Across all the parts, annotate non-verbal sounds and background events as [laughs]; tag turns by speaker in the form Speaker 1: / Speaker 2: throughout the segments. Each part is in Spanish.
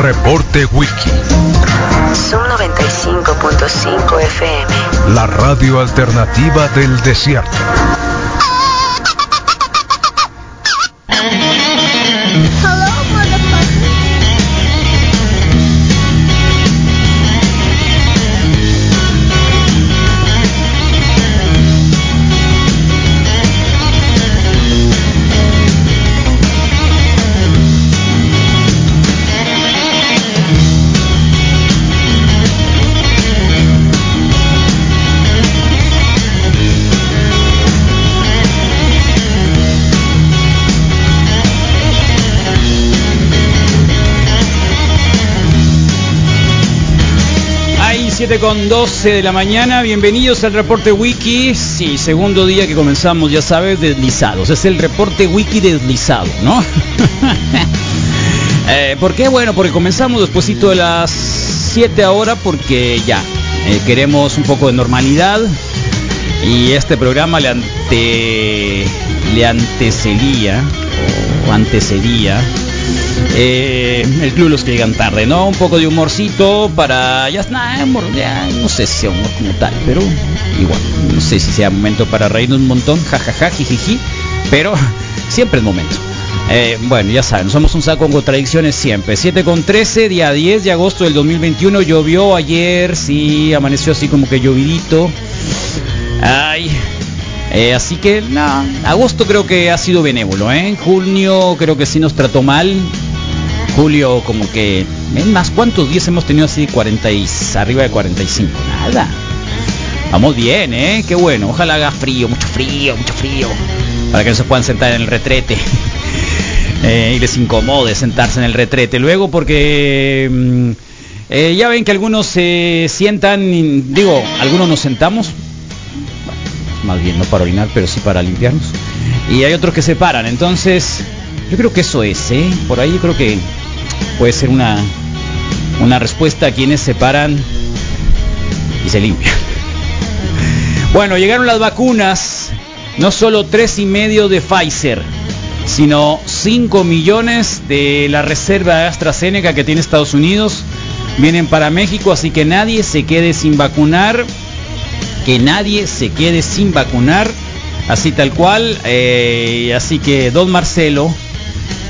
Speaker 1: Reporte Wiki.
Speaker 2: Son 95.5 FM.
Speaker 1: La radio alternativa del desierto.
Speaker 3: Hay 7 con 12 de la mañana, bienvenidos al reporte wiki. Sí, segundo día que comenzamos, ya sabes, deslizados. Es el reporte wiki deslizado, ¿no? [laughs] Eh, ¿Por qué? Bueno, porque comenzamos despuesito de las 7 ahora porque ya eh, queremos un poco de normalidad y este programa le ante le antecedía o antecedía eh, el club los que llegan tarde, ¿no? Un poco de humorcito para ya, nah, humor, ya, no sé si sea humor como tal, pero igual, no sé si sea momento para reírnos un montón, jajaja, jijiji, pero [laughs] siempre es momento. Eh, bueno, ya saben, somos un saco con contradicciones siempre. 7 con 13, día 10 de agosto del 2021, llovió ayer, sí, amaneció así como que llovidito. Ay, eh, así que nada, agosto creo que ha sido benévolo, ¿eh? Junio creo que sí nos trató mal. Julio como que... ¿eh? Más cuántos días hemos tenido así 40 y, arriba de 45. Nada. Vamos bien, ¿eh? Qué bueno. Ojalá haga frío, mucho frío, mucho frío. Para que no se puedan sentar en el retrete. [laughs] Eh, y les incomode sentarse en el retrete. Luego porque... mm, eh, ya ven que algunos se sientan, y- digo, algunos nos sentamos, más bien no para orinar, pero sí para limpiarnos. Y hay otros que se paran, entonces yo creo que eso es, ¿eh? Por ahí yo creo que puede ser una, una respuesta a quienes se paran y se limpian. [laughs] Bueno, llegaron las vacunas, no solo tres y medio de Pfizer, sino 5 millones de la reserva de AstraZeneca que tiene Estados Unidos. Vienen para México, así que nadie se quede sin vacunar que nadie se quede sin vacunar, así tal cual. eh, así que Don Marcelo,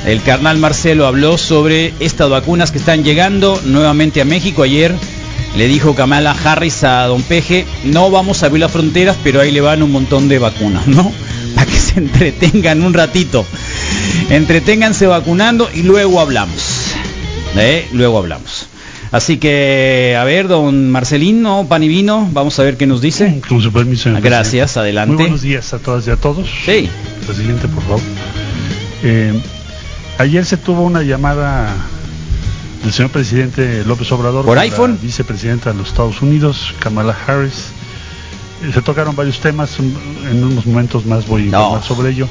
Speaker 3: el carnal Marcelo habló sobre estas vacunas que están llegando nuevamente a México ayer. Le dijo Kamala Harris a Don Peje, no vamos a abrir las fronteras, pero ahí le van un montón de vacunas, ¿no? [laughs] Para que se entretengan un ratito. Entreténganse vacunando y luego hablamos. ¿eh? Luego hablamos. Así que, a ver, don Marcelino, pan y vino, vamos a ver qué nos dice.
Speaker 4: Con su permiso, señor
Speaker 3: Gracias,
Speaker 4: presidente.
Speaker 3: adelante.
Speaker 4: Muy buenos días a todas y a todos.
Speaker 3: Sí.
Speaker 4: La siguiente, por favor. Eh, ayer se tuvo una llamada del señor presidente López Obrador
Speaker 3: ¿Por
Speaker 4: con la
Speaker 3: iPhone?
Speaker 4: vicepresidenta de los Estados Unidos, Kamala Harris. Eh, Se tocaron varios temas, un- en unos momentos más voy a
Speaker 3: No.
Speaker 4: informar sobre ello.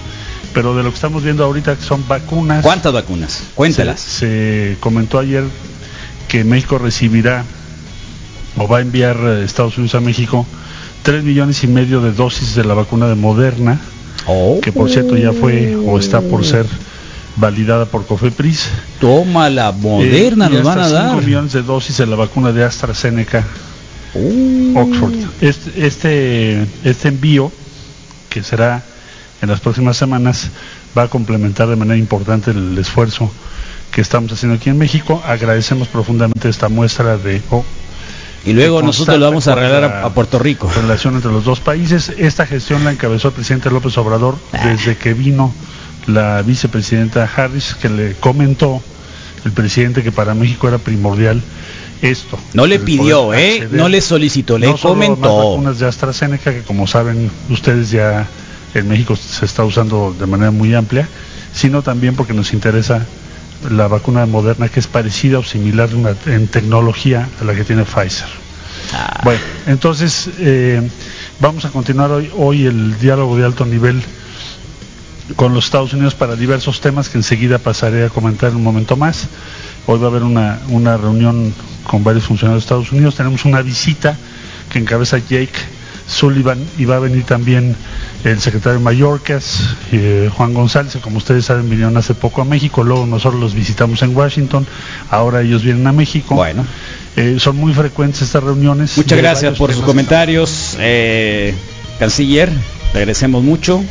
Speaker 4: Pero de lo que estamos viendo ahorita que son vacunas.
Speaker 3: ¿Cuántas vacunas?
Speaker 4: Se,
Speaker 3: Cuéntalas.
Speaker 4: se comentó ayer que México recibirá o va a enviar eh, Estados Unidos a México tres millones y medio de dosis de la vacuna de Moderna,
Speaker 3: Oh,
Speaker 4: que por cierto ya fue o está por ser validada por Cofepris.
Speaker 3: toma la moderna,
Speaker 4: Eh, y
Speaker 3: nos van
Speaker 4: hasta
Speaker 3: a
Speaker 4: cinco
Speaker 3: dar.
Speaker 4: millones de dosis de la vacuna de AstraZeneca
Speaker 3: Uh,
Speaker 4: Oxford. Este, este, este envío, que será en las próximas semanas, va a complementar de manera importante el esfuerzo que estamos haciendo aquí en México. Agradecemos profundamente esta muestra de oh, o-
Speaker 3: Y luego
Speaker 4: que
Speaker 3: nosotros lo vamos a
Speaker 4: constata
Speaker 3: regalar
Speaker 4: con
Speaker 3: a,
Speaker 4: la
Speaker 3: a Puerto Rico.
Speaker 4: relación entre los dos países. Esta gestión la encabezó el presidente López Obrador
Speaker 3: Ah.
Speaker 4: desde que vino la vicepresidenta Harris, que le comentó el presidente que para México era primordial esto.
Speaker 3: No le
Speaker 4: el
Speaker 3: pidió,
Speaker 4: poder
Speaker 3: ¿eh?
Speaker 4: acceder
Speaker 3: No le solicitó, le
Speaker 4: no solo más
Speaker 3: comentó.
Speaker 4: vacunas de AstraZeneca, que como saben ustedes ya en México se está usando de manera muy amplia, sino también porque nos interesa la vacuna moderna que es parecida o similar en la- en tecnología a la que tiene Pfizer.
Speaker 3: Ah.
Speaker 4: Bueno, entonces eh, vamos a continuar hoy, hoy el diálogo de alto nivel con los Estados Unidos para diversos temas que enseguida pasaré a comentar en un momento más. Hoy va a haber una, una reunión con varios funcionarios de Estados Unidos. Tenemos una visita que encabeza Jake Sullivan y va a venir también el secretario Mallorcas, eh, Juan González, que como ustedes saben vinieron hace poco a México, luego nosotros los visitamos en Washington, ahora ellos vienen a México.
Speaker 3: Bueno.
Speaker 4: Eh, son muy frecuentes estas reuniones.
Speaker 3: Muchas
Speaker 4: Pues, de
Speaker 3: gracias
Speaker 4: varios
Speaker 3: por sus
Speaker 4: temas.
Speaker 3: comentarios, eh, canciller. Le agradecemos mucho.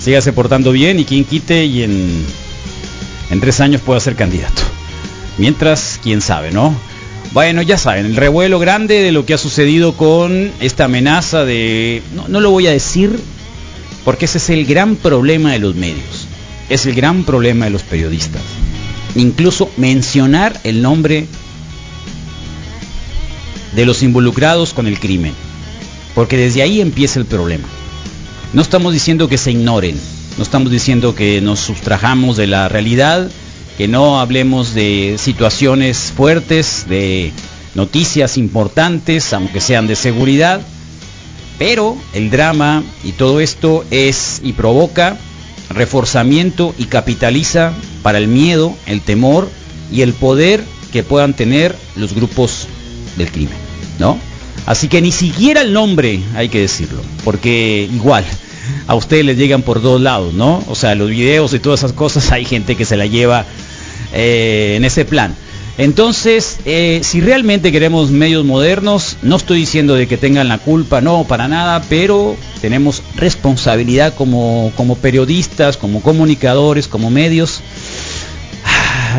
Speaker 3: Sígase portando bien y quien quite y en, en tres años pueda ser candidato. Mientras, quién sabe, ¿no? Bueno, ya saben, el revuelo grande de lo que ha sucedido con esta amenaza de... No, no lo voy a decir porque ese es el gran problema de los medios. Es el gran problema de los periodistas. Incluso mencionar el nombre de los involucrados con el crimen. Porque desde ahí empieza el problema. No estamos diciendo que se ignoren, no estamos diciendo que nos sustrajamos de la realidad, que no hablemos de situaciones fuertes, de noticias importantes, aunque sean de seguridad, pero el drama y todo esto es y provoca reforzamiento y capitaliza para el miedo, el temor y el poder que puedan tener los grupos del crimen, ¿no? Así que ni siquiera el nombre hay que decirlo, porque igual a ustedes les llegan por dos lados, ¿no? O sea, los videos y todas esas cosas hay gente que se la lleva eh, en ese plan. Entonces, eh, si realmente queremos medios modernos, no estoy diciendo de que tengan la culpa, no, para nada, pero tenemos responsabilidad como, como periodistas, como comunicadores, como medios,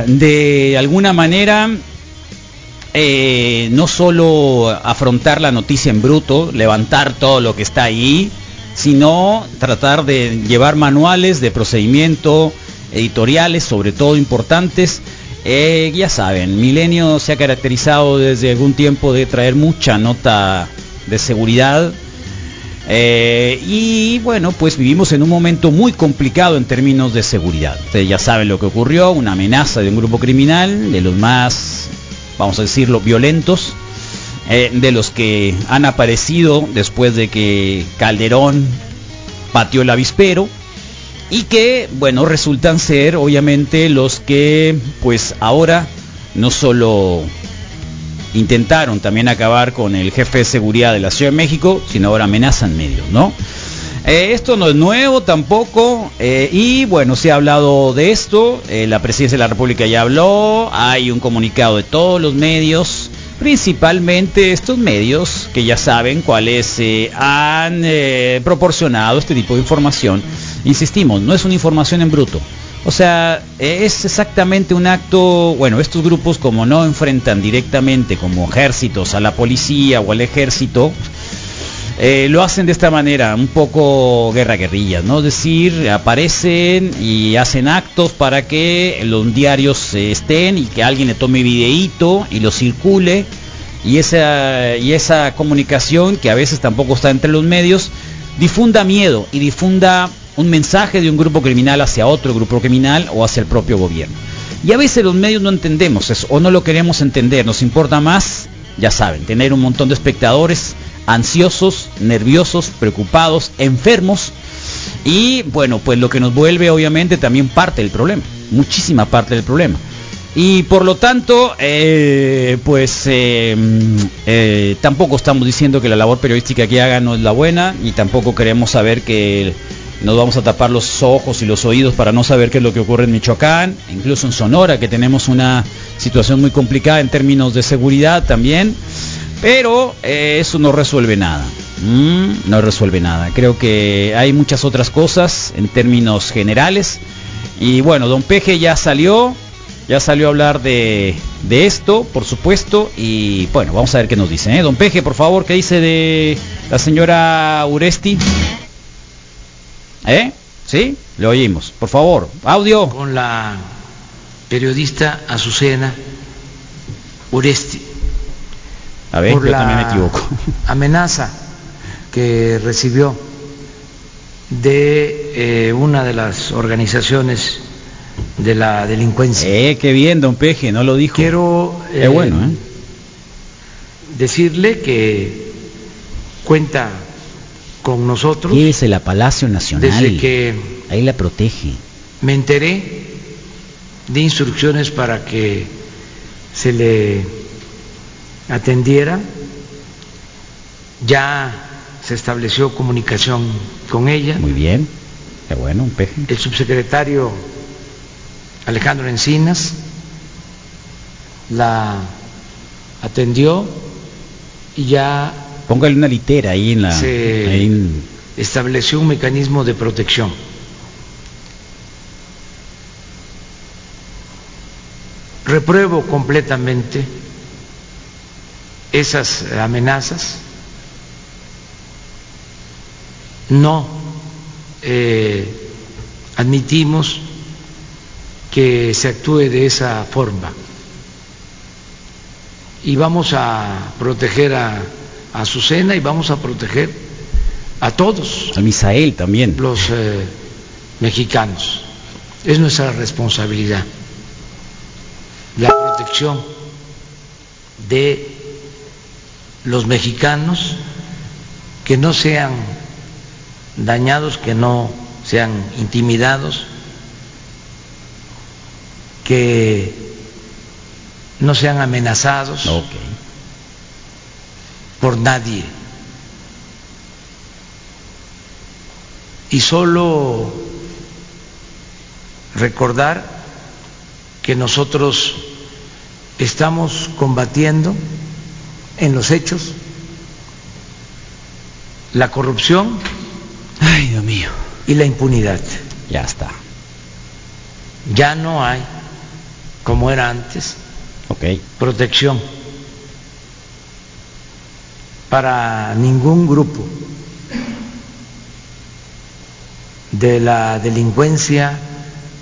Speaker 3: de alguna manera eh, no solo afrontar la noticia en bruto, levantar todo lo que está ahí, sino tratar de llevar manuales de procedimiento, editoriales, sobre todo importantes. Eh, ya saben, Milenio se ha caracterizado desde algún tiempo de traer mucha nota de seguridad. Eh, y bueno, pues vivimos en un momento muy complicado en términos de seguridad. Ustedes ya saben lo que ocurrió, una amenaza de un grupo criminal, de los más vamos a decirlo, violentos, eh, de los que han aparecido después de que Calderón pateó el avispero y que, bueno, resultan ser obviamente los que, pues ahora, no solo intentaron también acabar con el jefe de seguridad de la Ciudad de México, sino ahora amenazan medios, ¿no? Eh, esto no es nuevo tampoco eh, y bueno, se ha hablado de esto, eh, la presidencia de la República ya habló, hay un comunicado de todos los medios, principalmente estos medios que ya saben cuáles eh, han eh, proporcionado este tipo de información. Insistimos, no es una información en bruto. O sea, eh, es exactamente un acto, bueno, estos grupos como no enfrentan directamente como ejércitos a la policía o al ejército, eh, lo hacen de esta manera, un poco guerra guerrilla, ¿no? Es decir, aparecen y hacen actos para que los diarios eh, estén y que alguien le tome videíto y lo circule. Y esa, y esa comunicación, que a veces tampoco está entre los medios, difunda miedo y difunda un mensaje de un grupo criminal hacia otro grupo criminal o hacia el propio gobierno. Y a veces los medios no entendemos eso o no lo queremos entender, nos importa más, ya saben, tener un montón de espectadores ansiosos, nerviosos, preocupados, enfermos. Y bueno, pues lo que nos vuelve obviamente también parte del problema, muchísima parte del problema. Y por lo tanto, eh, pues eh, mm, eh, tampoco estamos diciendo que la labor periodística que haga no es la buena y tampoco queremos saber que nos vamos a tapar los ojos y los oídos para no saber qué es lo que ocurre en Michoacán, incluso en Sonora, que tenemos una situación muy complicada en términos de seguridad también. Pero eh, eso no resuelve nada. Mm, no resuelve nada. Creo que hay muchas otras cosas en términos generales. Y bueno, don Peje ya salió. Ya salió a hablar de, de esto, por supuesto. Y bueno, vamos a ver qué nos dice. ¿eh? Don Peje, por favor, ¿qué dice de la señora Uresti? ¿Eh? ¿Sí? Le oímos. Por favor, audio.
Speaker 5: con la periodista Azucena Uresti
Speaker 3: A ver,
Speaker 5: por
Speaker 3: yo
Speaker 5: la
Speaker 3: también me equivoco. [laughs]
Speaker 5: amenaza que recibió de eh, una de las organizaciones de la delincuencia.
Speaker 3: Eh, qué bien, don Peje, no lo dijo.
Speaker 5: Quiero
Speaker 3: Qué
Speaker 5: eh,
Speaker 3: bueno, ¿eh?
Speaker 5: decirle que cuenta con nosotros.
Speaker 3: Llévesela a Palacio Nacional.
Speaker 5: Desde que
Speaker 3: Ahí la protege.
Speaker 5: me enteré de instrucciones para que se le atendiera. Ya se estableció comunicación con ella.
Speaker 3: Muy bien. Qué bueno, un peje.
Speaker 5: El subsecretario Alejandro Encinas la atendió y ya
Speaker 3: Póngale una litera ahí en la.
Speaker 5: se
Speaker 3: ahí en-
Speaker 5: estableció un mecanismo de protección. Repruebo completamente esas amenazas. No eh, admitimos que se actúe de esa forma. Y vamos a proteger a a Azucena y vamos a proteger a todos
Speaker 3: A Misael también.
Speaker 5: los eh, mexicanos. Es nuestra responsabilidad la protección de los mexicanos que no sean dañados, que no sean intimidados, que no sean amenazados
Speaker 3: Ok.
Speaker 5: por nadie. Y solo recordar que nosotros estamos combatiendo en los hechos la corrupción
Speaker 3: Ay, Dios mío.
Speaker 5: y la impunidad.
Speaker 3: Ya está.
Speaker 5: Ya no hay, como era antes,
Speaker 3: Ok.
Speaker 5: protección para ningún grupo de la delincuencia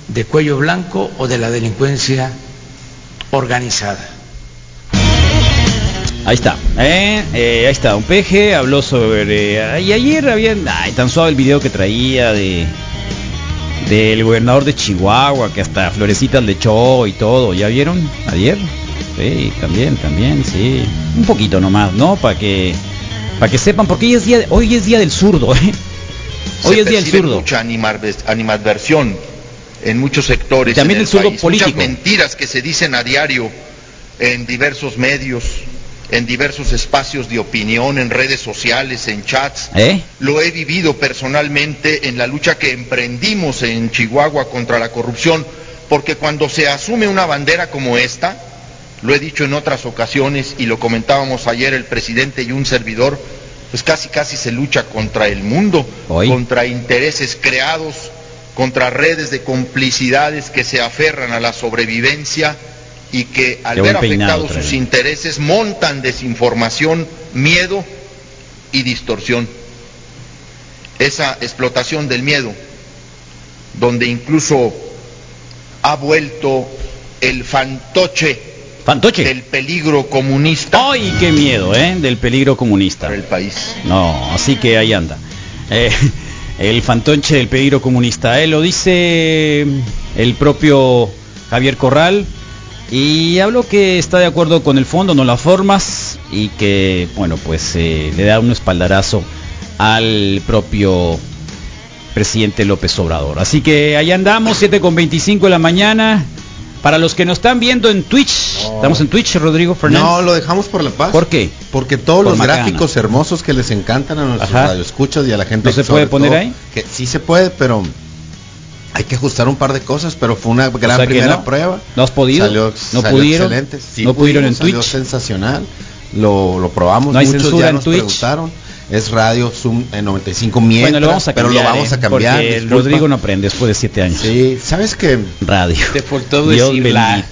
Speaker 5: de cuello blanco o de la delincuencia organizada.
Speaker 3: Ahí está, ¿eh? Eh, ahí está, un peje habló sobre... eh, y ayer había... Ay, tan suave el video que traía de... Del gobernador de Chihuahua, que hasta florecitas le echó y todo, ¿ya vieron? Ayer. Sí, también, también, sí. Un poquito nomás, ¿no? Para que... Para que sepan, porque hoy es día, hoy es día del zurdo, ¿eh? Hoy
Speaker 6: se
Speaker 3: es día del
Speaker 6: percibe
Speaker 3: zurdo.
Speaker 6: mucha animadves- animadversión en muchos sectores.
Speaker 3: Y también
Speaker 6: en
Speaker 3: el zurdo
Speaker 6: país.
Speaker 3: político.
Speaker 6: Muchas mentiras que se dicen a diario en diversos medios, en diversos espacios de opinión, en redes sociales, en chats.
Speaker 3: ¿Eh?
Speaker 6: Lo he vivido personalmente en la lucha que emprendimos en Chihuahua contra la corrupción, porque cuando se asume una bandera como esta, lo he dicho en otras ocasiones y lo comentábamos ayer el presidente y un servidor, pues casi casi se lucha contra el mundo,
Speaker 3: Hoy.
Speaker 6: contra intereses creados, contra redes de complicidades que se aferran a la sobrevivencia y que al
Speaker 3: Qué buen
Speaker 6: ver
Speaker 3: peinado
Speaker 6: afectados
Speaker 3: trae.
Speaker 6: sus intereses montan desinformación, miedo y distorsión. Esa explotación del miedo, donde incluso ha vuelto el fantoche
Speaker 3: Fantoche.
Speaker 6: del peligro comunista
Speaker 3: ¡Ay, qué miedo, eh! Del peligro comunista.
Speaker 6: para el país.
Speaker 3: No, así que ahí anda. Eh, [laughs] el fantoche del peligro comunista. eh, lo dice el propio Javier Corral. Y habló que está de acuerdo con el fondo, no las formas. Y que, bueno, pues eh, le da un espaldarazo al propio presidente López Obrador. Así que ahí andamos, 7 con 25 de la mañana. Para los que nos están viendo en Twitch, estamos en Twitch, Rodrigo Fernández.
Speaker 7: No, lo dejamos por la paz.
Speaker 3: ¿Por qué?
Speaker 7: Porque todos
Speaker 3: Por
Speaker 7: los
Speaker 3: macana.
Speaker 7: gráficos hermosos que les encantan a nuestros
Speaker 3: Ajá.
Speaker 7: radioescuchas y a la gente.
Speaker 3: ¿No se
Speaker 7: sobre
Speaker 3: puede poner
Speaker 7: todo,
Speaker 3: ahí?
Speaker 7: Que sí se puede, pero hay que ajustar un par de cosas. Pero fue una gran
Speaker 3: sea que
Speaker 7: primera
Speaker 3: no.
Speaker 7: prueba.
Speaker 3: ¿No has podido?
Speaker 7: Salió,
Speaker 3: ¿No
Speaker 7: salió
Speaker 3: pudieron?
Speaker 7: excelente. Sí
Speaker 3: ¿No pudieron en
Speaker 7: salió
Speaker 3: Twitch?
Speaker 7: sensacional. Lo, lo probamos.
Speaker 3: ¿No hay
Speaker 7: Muchos
Speaker 3: censura
Speaker 7: ya
Speaker 3: en
Speaker 7: nos
Speaker 3: Twitch?
Speaker 7: preguntaron. Es radio Zoom en 95 mientras,
Speaker 3: bueno, lo vamos a cambiar.
Speaker 7: pero lo vamos
Speaker 3: eh,
Speaker 7: a cambiar.
Speaker 3: porque el
Speaker 7: disculpa.
Speaker 3: Rodrigo no aprende después de siete años.
Speaker 7: Sí, sabes que
Speaker 3: radio.
Speaker 8: Te faltó
Speaker 3: Dios
Speaker 8: decir
Speaker 3: bendito.
Speaker 8: la-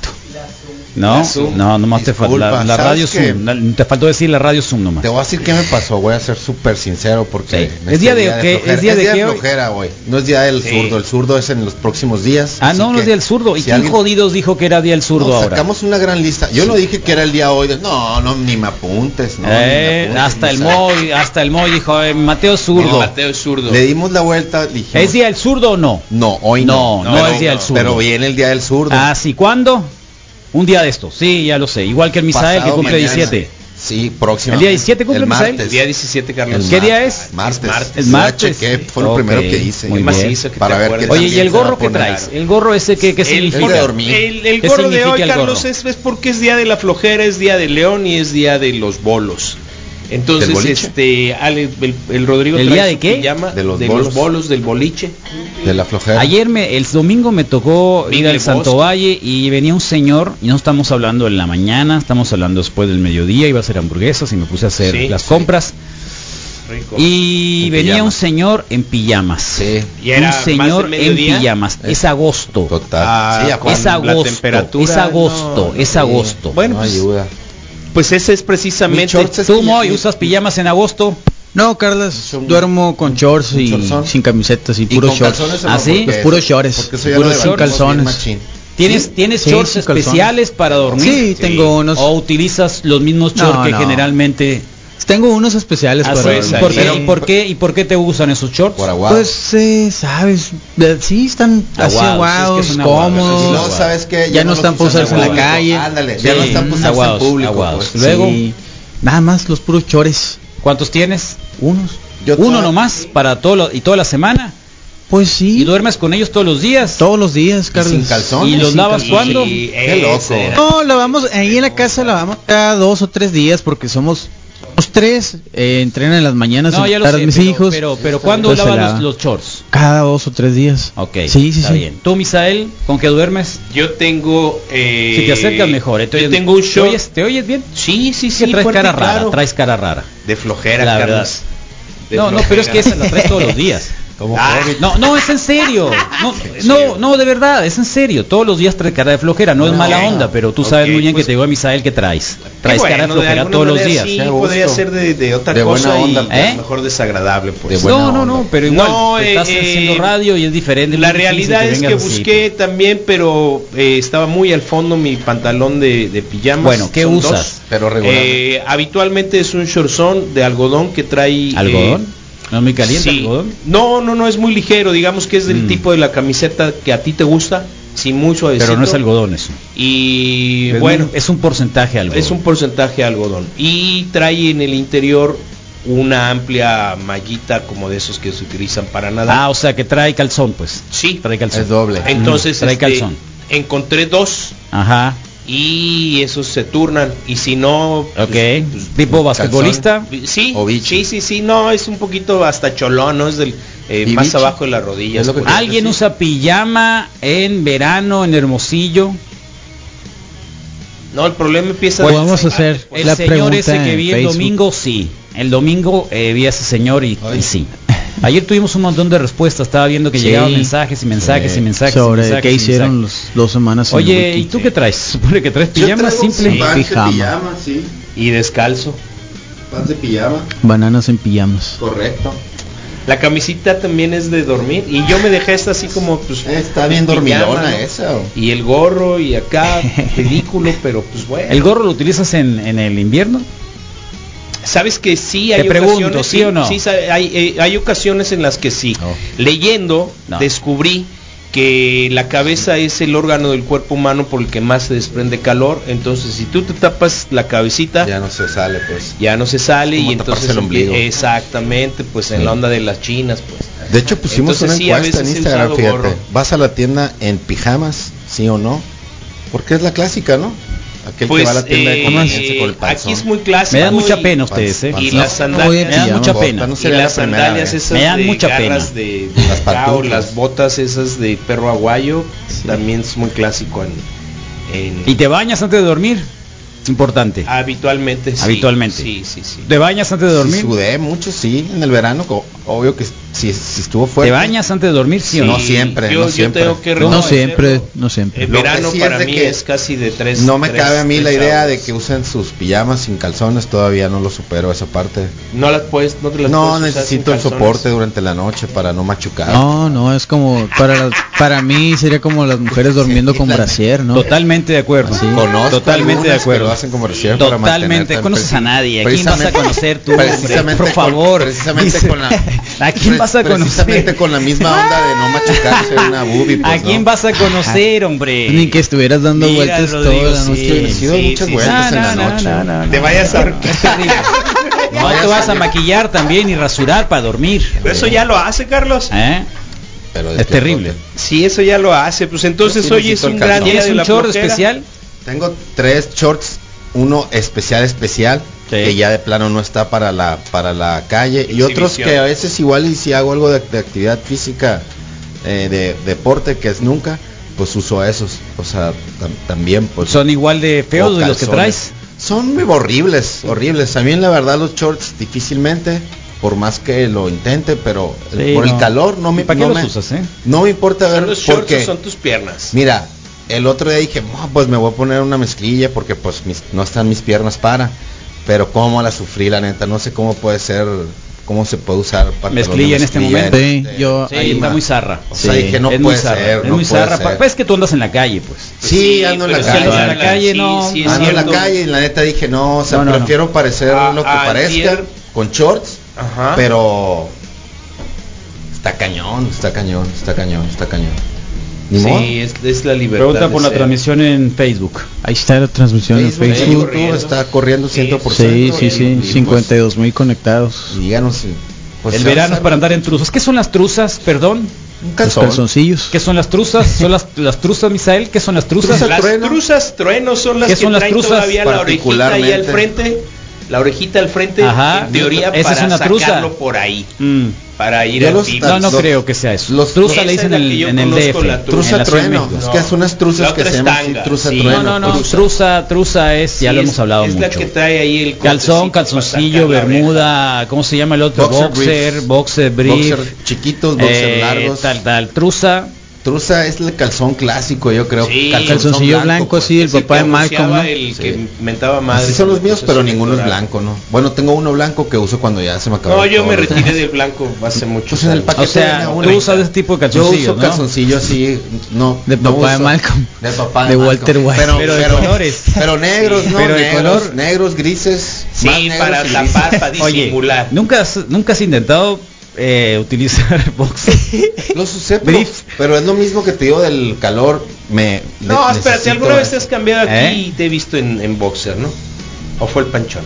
Speaker 3: No,
Speaker 8: la Zoom.
Speaker 3: no, nomás te faltó la,
Speaker 7: Disculpa,
Speaker 3: la
Speaker 7: ¿sabes
Speaker 3: radio
Speaker 7: qué?
Speaker 3: Zoom. la- te faltó decir la radio Zoom nomás.
Speaker 7: Te voy a decir qué me pasó, voy a ser súper sincero
Speaker 3: Sí.
Speaker 7: porque... en
Speaker 3: ¿Es día de qué?
Speaker 7: flojera-
Speaker 3: ¿Es día de qué hoy?
Speaker 7: flojera, güey. No es día del
Speaker 8: Sí.
Speaker 7: zurdo, el zurdo es en los próximos días.
Speaker 3: Ah,
Speaker 7: así
Speaker 3: no, no es
Speaker 7: que
Speaker 3: día del zurdo. ¿Y
Speaker 7: si
Speaker 3: quién
Speaker 7: alguien-
Speaker 3: jodidos dijo que era día del zurdo
Speaker 7: No,
Speaker 3: ahora?
Speaker 7: Sacamos una gran lista. Yo no dije que era el día hoy. de- No, no, ni me apuntes. No, ni me
Speaker 3: Eh,
Speaker 7: apuntes,
Speaker 3: hasta
Speaker 7: ni
Speaker 3: el
Speaker 7: sabes.
Speaker 3: Moy, hasta el Moy dijo eh, Mateo
Speaker 8: El
Speaker 3: zurdo.
Speaker 8: Mateo es zurdo.
Speaker 7: Le dimos la vuelta, le dijimos...
Speaker 3: ¿Es día del zurdo o no?
Speaker 7: No, hoy
Speaker 3: No,
Speaker 7: no.
Speaker 3: no es día del zurdo.
Speaker 7: Pero viene el día del zurdo.
Speaker 3: Ah, sí, ¿cuándo? Un día de esto. Sí, ya lo sé. Igual que el Misael que
Speaker 7: Pasado
Speaker 3: cumple
Speaker 7: mañana.
Speaker 3: 17.
Speaker 7: Sí, próximo.
Speaker 3: El día 17 cumple
Speaker 7: el
Speaker 3: Misael.
Speaker 7: martes.
Speaker 8: El día 17, Carlos.
Speaker 3: ¿Qué
Speaker 7: mar-
Speaker 3: día es?
Speaker 7: Martes.
Speaker 8: Martes.
Speaker 3: El
Speaker 7: Ya
Speaker 3: martes.
Speaker 7: chequé, fue lo
Speaker 3: Ok,
Speaker 7: primero que hice.
Speaker 3: muy
Speaker 7: Qué
Speaker 3: bien.
Speaker 8: macizo que
Speaker 7: Para
Speaker 8: te
Speaker 7: ver
Speaker 8: acuerdes.
Speaker 7: qué
Speaker 3: Oye,
Speaker 7: también
Speaker 3: ¿y el
Speaker 7: se va
Speaker 3: gorro
Speaker 7: a
Speaker 3: que
Speaker 7: poner.
Speaker 3: traes? ¿El gorro ese que, que
Speaker 8: el,
Speaker 7: significa?
Speaker 8: gorro-
Speaker 7: de dormir.
Speaker 8: el- el
Speaker 3: ¿Qué
Speaker 8: gorro de hoy,
Speaker 3: significa el
Speaker 8: Carlos,
Speaker 3: gorro?
Speaker 8: es, es porque es día de la flojera, es día de león y es día de los bolos.
Speaker 7: ¿Del
Speaker 8: Entonces,
Speaker 7: boliche?
Speaker 8: este, Ale- el, el Rodrigo
Speaker 3: ¿El
Speaker 8: trae
Speaker 3: día de
Speaker 8: su
Speaker 3: qué?
Speaker 8: pijama
Speaker 7: De
Speaker 8: de
Speaker 7: los
Speaker 8: los,
Speaker 7: bolos.
Speaker 8: bolos, del boliche.
Speaker 7: De la flojera.
Speaker 3: Ayer me, el domingo me tocó ir
Speaker 8: Vive
Speaker 3: al
Speaker 8: el
Speaker 3: Santo
Speaker 8: bosque.
Speaker 3: Valle y venía un señor, y no estamos hablando en la mañana, estamos hablando después del mediodía, iba a hacer hamburguesas y me puse a hacer
Speaker 8: Sí,
Speaker 3: las
Speaker 8: sí.
Speaker 3: compras.
Speaker 8: Rico.
Speaker 3: Y
Speaker 7: En
Speaker 3: venía
Speaker 7: pijama.
Speaker 3: un señor en pijamas.
Speaker 7: Sí,
Speaker 8: Y era
Speaker 3: un
Speaker 8: más de
Speaker 3: señor en
Speaker 8: mediodía. Eh.
Speaker 3: pijamas. Es agosto.
Speaker 7: total.
Speaker 8: Ah,
Speaker 7: sí,
Speaker 8: con
Speaker 3: Es
Speaker 7: aparte,
Speaker 8: la
Speaker 3: agosto.
Speaker 8: temperatura,
Speaker 3: Es agosto.
Speaker 8: no,
Speaker 3: es
Speaker 8: sí.
Speaker 3: agosto.
Speaker 8: Bueno,
Speaker 7: no
Speaker 8: pues,
Speaker 7: ayuda.
Speaker 8: pues ese es
Speaker 7: Mis
Speaker 8: precisamente
Speaker 7: shorts es
Speaker 3: ¿Tú,
Speaker 7: que-
Speaker 3: Moy, usas pijamas en agosto?
Speaker 9: No, Carlos,
Speaker 7: un-
Speaker 9: duermo con shorts y
Speaker 7: chorzón.
Speaker 9: sin camisetas y
Speaker 7: Y
Speaker 9: puros
Speaker 7: con
Speaker 9: shorts.
Speaker 7: calzones,
Speaker 3: ¿Ah,
Speaker 7: no,
Speaker 3: sí?
Speaker 7: porque
Speaker 9: Los puros
Speaker 7: eso-
Speaker 9: shorts,
Speaker 7: porque eso ya
Speaker 9: puros
Speaker 7: lo
Speaker 9: sin
Speaker 7: levantamos bien
Speaker 9: calzones.
Speaker 7: machín.
Speaker 3: ¿Tienes, ¿tienes
Speaker 9: sí,
Speaker 3: shorts
Speaker 9: sin calzones.
Speaker 3: especiales para dormir? Oh,
Speaker 9: Sí, tengo unos-
Speaker 3: ¿O utilizas los mismos shorts
Speaker 9: No,
Speaker 3: que
Speaker 9: no.
Speaker 3: generalmente
Speaker 9: Tengo unos especiales
Speaker 3: haces?
Speaker 9: para
Speaker 3: ¿Y
Speaker 9: dormir.
Speaker 3: por, qué,
Speaker 9: Pero-
Speaker 3: y por qué- y por qué te usan esos shorts?
Speaker 7: Por aguado.
Speaker 9: Pues, eh, sabes, eh, sí, están así
Speaker 3: Aguados,
Speaker 9: aguados,
Speaker 3: es que son aguados,
Speaker 9: cómodos.
Speaker 7: Y
Speaker 3: no,
Speaker 7: luego, ¿sabes qué?
Speaker 9: Ya no
Speaker 7: los
Speaker 9: están
Speaker 7: usan
Speaker 9: posados en la
Speaker 7: público.
Speaker 9: calle.
Speaker 7: Ándale,
Speaker 3: Sí,
Speaker 7: ya no están posados
Speaker 3: aguados,
Speaker 7: en público.
Speaker 3: aguados.
Speaker 7: pues.
Speaker 3: Luego-
Speaker 9: Sí, nada más los puros chores,
Speaker 3: ¿Cuántos tienes?
Speaker 9: unos.
Speaker 7: Yo
Speaker 3: Uno
Speaker 7: toda-
Speaker 3: nomás para todo lo- y toda la semana.
Speaker 9: Pues
Speaker 3: Y
Speaker 9: sí,
Speaker 3: duermes con ellos todos los días.
Speaker 9: todos los días, Carlos.
Speaker 7: sin calzones?
Speaker 3: ¿Y los
Speaker 9: Sin
Speaker 3: lavas
Speaker 9: calzones.
Speaker 3: cuándo?
Speaker 8: Sí,
Speaker 7: Qué
Speaker 8: ese
Speaker 7: loco.
Speaker 8: era.
Speaker 9: No, la vamos, ahí en la casa la vamos cada dos o tres días porque somos los tres, eh, entrenan en las mañanas,
Speaker 3: No,
Speaker 9: en
Speaker 3: ya lo
Speaker 9: las
Speaker 3: sé,
Speaker 9: tardes mis
Speaker 3: pero,
Speaker 9: hijos.
Speaker 3: pero, pero ¿cuándo
Speaker 9: Entonces
Speaker 3: lavas
Speaker 9: la-
Speaker 3: los, los shorts?
Speaker 9: Cada dos o tres días.
Speaker 3: Ok,
Speaker 9: Sí, sí,
Speaker 3: está
Speaker 9: sí.
Speaker 3: bien. ¿Tú, Misael, con qué duermes?
Speaker 8: Yo tengo. eh,
Speaker 3: Si te acercas mejor. Entonces,
Speaker 8: yo tengo un
Speaker 3: ¿te
Speaker 8: short.
Speaker 3: oyes- ¿Te oyes bien?
Speaker 8: Sí,
Speaker 3: Sí,
Speaker 8: sí, sí.
Speaker 3: traes
Speaker 8: fuerte y
Speaker 3: cara
Speaker 8: claro.
Speaker 3: rara, traes cara rara.
Speaker 8: De flojera,
Speaker 3: La verdad.
Speaker 8: Carlos. De
Speaker 3: No, no, pero es que
Speaker 8: flojera.
Speaker 3: esa la traes todos los días.
Speaker 7: Como
Speaker 8: Ah,
Speaker 7: COVID.
Speaker 3: No, no, es en serio.
Speaker 8: [laughs]
Speaker 3: No, no, no, de verdad, es en serio. Todos los días traes cara de flojera. No es
Speaker 7: No,
Speaker 3: mala
Speaker 7: no.
Speaker 3: onda, pero tú
Speaker 8: Ok,
Speaker 3: sabes muy bien
Speaker 8: pues-
Speaker 3: que te digo a Misael que traes. Traes
Speaker 8: Bueno,
Speaker 3: cara de flojera
Speaker 8: alguna
Speaker 3: todos los
Speaker 8: manera
Speaker 3: días.
Speaker 8: sí,
Speaker 7: Qué gusto.
Speaker 8: podría ser de, de otra
Speaker 7: De buena
Speaker 8: cosa y
Speaker 7: onda,
Speaker 3: ¿eh?
Speaker 8: a lo mejor desagradable, pues.
Speaker 7: De buena
Speaker 3: No, no,
Speaker 7: onda.
Speaker 3: no, pero igual
Speaker 8: No,
Speaker 3: te
Speaker 8: eh,
Speaker 3: estás
Speaker 8: eh,
Speaker 3: haciendo radio y es diferente.
Speaker 8: La
Speaker 3: muy difícil
Speaker 8: realidad es que
Speaker 3: vengas así. pues.
Speaker 8: busqué también, pero eh, estaba muy al fondo mi pantalón de, de pijamas.
Speaker 3: Bueno, ¿qué
Speaker 8: Son
Speaker 3: usas?
Speaker 8: dos.
Speaker 7: Pero regular.
Speaker 8: Eh, habitualmente es un shortzón de algodón que trae...
Speaker 3: ¿Algodón?
Speaker 8: eh,
Speaker 3: ¿No me calienta
Speaker 8: sí.
Speaker 3: algodón? Mm.
Speaker 8: No, no, no, es muy ligero. Digamos que es del tipo de la camiseta que a ti te gusta. Sí, muy suavecito.
Speaker 3: Pero no es algodón eso.
Speaker 8: Y
Speaker 3: Es
Speaker 8: bueno,
Speaker 3: un- es un porcentaje algodón.
Speaker 8: es un porcentaje de algodón. Y trae en el interior una amplia mallita como de esos que se utilizan para nadar.
Speaker 3: Ah, o sea que trae calzón, pues.
Speaker 8: sí,
Speaker 3: Trae calzón.
Speaker 7: Es doble.
Speaker 8: Entonces,
Speaker 3: Trae
Speaker 8: este,
Speaker 3: calzón.
Speaker 8: encontré dos
Speaker 3: Ajá.
Speaker 8: y esos se turnan. Y si no, pues,
Speaker 3: Ok. tipo basquetbolista.
Speaker 8: pues, sí,
Speaker 7: O bichi.
Speaker 8: sí, sí, sí, no, es un poquito hasta cholón, ¿no? Es del, eh,
Speaker 7: Y
Speaker 8: más
Speaker 7: bichi.
Speaker 8: abajo de las rodillas.
Speaker 7: Es lo que
Speaker 8: por ahí.
Speaker 3: ¿Alguien usa pijama en verano en Hermosillo?
Speaker 8: No, el problema empieza Ah,
Speaker 9: Pues
Speaker 8: desde-
Speaker 9: vamos a hacer
Speaker 3: El
Speaker 9: la
Speaker 3: señor
Speaker 9: pregunta
Speaker 3: ese que
Speaker 9: en
Speaker 3: vi el
Speaker 9: Facebook.
Speaker 3: domingo, sí. El domingo eh, vi a ese señor y, y sí. Ayer tuvimos un montón de respuestas, estaba viendo que
Speaker 9: Sí.
Speaker 3: llegaban mensajes y mensajes y mensajes. y
Speaker 9: sobre
Speaker 3: mensajes
Speaker 9: qué
Speaker 3: y
Speaker 9: hicieron
Speaker 3: mensajes.
Speaker 9: los dos semanas. en el
Speaker 3: Oye,
Speaker 9: wiki.
Speaker 3: ¿y tú qué traes? [laughs] Supone que traes
Speaker 7: Yo
Speaker 3: pijama
Speaker 7: traigo
Speaker 3: simple.
Speaker 7: sí, pants de
Speaker 9: Pijama.
Speaker 7: pijama, sí.
Speaker 8: y descalzo.
Speaker 7: Pants de pijama,
Speaker 9: Bananas en pijamas.
Speaker 7: correcto.
Speaker 8: La camisita también es de dormir y yo me dejé esta así como pues
Speaker 7: Está bien
Speaker 8: pijama,
Speaker 7: dormilona
Speaker 8: ¿no?
Speaker 7: esa. o-
Speaker 8: y el gorro y
Speaker 7: [laughs]
Speaker 8: acá ridículo, pero pues bueno.
Speaker 3: ¿El gorro lo utilizas en, en el invierno?
Speaker 8: Sabes que sí
Speaker 3: Te
Speaker 8: hay
Speaker 3: pregunto,
Speaker 8: ocasiones,
Speaker 3: ¿sí o no?
Speaker 8: sa- hay, eh, hay ocasiones en las que sí.
Speaker 3: No.
Speaker 8: Leyendo
Speaker 3: No.
Speaker 8: descubrí que la cabeza es el órgano del cuerpo humano por el que más se desprende calor, entonces si tú te tapas la cabecita
Speaker 7: Ya
Speaker 8: ya no,
Speaker 7: no se sale, pues.
Speaker 8: se sale
Speaker 7: Como
Speaker 8: y
Speaker 7: taparse
Speaker 8: entonces
Speaker 7: el ombligo.
Speaker 8: exactamente, pues en la onda de las chinas, pues.
Speaker 7: De hecho, pusimos
Speaker 8: Entonces, sí,
Speaker 7: una
Speaker 8: a
Speaker 7: encuesta en
Speaker 8: veces he
Speaker 7: Instagram,
Speaker 8: usado
Speaker 7: fíjate.
Speaker 8: gorro.
Speaker 7: ¿Vas a la tienda en pijamas, sí o no? Porque es la clásica, ¿no? Aquel que
Speaker 8: Pues,
Speaker 7: va a la tienda de
Speaker 8: eh,
Speaker 7: conveniencia con el
Speaker 8: aquí
Speaker 7: panzón.
Speaker 8: es muy clásico.
Speaker 3: Me dan mucha
Speaker 8: y-
Speaker 3: pena ustedes, ¿eh?
Speaker 7: Pants,
Speaker 8: Y
Speaker 7: pants,
Speaker 8: las
Speaker 7: no.
Speaker 8: sandalias.
Speaker 3: Me dan mucha
Speaker 7: Bota,
Speaker 3: pena.
Speaker 7: no
Speaker 8: y
Speaker 7: sería la
Speaker 8: las
Speaker 7: primera
Speaker 8: sandalias
Speaker 7: vez.
Speaker 8: esas
Speaker 3: Me dan
Speaker 8: de
Speaker 3: mucha
Speaker 8: garras
Speaker 3: pena.
Speaker 8: de,
Speaker 7: Las
Speaker 8: las
Speaker 7: pantuflas.
Speaker 8: las botas esas de perro aguayo, también es muy clásico en, en-
Speaker 3: ¿Y te bañas antes de dormir? Es importante.
Speaker 8: habitualmente. sí,
Speaker 3: Habitualmente.
Speaker 8: Sí, sí, sí.
Speaker 3: ¿Te bañas antes de
Speaker 7: Sí,
Speaker 3: dormir?
Speaker 7: sudé mucho, sí, en el verano, co- obvio que si, si estuvo fuerte.
Speaker 3: ¿Te bañas antes de dormir? Sí o no.
Speaker 7: No siempre,
Speaker 8: yo,
Speaker 7: no
Speaker 8: yo
Speaker 7: siempre.
Speaker 8: tengo que
Speaker 9: No,
Speaker 8: reconocerlo.
Speaker 9: siempre, no siempre.
Speaker 8: El
Speaker 7: Lo que
Speaker 8: verano
Speaker 7: sí es
Speaker 8: para
Speaker 7: de
Speaker 8: mí
Speaker 7: que
Speaker 8: es casi de tres.
Speaker 7: No me
Speaker 8: tres-
Speaker 7: cabe a mí la
Speaker 8: tres
Speaker 7: idea de
Speaker 8: horas.
Speaker 7: que usen sus pijamas sin calzones, todavía no lo supero esa parte.
Speaker 8: no las puedes, no te las
Speaker 7: No
Speaker 8: puedes usar
Speaker 7: necesito
Speaker 8: sin
Speaker 7: el
Speaker 8: calzones.
Speaker 7: soporte durante la noche para no machucar.
Speaker 9: No, no, es como para las- para mí sería como las mujeres durmiendo con brasier, ¿no?
Speaker 3: Totalmente de acuerdo.
Speaker 9: Sí.
Speaker 7: Conozco
Speaker 3: Totalmente de
Speaker 7: algunas,
Speaker 3: acuerdo.
Speaker 7: lo hacen comercial para mantenerte
Speaker 3: Totalmente,
Speaker 7: al
Speaker 3: conoces
Speaker 7: precio.
Speaker 3: a nadie. ¿A quién vas a
Speaker 7: Precisamente-
Speaker 3: conocer tú? hombre?
Speaker 7: [laughs] precisamente
Speaker 3: por
Speaker 7: con-
Speaker 3: favor.
Speaker 7: precisamente
Speaker 3: Dice,
Speaker 7: con la-
Speaker 3: ¿A quién
Speaker 7: pre-
Speaker 3: vas a
Speaker 7: Precisamente
Speaker 3: conocer?
Speaker 7: con la misma onda de no machucarse una boobie.
Speaker 3: ¿A
Speaker 7: pues,
Speaker 3: quién
Speaker 7: ¿no?
Speaker 3: vas a conocer, hombre?
Speaker 9: Ni que estuvieras dando
Speaker 3: Mira,
Speaker 9: vueltas
Speaker 3: Rodrigo,
Speaker 9: toda la
Speaker 3: sí,
Speaker 9: noche.
Speaker 7: He sido
Speaker 3: sí,
Speaker 7: muchas
Speaker 3: sí,
Speaker 7: vueltas
Speaker 3: sí.
Speaker 7: en la
Speaker 3: No, no,
Speaker 7: noche.
Speaker 3: no, no, no.
Speaker 10: Te vayas a...
Speaker 3: Es terrible. [laughs] No te vas
Speaker 8: [laughs]
Speaker 3: a maquillar también y rasurar para dormir.
Speaker 10: Eso ya lo hace, Carlos.
Speaker 3: ¿Eh?
Speaker 7: Pero
Speaker 3: Es
Speaker 7: despierto.
Speaker 3: terrible.
Speaker 8: Si eso ya lo hace, pues entonces
Speaker 7: Yo sí
Speaker 8: hoy es
Speaker 7: necesito
Speaker 8: un
Speaker 7: el
Speaker 8: gran
Speaker 7: calzón.
Speaker 8: día
Speaker 3: ¿Tienes
Speaker 8: de
Speaker 3: un
Speaker 8: la
Speaker 3: short
Speaker 8: flojera.
Speaker 3: especial?
Speaker 7: Tengo tres shorts, uno especial especial
Speaker 3: Sí.
Speaker 7: que ya de plano no está para la para la calle y otros
Speaker 10: Exhibición.
Speaker 7: que a veces igual y si hago algo de, de actividad física eh, de deporte que es nunca, pues uso esos, o sea, tam- también pues
Speaker 3: Son igual de feos
Speaker 7: o
Speaker 3: de los que
Speaker 7: calzones.
Speaker 3: traes.
Speaker 7: Son muy horribles, horribles. A mí la verdad los shorts difícilmente por más que lo intente, pero
Speaker 3: Sí,
Speaker 7: por el
Speaker 3: no.
Speaker 7: calor no me
Speaker 3: ¿Para qué
Speaker 7: no
Speaker 3: los
Speaker 7: me-
Speaker 3: usas, eh?
Speaker 7: No me importa ver
Speaker 8: Son los shorts
Speaker 7: porque
Speaker 8: o son tus piernas.
Speaker 7: Mira, el otro día dije, "No, pues me voy a poner una mezclilla porque pues mis- no están mis piernas para. Pero cómo la sufrí, la neta. No sé cómo puede ser, cómo se puede usar pantalón de
Speaker 3: Mezclilla en este momento.
Speaker 9: Sí, yo
Speaker 3: Sí,
Speaker 7: ahí
Speaker 3: está
Speaker 7: ma-
Speaker 3: muy zarra.
Speaker 7: O sea, dije, no
Speaker 3: es muy
Speaker 7: puede
Speaker 3: zarra,
Speaker 7: ser,
Speaker 3: es
Speaker 7: no
Speaker 3: muy
Speaker 7: puede
Speaker 3: zarra.
Speaker 7: ser.
Speaker 3: Pues es que tú andas en la calle, pues.
Speaker 7: Sí, ando en la
Speaker 8: pero es que
Speaker 7: calle.
Speaker 3: andas en la calle,
Speaker 8: Sí,
Speaker 3: no.
Speaker 8: sí, es
Speaker 7: ando en la
Speaker 8: cierto.
Speaker 7: calle y la neta dije, no, o sea,
Speaker 3: No, no, no.
Speaker 7: prefiero parecer
Speaker 8: Ah,
Speaker 7: lo que
Speaker 8: ah,
Speaker 7: parezca
Speaker 8: ayer.
Speaker 7: con shorts,
Speaker 8: Ajá.
Speaker 7: pero está cañón, está cañón, está cañón, está cañón. Ni modo.
Speaker 8: Sí, es, es la libertad.
Speaker 3: Pregunta
Speaker 8: de
Speaker 3: por la
Speaker 8: ser.
Speaker 3: transmisión en Facebook.
Speaker 9: Ahí está la transmisión en
Speaker 7: Facebook,
Speaker 9: Facebook.
Speaker 7: YouTube está corriendo 100%.
Speaker 9: Sí, sí,
Speaker 7: y- y,
Speaker 9: sí,
Speaker 7: pues,
Speaker 9: 52 mil conectados.
Speaker 7: Díganos. si- pues,
Speaker 3: el
Speaker 7: se va a
Speaker 3: verano es
Speaker 7: usar
Speaker 3: para andar en truzas. ¿Qué son las truzas? Perdón.
Speaker 7: Un
Speaker 9: Los
Speaker 7: calzón.
Speaker 9: calzoncillos.
Speaker 3: ¿Qué son las truzas? ¿Son las, las truzas, Misael? ¿Qué son las truzas?
Speaker 7: Truza,
Speaker 8: Las
Speaker 7: Trueno.
Speaker 8: truzas truenos son las
Speaker 3: ¿Qué
Speaker 8: que
Speaker 3: son las
Speaker 8: traen
Speaker 3: truzas?
Speaker 8: todavía la orejita ahí al
Speaker 7: Particularmente.
Speaker 8: frente. La orejita al frente,
Speaker 3: Ajá.
Speaker 8: en teoría,
Speaker 3: Esa es
Speaker 8: para
Speaker 3: una truza.
Speaker 8: sacarlo por ahí.
Speaker 3: Mm.
Speaker 8: Para ir
Speaker 7: Yo
Speaker 8: al
Speaker 7: los
Speaker 8: tip.
Speaker 3: No, no
Speaker 7: Los-
Speaker 3: creo que sea eso.
Speaker 7: los-
Speaker 3: truza
Speaker 8: Esa
Speaker 3: le
Speaker 8: es
Speaker 3: dicen
Speaker 8: la
Speaker 3: en
Speaker 8: que
Speaker 3: el,
Speaker 8: yo
Speaker 3: en el
Speaker 8: conozco,
Speaker 3: DF.
Speaker 8: la
Speaker 7: Truza
Speaker 3: en la Ciudad de
Speaker 7: trueno.
Speaker 3: México.
Speaker 7: Es que es unas
Speaker 8: La
Speaker 7: truzas
Speaker 8: otra
Speaker 7: que se
Speaker 8: es
Speaker 7: llaman así,
Speaker 8: tanga,
Speaker 7: truza
Speaker 8: sí.
Speaker 3: No,
Speaker 7: trueno.
Speaker 3: no, no.
Speaker 7: truza.
Speaker 3: Truza, truza es, ya
Speaker 8: Sí,
Speaker 3: lo
Speaker 8: es-
Speaker 3: hemos hablado
Speaker 8: es la
Speaker 3: mucho.
Speaker 8: que trae ahí el
Speaker 3: Calzón,
Speaker 8: cortecito para
Speaker 3: calzoncillo,
Speaker 8: sacar la
Speaker 3: bermuda, ¿cómo se llama el otro?
Speaker 7: Boxer
Speaker 3: Boxer,
Speaker 7: brief.
Speaker 3: boxer brief.
Speaker 7: Boxer chiquitos, boxer
Speaker 3: eh,
Speaker 7: largos.
Speaker 3: Tal, tal, truza.
Speaker 7: Truza es el calzón clásico, yo creo.
Speaker 8: Sí.
Speaker 9: Calzoncillo blanco,
Speaker 7: pues.
Speaker 9: sí, el
Speaker 8: Es el
Speaker 9: papá de
Speaker 8: que
Speaker 9: Malcolm,
Speaker 8: anunciaba
Speaker 9: ¿no?
Speaker 8: El que
Speaker 7: Sí.
Speaker 8: mentaba madre.
Speaker 7: Así son los míos, pero ninguno es
Speaker 8: electoral.
Speaker 7: blanco, ¿no? Bueno, tengo uno blanco que uso cuando ya se me acabó.
Speaker 8: No,
Speaker 7: el
Speaker 8: yo me
Speaker 7: color.
Speaker 8: retiré del blanco hace
Speaker 7: [laughs]
Speaker 8: mucho.
Speaker 7: Pues en el paquete
Speaker 3: O sea,
Speaker 7: venía
Speaker 3: tú
Speaker 7: uno.
Speaker 3: usas ese tipo de calzoncillos,
Speaker 7: Yo uso
Speaker 3: ¿no?
Speaker 7: calzoncillo así, no.
Speaker 9: De
Speaker 7: no
Speaker 9: papá de
Speaker 7: uso-
Speaker 9: Malcolm.
Speaker 7: De papá
Speaker 9: De Walter
Speaker 7: Malcolm.
Speaker 9: White.
Speaker 7: Pero,
Speaker 3: Pero de
Speaker 7: pero-
Speaker 3: colores.
Speaker 7: Pero negros, no,
Speaker 3: Pero de
Speaker 7: negros,
Speaker 3: color.
Speaker 7: negros, grises. más
Speaker 8: Sí,
Speaker 7: negros
Speaker 8: para
Speaker 7: y grises.
Speaker 8: tapar,
Speaker 3: [laughs]
Speaker 8: para
Speaker 3: Oye,
Speaker 8: disimular.
Speaker 3: ¿nunca has, nunca has intentado eh, utilizar boxer?
Speaker 7: [laughs]
Speaker 8: [laughs]
Speaker 7: Los usé, pero,
Speaker 3: Brief.
Speaker 7: pero es lo mismo que te digo del calor. Me,
Speaker 8: No,
Speaker 7: ne-
Speaker 8: espérate,
Speaker 7: necesito
Speaker 8: alguna vez te
Speaker 7: eso.
Speaker 8: has cambiado aquí
Speaker 3: ¿Eh?
Speaker 8: y te he visto en, en boxer, ¿no? ¿O fue el panchón?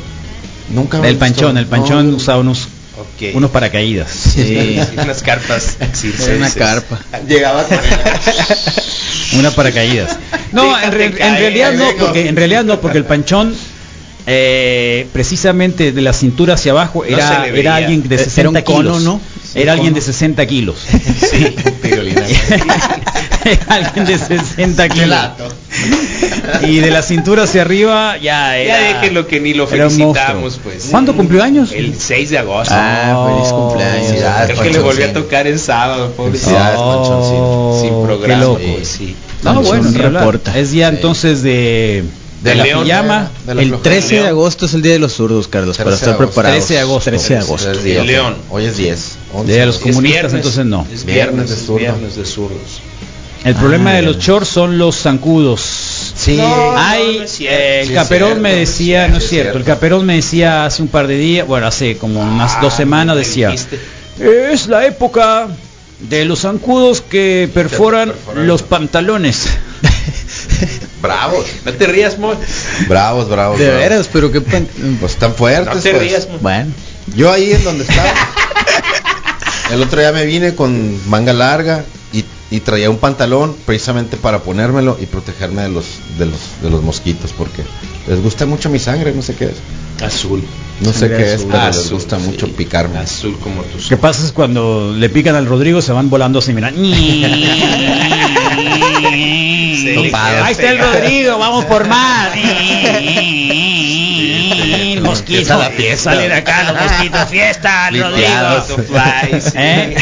Speaker 7: Nunca me
Speaker 3: el
Speaker 7: gustó.
Speaker 3: panchón, el panchón
Speaker 7: No,
Speaker 3: usaba unos,
Speaker 8: Ok.
Speaker 3: unos paracaídas. [laughs]
Speaker 8: Sí, sí, unas carpas. Sí, sí,
Speaker 9: Era una
Speaker 8: sí.
Speaker 9: carpa.
Speaker 7: Llegaba con
Speaker 3: Una paracaídas. No, en, re- en
Speaker 8: caer,
Speaker 3: realidad no,
Speaker 8: vengo.
Speaker 3: porque en realidad no, porque el panchón eh, precisamente de la cintura hacia abajo
Speaker 8: se
Speaker 3: era,
Speaker 8: le veía.
Speaker 3: era alguien de
Speaker 9: Era
Speaker 3: 60
Speaker 9: un cono,
Speaker 3: kilos.
Speaker 9: ¿no?
Speaker 3: Era alguien de 60 kilos.
Speaker 9: [laughs]
Speaker 3: [laughs] Era alguien de 60 kilos. Y de la cintura hacia arriba ya
Speaker 8: Ya
Speaker 3: era.
Speaker 8: déjenlo que ni lo
Speaker 3: era un
Speaker 8: felicitamos,
Speaker 3: monstruo.
Speaker 8: pues.
Speaker 3: ¿Cuándo cumplió años?
Speaker 8: El 6 de agosto.
Speaker 9: Ah, feliz cumpleaños.
Speaker 7: Felicidades,
Speaker 8: Creo que le volvió a
Speaker 7: Panchoncín.
Speaker 8: tocar en sábado, pobre.
Speaker 7: Felicidades,
Speaker 3: Oh,
Speaker 8: Sin
Speaker 3: qué
Speaker 8: programa.
Speaker 3: loco.
Speaker 8: pues, sí.
Speaker 3: No,
Speaker 9: Panchón
Speaker 3: bueno,
Speaker 9: sí
Speaker 3: ni hablar.
Speaker 9: reporta.
Speaker 3: Es día entonces de
Speaker 7: De
Speaker 3: la
Speaker 8: León.
Speaker 3: pijama.
Speaker 7: De la
Speaker 9: El
Speaker 7: flojera.
Speaker 9: 13 de agosto es el día de los zurdos, Carlos,
Speaker 7: 13
Speaker 9: para
Speaker 7: de
Speaker 9: estar
Speaker 7: agosto.
Speaker 9: preparados.
Speaker 3: 13 de agosto.
Speaker 9: 13 de agosto.
Speaker 7: Tres días.
Speaker 8: El León.
Speaker 7: Hoy es 10.
Speaker 3: De a los
Speaker 8: Es
Speaker 3: comunistas,
Speaker 8: viernes,
Speaker 3: entonces no.
Speaker 8: Es viernes,
Speaker 7: Viernes de
Speaker 8: es
Speaker 7: zurdo.
Speaker 8: viernes de zurdos.
Speaker 3: El problema de los
Speaker 9: ya.
Speaker 3: shorts son los zancudos.
Speaker 7: Sí.
Speaker 8: No.
Speaker 3: Hay,
Speaker 8: no es cierto.
Speaker 3: eh, el
Speaker 7: Sí es
Speaker 3: caperón
Speaker 7: cierto,
Speaker 3: me
Speaker 7: sí
Speaker 3: decía,
Speaker 7: es
Speaker 3: no es cierto,
Speaker 7: cierto.
Speaker 3: el caperón me decía hace un par de días, bueno, hace como unas dos
Speaker 8: Ah,
Speaker 3: semanas
Speaker 8: me
Speaker 3: decía,
Speaker 8: dijiste.
Speaker 3: es la época de los zancudos que perforan
Speaker 7: perforan
Speaker 3: los
Speaker 7: los-
Speaker 3: pantalones.
Speaker 7: Bravos.
Speaker 8: No te rías, Mo.
Speaker 7: Bravos, bravos.
Speaker 9: De
Speaker 7: bravos.
Speaker 9: veras, pero
Speaker 7: [laughs]
Speaker 9: qué pan-
Speaker 7: Pues están fuertes.
Speaker 8: No te
Speaker 7: pues.
Speaker 8: rías, Mo.
Speaker 9: Bueno,
Speaker 7: Yo ahí en donde estaba. El otro día me vine con manga larga y, y traía un pantalón precisamente para ponérmelo y protegerme de los, de los de los mosquitos porque les gusta mucho mi sangre, no sé qué es.
Speaker 8: Azul.
Speaker 7: No sé
Speaker 9: Sangre
Speaker 7: qué es,
Speaker 9: azul.
Speaker 7: pero les
Speaker 8: Azul,
Speaker 7: gusta
Speaker 8: sí.
Speaker 7: mucho picarme.
Speaker 8: Azul como tus
Speaker 3: Lo que pasa es cuando le pican al Rodrigo se van volando así, mira.
Speaker 8: le queda
Speaker 3: Ahí está el
Speaker 8: pegado.
Speaker 3: Rodrigo, vamos por más.
Speaker 7: sí,
Speaker 3: Mosquito,
Speaker 7: empieza la fiesta.
Speaker 3: salen acá los mosquitos, fiesta, el
Speaker 7: Limpiados.
Speaker 3: Rodrigo. [laughs] ¿Eh?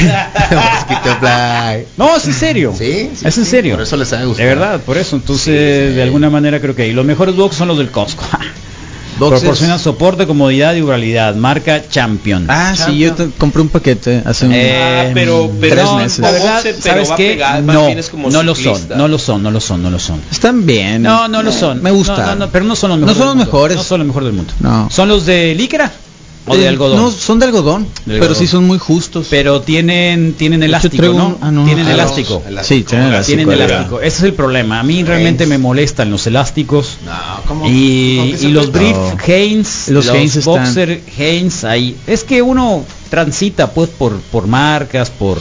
Speaker 7: Mosquito fly.
Speaker 3: No, es en serio.
Speaker 7: Sí, sí,
Speaker 3: es en
Speaker 7: sí,
Speaker 3: serio.
Speaker 7: Por eso les ha
Speaker 3: De
Speaker 7: gustado.
Speaker 3: verdad, por eso. Entonces,
Speaker 7: Sí, sí.
Speaker 3: de alguna manera creo que ahí los mejores box son los del Costco. [laughs]
Speaker 9: Boxers.
Speaker 3: Proporciona soporte, comodidad y durabilidad. Marca Champion.
Speaker 9: Ah, sí, yo te- compré un paquete hace un,
Speaker 3: Eh,
Speaker 8: Ah, pero- pero
Speaker 9: tres
Speaker 8: no,
Speaker 9: meses.
Speaker 3: La verdad,
Speaker 8: Boxer, pero
Speaker 3: ¿sabes
Speaker 8: va
Speaker 3: qué?
Speaker 8: pegada, más
Speaker 3: No,
Speaker 8: bien es como
Speaker 3: no lo son,
Speaker 8: ciclista.
Speaker 3: no lo son, no lo son, no lo son.
Speaker 9: Están bien.
Speaker 3: No, no lo son.
Speaker 9: Me gusta.
Speaker 3: No, no, no, pero no son los
Speaker 9: No
Speaker 3: mejores.
Speaker 9: son los
Speaker 3: del mundo.
Speaker 9: mejores.
Speaker 3: No son los mejores del mundo.
Speaker 9: No.
Speaker 3: ¿Son los de líquera? ¿O de
Speaker 9: Eh,
Speaker 3: algodón?
Speaker 9: No, son de algodón, pero
Speaker 3: algodón.
Speaker 9: sí son muy justos.
Speaker 3: Pero tienen, tienen elástico,
Speaker 9: traigo
Speaker 3: ¿no?
Speaker 9: un- ah, no.
Speaker 3: Tienen
Speaker 9: Ah, no.
Speaker 3: elástico.
Speaker 9: sí, tienen elástico.
Speaker 3: Tienen
Speaker 9: ¿verdad?
Speaker 3: elástico. Ese es el problema. A mí realmente me molestan los elásticos.
Speaker 7: ¿cómo- ¿con
Speaker 3: Y,
Speaker 7: qué se
Speaker 3: y los
Speaker 7: mete?
Speaker 3: brief
Speaker 9: No.
Speaker 3: Hanes, los,
Speaker 9: Los Hanes están-
Speaker 3: boxer Hanes, ahí. Es que uno transita pues por, por marcas, por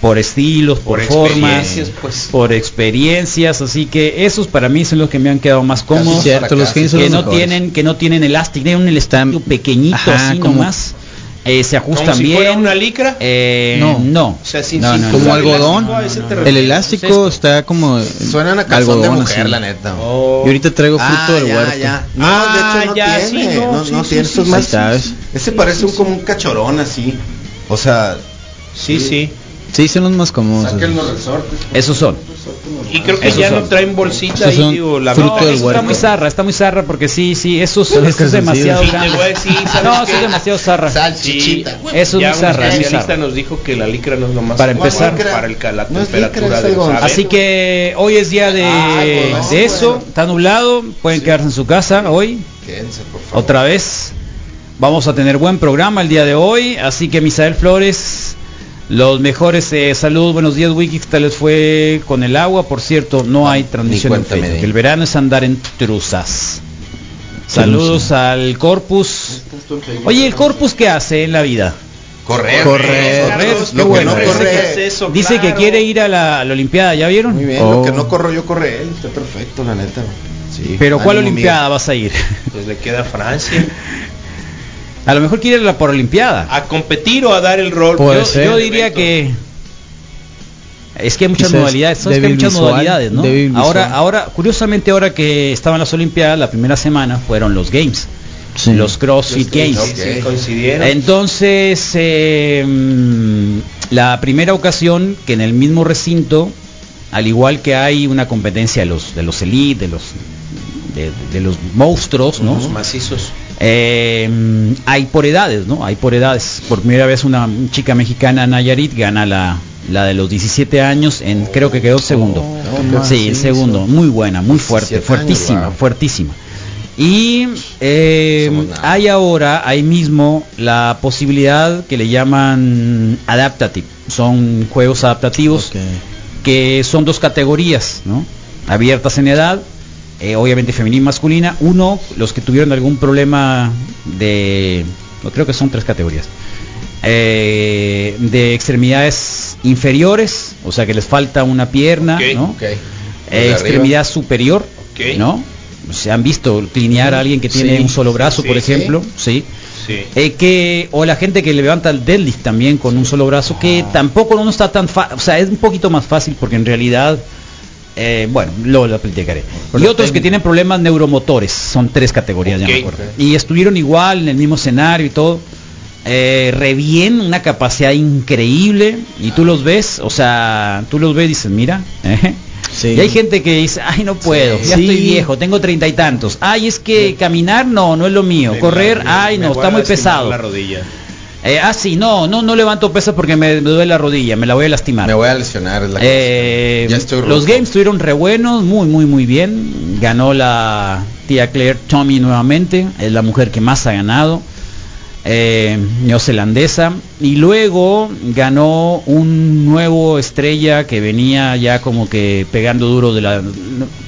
Speaker 3: por estilos, por, formas,
Speaker 8: experiencias, pues.
Speaker 3: por experiencias, así que esos para mí son los que me han quedado más
Speaker 9: Sí,
Speaker 3: cómodos,
Speaker 9: cierto, los jeans son
Speaker 3: que
Speaker 9: los
Speaker 3: no
Speaker 9: mejores.
Speaker 3: tienen que no tienen elástico, tienen un elástico pequeñito
Speaker 9: Ajá,
Speaker 3: así
Speaker 9: como-
Speaker 3: nomás. Eh, se ajustan
Speaker 8: Como si
Speaker 3: bien.
Speaker 8: fuera una licra.
Speaker 3: Eh, no,
Speaker 9: No.
Speaker 3: no.
Speaker 8: O sea, sin-
Speaker 3: no,
Speaker 8: sin
Speaker 3: no,
Speaker 9: Como
Speaker 3: no.
Speaker 8: usar
Speaker 9: algodón.
Speaker 8: elástico, a ese te
Speaker 9: El
Speaker 8: refieres.
Speaker 9: elástico está como eh,
Speaker 7: Suena una canción de
Speaker 9: algodón,
Speaker 7: mujer,
Speaker 9: así.
Speaker 7: la neta.
Speaker 8: Oh.
Speaker 9: Y ahorita traigo fruto
Speaker 7: Ah,
Speaker 9: del
Speaker 7: ya,
Speaker 9: huerto.
Speaker 7: ya. No,
Speaker 8: Ah,
Speaker 7: de hecho no
Speaker 8: ya,
Speaker 7: tiene.
Speaker 8: sí,
Speaker 7: no,
Speaker 8: no,
Speaker 7: no,
Speaker 8: sí, sí,
Speaker 7: tiene.
Speaker 8: sí,
Speaker 7: esto es
Speaker 9: sí,
Speaker 7: más-
Speaker 9: sí, ¿sabes?
Speaker 7: Ese parece un, como un cachorón así. O sea,
Speaker 8: Sí, sí.
Speaker 9: Sí, son los más cómodos.
Speaker 7: saquen los resortes.
Speaker 3: Esos son.
Speaker 8: Y creo que
Speaker 3: Esos
Speaker 8: ya
Speaker 3: son.
Speaker 8: no traen bolsita
Speaker 9: Esos
Speaker 8: ahí,
Speaker 9: son
Speaker 8: digo, la
Speaker 9: fruto
Speaker 8: verdad.
Speaker 9: del
Speaker 3: Eso está
Speaker 9: huerto.
Speaker 3: muy zarra, está muy zarra porque sí, sí, eso, es-
Speaker 9: Los
Speaker 3: eso es
Speaker 9: calzoncillos.
Speaker 3: demasiado
Speaker 9: Sí,
Speaker 8: te
Speaker 3: grande.
Speaker 8: voy a decir, ¿sabes
Speaker 3: No,
Speaker 8: qué?
Speaker 3: eso es demasiado zarra.
Speaker 8: Sí,
Speaker 7: Salchichita. güey.
Speaker 3: Eso es
Speaker 8: ya
Speaker 3: muy
Speaker 8: un
Speaker 3: zarra, es muy
Speaker 8: especialista
Speaker 3: zarra.
Speaker 8: nos dijo que la licra no es lo más
Speaker 3: Para
Speaker 8: adecuado
Speaker 3: empezar.
Speaker 8: para el, ca- la
Speaker 7: No es licra,
Speaker 8: temperatura Ah,
Speaker 7: es
Speaker 8: de los
Speaker 7: algodón.
Speaker 8: abetos.
Speaker 3: Así que hoy es día de,
Speaker 7: Ay,
Speaker 3: de
Speaker 7: bueno,
Speaker 3: eso,
Speaker 7: bueno.
Speaker 3: está nublado, pueden quedarse en su casa hoy,
Speaker 7: Quédense, por favor.
Speaker 3: otra vez. Vamos a tener buen programa el día de hoy, así que Misael Flores, los mejores eh, saludos, buenos días Wiki, ¿qué tal les fue con el agua? Por cierto, no
Speaker 7: Ah,
Speaker 3: hay transmisión en
Speaker 7: cuéntame de
Speaker 3: Facebook,
Speaker 7: ahí.
Speaker 3: el verano es andar en truzas. Saludos al Corpus. Oye, ¿el Corpus qué hace en la vida?
Speaker 7: Correr.
Speaker 9: Correr.
Speaker 7: Correr.
Speaker 8: Carlos,
Speaker 7: Lo
Speaker 8: qué
Speaker 7: que
Speaker 8: bueno
Speaker 7: no
Speaker 8: que digas
Speaker 7: corre.
Speaker 8: eso,
Speaker 3: Dice que
Speaker 8: claro.
Speaker 3: quiere ir a la, a la Olimpiada, ¿ya vieron?
Speaker 7: Muy bien.
Speaker 9: Oh.
Speaker 7: Lo que no corro yo corre él. Está perfecto, la neta. Sí. Ah.
Speaker 3: Pero ¿cuál
Speaker 7: Ánimo,
Speaker 3: Olimpiada
Speaker 7: amigo.
Speaker 3: vas a ir?
Speaker 8: Pues le queda a Francia.
Speaker 3: [laughs] A lo mejor quiere ir a la por Olimpiada.
Speaker 8: ¿A competir o a dar el rol?
Speaker 9: Puede
Speaker 3: yo,
Speaker 9: ser.
Speaker 3: yo diría que es que hay muchas
Speaker 9: Quizás
Speaker 3: modalidades, son que hay
Speaker 9: débil
Speaker 3: muchas
Speaker 9: visual,
Speaker 3: modalidades, ¿no?
Speaker 9: débil visual.
Speaker 3: Ahora, ahora, curiosamente ahora que estaban las Olimpiadas, la primera semana fueron los Games,
Speaker 9: Sí.
Speaker 3: los CrossFit Games.
Speaker 8: Sí, sí, coincidieron.
Speaker 3: Entonces, eh, mm, la primera ocasión que en el mismo recinto, al igual que hay una competencia de los de los elite, de los de, de los monstruos, ¿no?
Speaker 8: Los macizos.
Speaker 3: Eh, hay por edades, ¿no? Hay por edades. Por primera vez una chica mexicana, Nayarit, gana la, la de los 17 años en, creo que quedó segundo.
Speaker 9: Oh,
Speaker 3: sí,
Speaker 9: qué
Speaker 3: en
Speaker 9: macizo.
Speaker 3: segundo. Muy buena, muy fuerte,
Speaker 7: 17
Speaker 3: fuertísima,
Speaker 7: años, wow.
Speaker 3: fuertísima. Y eh,
Speaker 7: Somos nada.
Speaker 3: hay ahora, ahí mismo, la posibilidad que le llaman adaptative. Son juegos adaptativos
Speaker 9: Ok.
Speaker 3: que son dos categorías, ¿no? Abiertas en edad, eh, obviamente femenina y masculina. Uno, los que tuvieron algún problema de, no, creo que son tres categorías, eh, de extremidades inferiores, o sea que les falta una pierna,
Speaker 8: Ok,
Speaker 3: ¿no?
Speaker 7: Ok.
Speaker 3: Eh,
Speaker 7: de
Speaker 3: extremidad superior,
Speaker 8: Ok.
Speaker 3: ¿no? Se han visto clinear a alguien que tiene
Speaker 9: Sí,
Speaker 3: un solo brazo,
Speaker 8: sí,
Speaker 3: por
Speaker 8: sí.
Speaker 3: ejemplo, sí. [laughs]
Speaker 8: Sí.
Speaker 3: Eh, que o la gente que levanta el deadlift también con un solo brazo que tampoco no está tan fácil o sea es un poquito más fácil porque en realidad eh, bueno lo, lo platicaré y otros que tienen problemas neuromotores son tres categorías ya me
Speaker 8: Ok.
Speaker 3: acuerdo. y estuvieron igual en el mismo escenario y todo eh, re bien una capacidad increíble y tú los ves o sea tú los ves y dices mira eh,
Speaker 9: Sí.
Speaker 3: Y hay gente que dice, ay, no puedo, ya
Speaker 9: Sí.
Speaker 3: estoy viejo, tengo treinta y tantos. Ay, es que caminar no, no es lo mío.
Speaker 8: Me-
Speaker 3: Correr,
Speaker 8: me-
Speaker 3: ay,
Speaker 8: me
Speaker 3: no,
Speaker 8: voy
Speaker 3: está
Speaker 8: a
Speaker 3: muy
Speaker 8: lastimar
Speaker 3: pesado.
Speaker 8: La rodilla.
Speaker 3: Eh, ah, sí, no, no, no levanto pesas porque me, me duele la rodilla, me la voy a lastimar.
Speaker 7: Me voy a lesionar. es la cosa.
Speaker 3: Eh,
Speaker 7: Ya estoy
Speaker 3: los
Speaker 7: roto.
Speaker 3: games estuvieron re buenos, muy, muy, muy bien. Ganó la tía Claire Tommy nuevamente, es la mujer que más ha ganado, eh, neozelandesa. Y luego ganó un nuevo estrella que venía ya como que pegando duro de la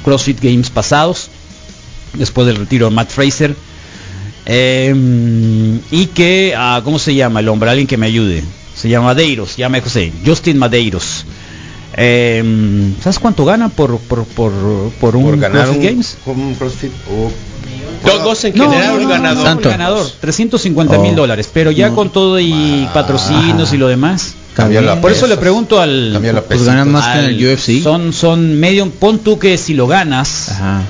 Speaker 3: CrossFit Games pasados, después del retiro de Matt Fraser. Eh, y que, ah, ¿cómo se llama el hombre? Alguien que me ayude. Se llama Madeiros, ya me José, Justin Madeiros. Eh, ¿Sabes cuánto gana por, por, por, por un
Speaker 7: Por ganar
Speaker 3: CrossFit
Speaker 7: un,
Speaker 3: Games?
Speaker 7: un uh. CrossFit. o-
Speaker 8: Todos en general un ganador.
Speaker 9: Santo.
Speaker 3: ganador, 350
Speaker 9: Oh.
Speaker 3: mil dólares, pero ya
Speaker 9: No.
Speaker 3: con todo y patrocinios y lo demás.
Speaker 7: Cambió la
Speaker 3: Por eso le
Speaker 7: pesas.
Speaker 3: pregunto al...
Speaker 7: Cambió la
Speaker 9: Pues
Speaker 7: pesita.
Speaker 9: ganan más que en
Speaker 3: al-
Speaker 9: el UFC.
Speaker 3: Son, son medio, pon tú que si lo ganas,
Speaker 9: Ajá.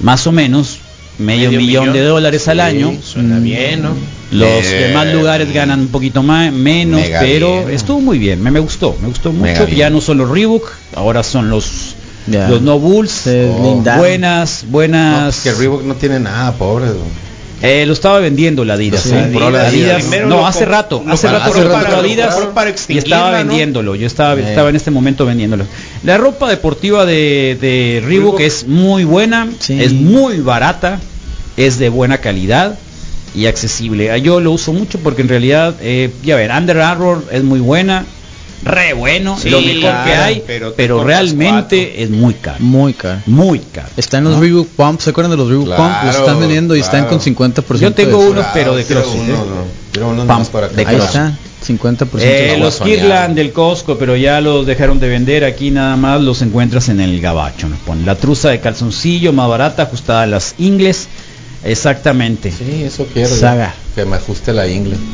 Speaker 3: más o menos, medio,
Speaker 8: Medio
Speaker 3: millón, de
Speaker 8: millón.
Speaker 3: dólares al año. Mm.
Speaker 8: Suena bien, ¿no?
Speaker 3: Los
Speaker 7: Eh,
Speaker 3: demás lugares ganan un poquito más, menos,
Speaker 7: mega
Speaker 3: pero
Speaker 7: bien.
Speaker 3: estuvo muy bien, me, me gustó, me gustó
Speaker 7: Mega
Speaker 3: mucho.
Speaker 7: bien.
Speaker 3: Ya no son los Reebok, ahora son los
Speaker 9: Ya.
Speaker 3: los No Bulls.
Speaker 9: Se
Speaker 3: Oh.
Speaker 9: blindaron.
Speaker 3: Buenas,
Speaker 7: No,
Speaker 3: buenas.
Speaker 7: pues que Reebok no tiene nada, pobre. don.
Speaker 3: Eh, lo estaba vendiendo la Adidas.
Speaker 7: Sí,
Speaker 3: Adidas.
Speaker 7: compró la Adidas.
Speaker 3: Adidas.
Speaker 8: Primero
Speaker 3: No,
Speaker 8: lo
Speaker 3: hace
Speaker 8: comp-
Speaker 3: rato.
Speaker 8: lo
Speaker 3: Hace
Speaker 7: compró
Speaker 3: rato
Speaker 7: hace
Speaker 3: lo
Speaker 7: rato,
Speaker 3: compró
Speaker 7: lo
Speaker 3: Adidas
Speaker 8: compró para
Speaker 3: y estaba
Speaker 8: extinguirla, ¿no?
Speaker 3: vendiéndolo. Yo estaba,
Speaker 7: Eh.
Speaker 3: estaba en este momento vendiéndolo. La ropa deportiva de, de Reebok
Speaker 8: Reebok.
Speaker 3: es muy buena,
Speaker 9: Sí.
Speaker 3: es muy barata, es de buena calidad y accesible. Ah, Yo lo uso mucho porque en realidad, eh, ya ver, Under Armour es muy buena, re bueno,
Speaker 8: Sí,
Speaker 3: lo mejor que
Speaker 8: cara,
Speaker 3: hay, pero,
Speaker 8: pero te compras
Speaker 3: realmente es muy caro.
Speaker 9: Muy caro.
Speaker 3: Muy caro.
Speaker 9: Están los
Speaker 3: ¿no?
Speaker 9: Reebok Pumps, ¿se acuerdan de los Reebok
Speaker 7: Claro,
Speaker 9: Pumps? Los están vendiendo y están
Speaker 7: claro.
Speaker 9: con 50%
Speaker 3: Yo tengo
Speaker 9: de
Speaker 3: uno, pero de
Speaker 7: quiero
Speaker 3: CrossFit,
Speaker 7: uno,
Speaker 3: ¿eh?
Speaker 7: no. Quiero uno
Speaker 3: Pam,
Speaker 7: nomás para
Speaker 3: de
Speaker 7: que
Speaker 9: Ahí
Speaker 7: no.
Speaker 3: CrossFit.
Speaker 9: está, 50%
Speaker 3: Eh,
Speaker 9: de
Speaker 3: los
Speaker 7: Guasoneado.
Speaker 3: Kirlan del Costco, pero ya los dejaron de vender aquí nada más, los encuentras en el gabacho, nos ponen. La truza de calzoncillo más barata, ajustada a las ingles. Exactamente.
Speaker 7: Sí, eso quiero. yo.
Speaker 9: Saga.
Speaker 7: Que me ajuste la ingle.
Speaker 3: [laughs]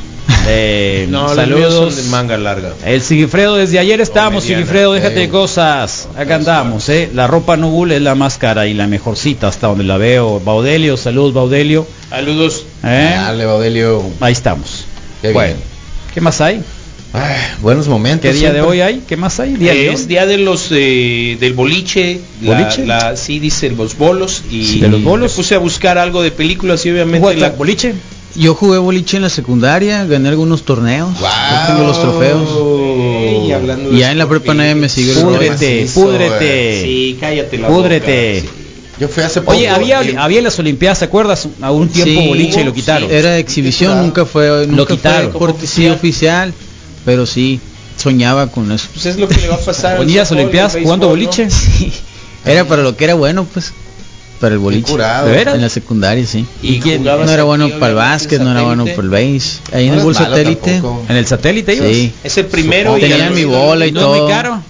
Speaker 3: Eh,
Speaker 8: [laughs] No, los míos son
Speaker 3: saludos.
Speaker 8: de manga larga.
Speaker 3: El Sigifredo, desde ayer estábamos,
Speaker 8: mediana.
Speaker 3: Sigifredo, déjate
Speaker 7: Ey.
Speaker 3: de cosas. Acá andamos, eh. La ropa Nubul es la más cara y la mejorcita hasta donde la veo. Baudelio, saludos Baudelio.
Speaker 8: Saludos.
Speaker 3: eh.
Speaker 7: Dale, Baudelio.
Speaker 3: Ahí estamos.
Speaker 7: Qué
Speaker 3: bueno,
Speaker 7: bien.
Speaker 3: ¿qué más hay?
Speaker 7: Ay, buenos momentos.
Speaker 3: ¿Qué día de
Speaker 7: siempre.
Speaker 3: hoy hay? ¿Qué más hay? ¿Día de hoy?
Speaker 8: es día de los eh, del boliche, la-
Speaker 3: ¿Boliche?
Speaker 8: La, sí dice los bolos y
Speaker 3: Sí, de los bolos.
Speaker 8: me puse a buscar algo de películas y obviamente
Speaker 3: ¿Cuál-
Speaker 8: la,
Speaker 3: boliche?
Speaker 9: Yo jugué boliche en la secundaria, gané algunos torneos,
Speaker 7: Guau.
Speaker 9: tengo los trofeos.
Speaker 8: Ey, Ah, hablando
Speaker 9: Y
Speaker 8: de
Speaker 9: ya en la prepa nadie me sigue el rollo.
Speaker 3: Púdrete,
Speaker 7: macizo,
Speaker 3: púdrete.
Speaker 8: Sí, cállate la
Speaker 3: Púdrete.
Speaker 8: boca, sí.
Speaker 7: Yo fui hace poco.
Speaker 3: Oye, había,
Speaker 7: y-
Speaker 3: había en las Olimpiadas, ¿se acuerdas? A un tiempo
Speaker 9: Sí,
Speaker 3: boliche y lo quitaron.
Speaker 9: Era de exhibición, nunca fue, nunca fue
Speaker 3: quitaron.
Speaker 9: deporte, sí oficial, pero sí soñaba con eso.
Speaker 8: Pues es lo que le va
Speaker 3: [laughs]
Speaker 8: a pasar. al
Speaker 3: Oye, las
Speaker 8: fútbol,
Speaker 3: Olimpiadas
Speaker 8: al béisbol,
Speaker 3: jugando
Speaker 8: ¿no?
Speaker 3: boliche.
Speaker 9: Era para lo que era bueno, pues, para el
Speaker 7: Qué
Speaker 9: boliche.
Speaker 7: curado.
Speaker 3: ¿De veras?
Speaker 9: En la secundaria, sí.
Speaker 8: ¿Y quién?
Speaker 9: No era bueno para el básquet, no era bueno para el base. Ahí en el
Speaker 7: No eras
Speaker 9: Gol
Speaker 7: malo
Speaker 9: Satélite,
Speaker 7: tampoco.
Speaker 3: ¿En el satélite ibas?
Speaker 9: sí.
Speaker 8: Es el primero.
Speaker 9: Tenía
Speaker 8: ya no-
Speaker 9: mi bola y
Speaker 3: ¿No es
Speaker 9: todo.
Speaker 3: muy caro?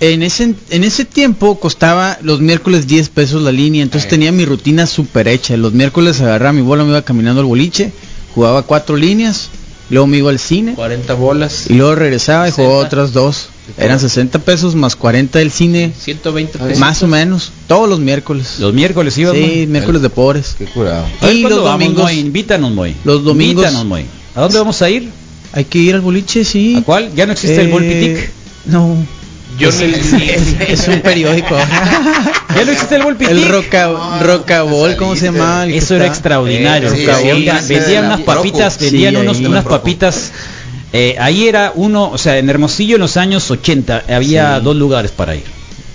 Speaker 9: En ese, en ese tiempo costaba los miércoles 10 pesos la línea,
Speaker 3: Eh.
Speaker 9: entonces tenía mi rutina súper hecha. Los miércoles agarraba mi bola, me iba caminando al boliche, jugaba cuatro líneas, luego me iba al cine
Speaker 8: 40 bolas.
Speaker 9: y luego regresaba y jugaba
Speaker 8: 60.
Speaker 9: otras dos. Eran 60 pesos más 40 del cine,
Speaker 8: 120 pesos.
Speaker 9: más o menos, todos los miércoles.
Speaker 3: Los miércoles ibas.
Speaker 9: sí, miércoles de pobres.
Speaker 7: Qué curado.
Speaker 3: Moy? A ver,
Speaker 9: Y
Speaker 3: ¿cuándo
Speaker 9: los
Speaker 3: vamos,
Speaker 9: domingos
Speaker 3: Moy? Invítanos, Moy.
Speaker 9: Los domingos-
Speaker 3: Invítanos, Moy. ¿A dónde vamos a ir?
Speaker 9: hay que ir al boliche, sí.
Speaker 3: ¿A cuál? ¿Ya no existe el
Speaker 9: Eh,
Speaker 3: Volpitic?
Speaker 9: No,
Speaker 8: Yo ni- ni-
Speaker 9: es un periódico.
Speaker 3: [laughs] ¿Ya no existe el Volpitic?
Speaker 9: El roca, rocabol, ¿cómo se llamaba? El que
Speaker 3: Eso era
Speaker 9: está- Eh,
Speaker 3: extraordinario.
Speaker 7: Sí,
Speaker 3: Roca
Speaker 7: sí,
Speaker 3: Boca.
Speaker 7: sí,
Speaker 3: vendían
Speaker 7: sí,
Speaker 3: unas
Speaker 7: sí,
Speaker 3: papitas,
Speaker 9: Procu.
Speaker 3: vendían
Speaker 9: Sí,
Speaker 3: unos-
Speaker 9: ahí.
Speaker 3: unas
Speaker 9: Procu.
Speaker 3: papitas. eh, ahí era uno, o sea, en Hermosillo en los años 80 había dos lugares para ir.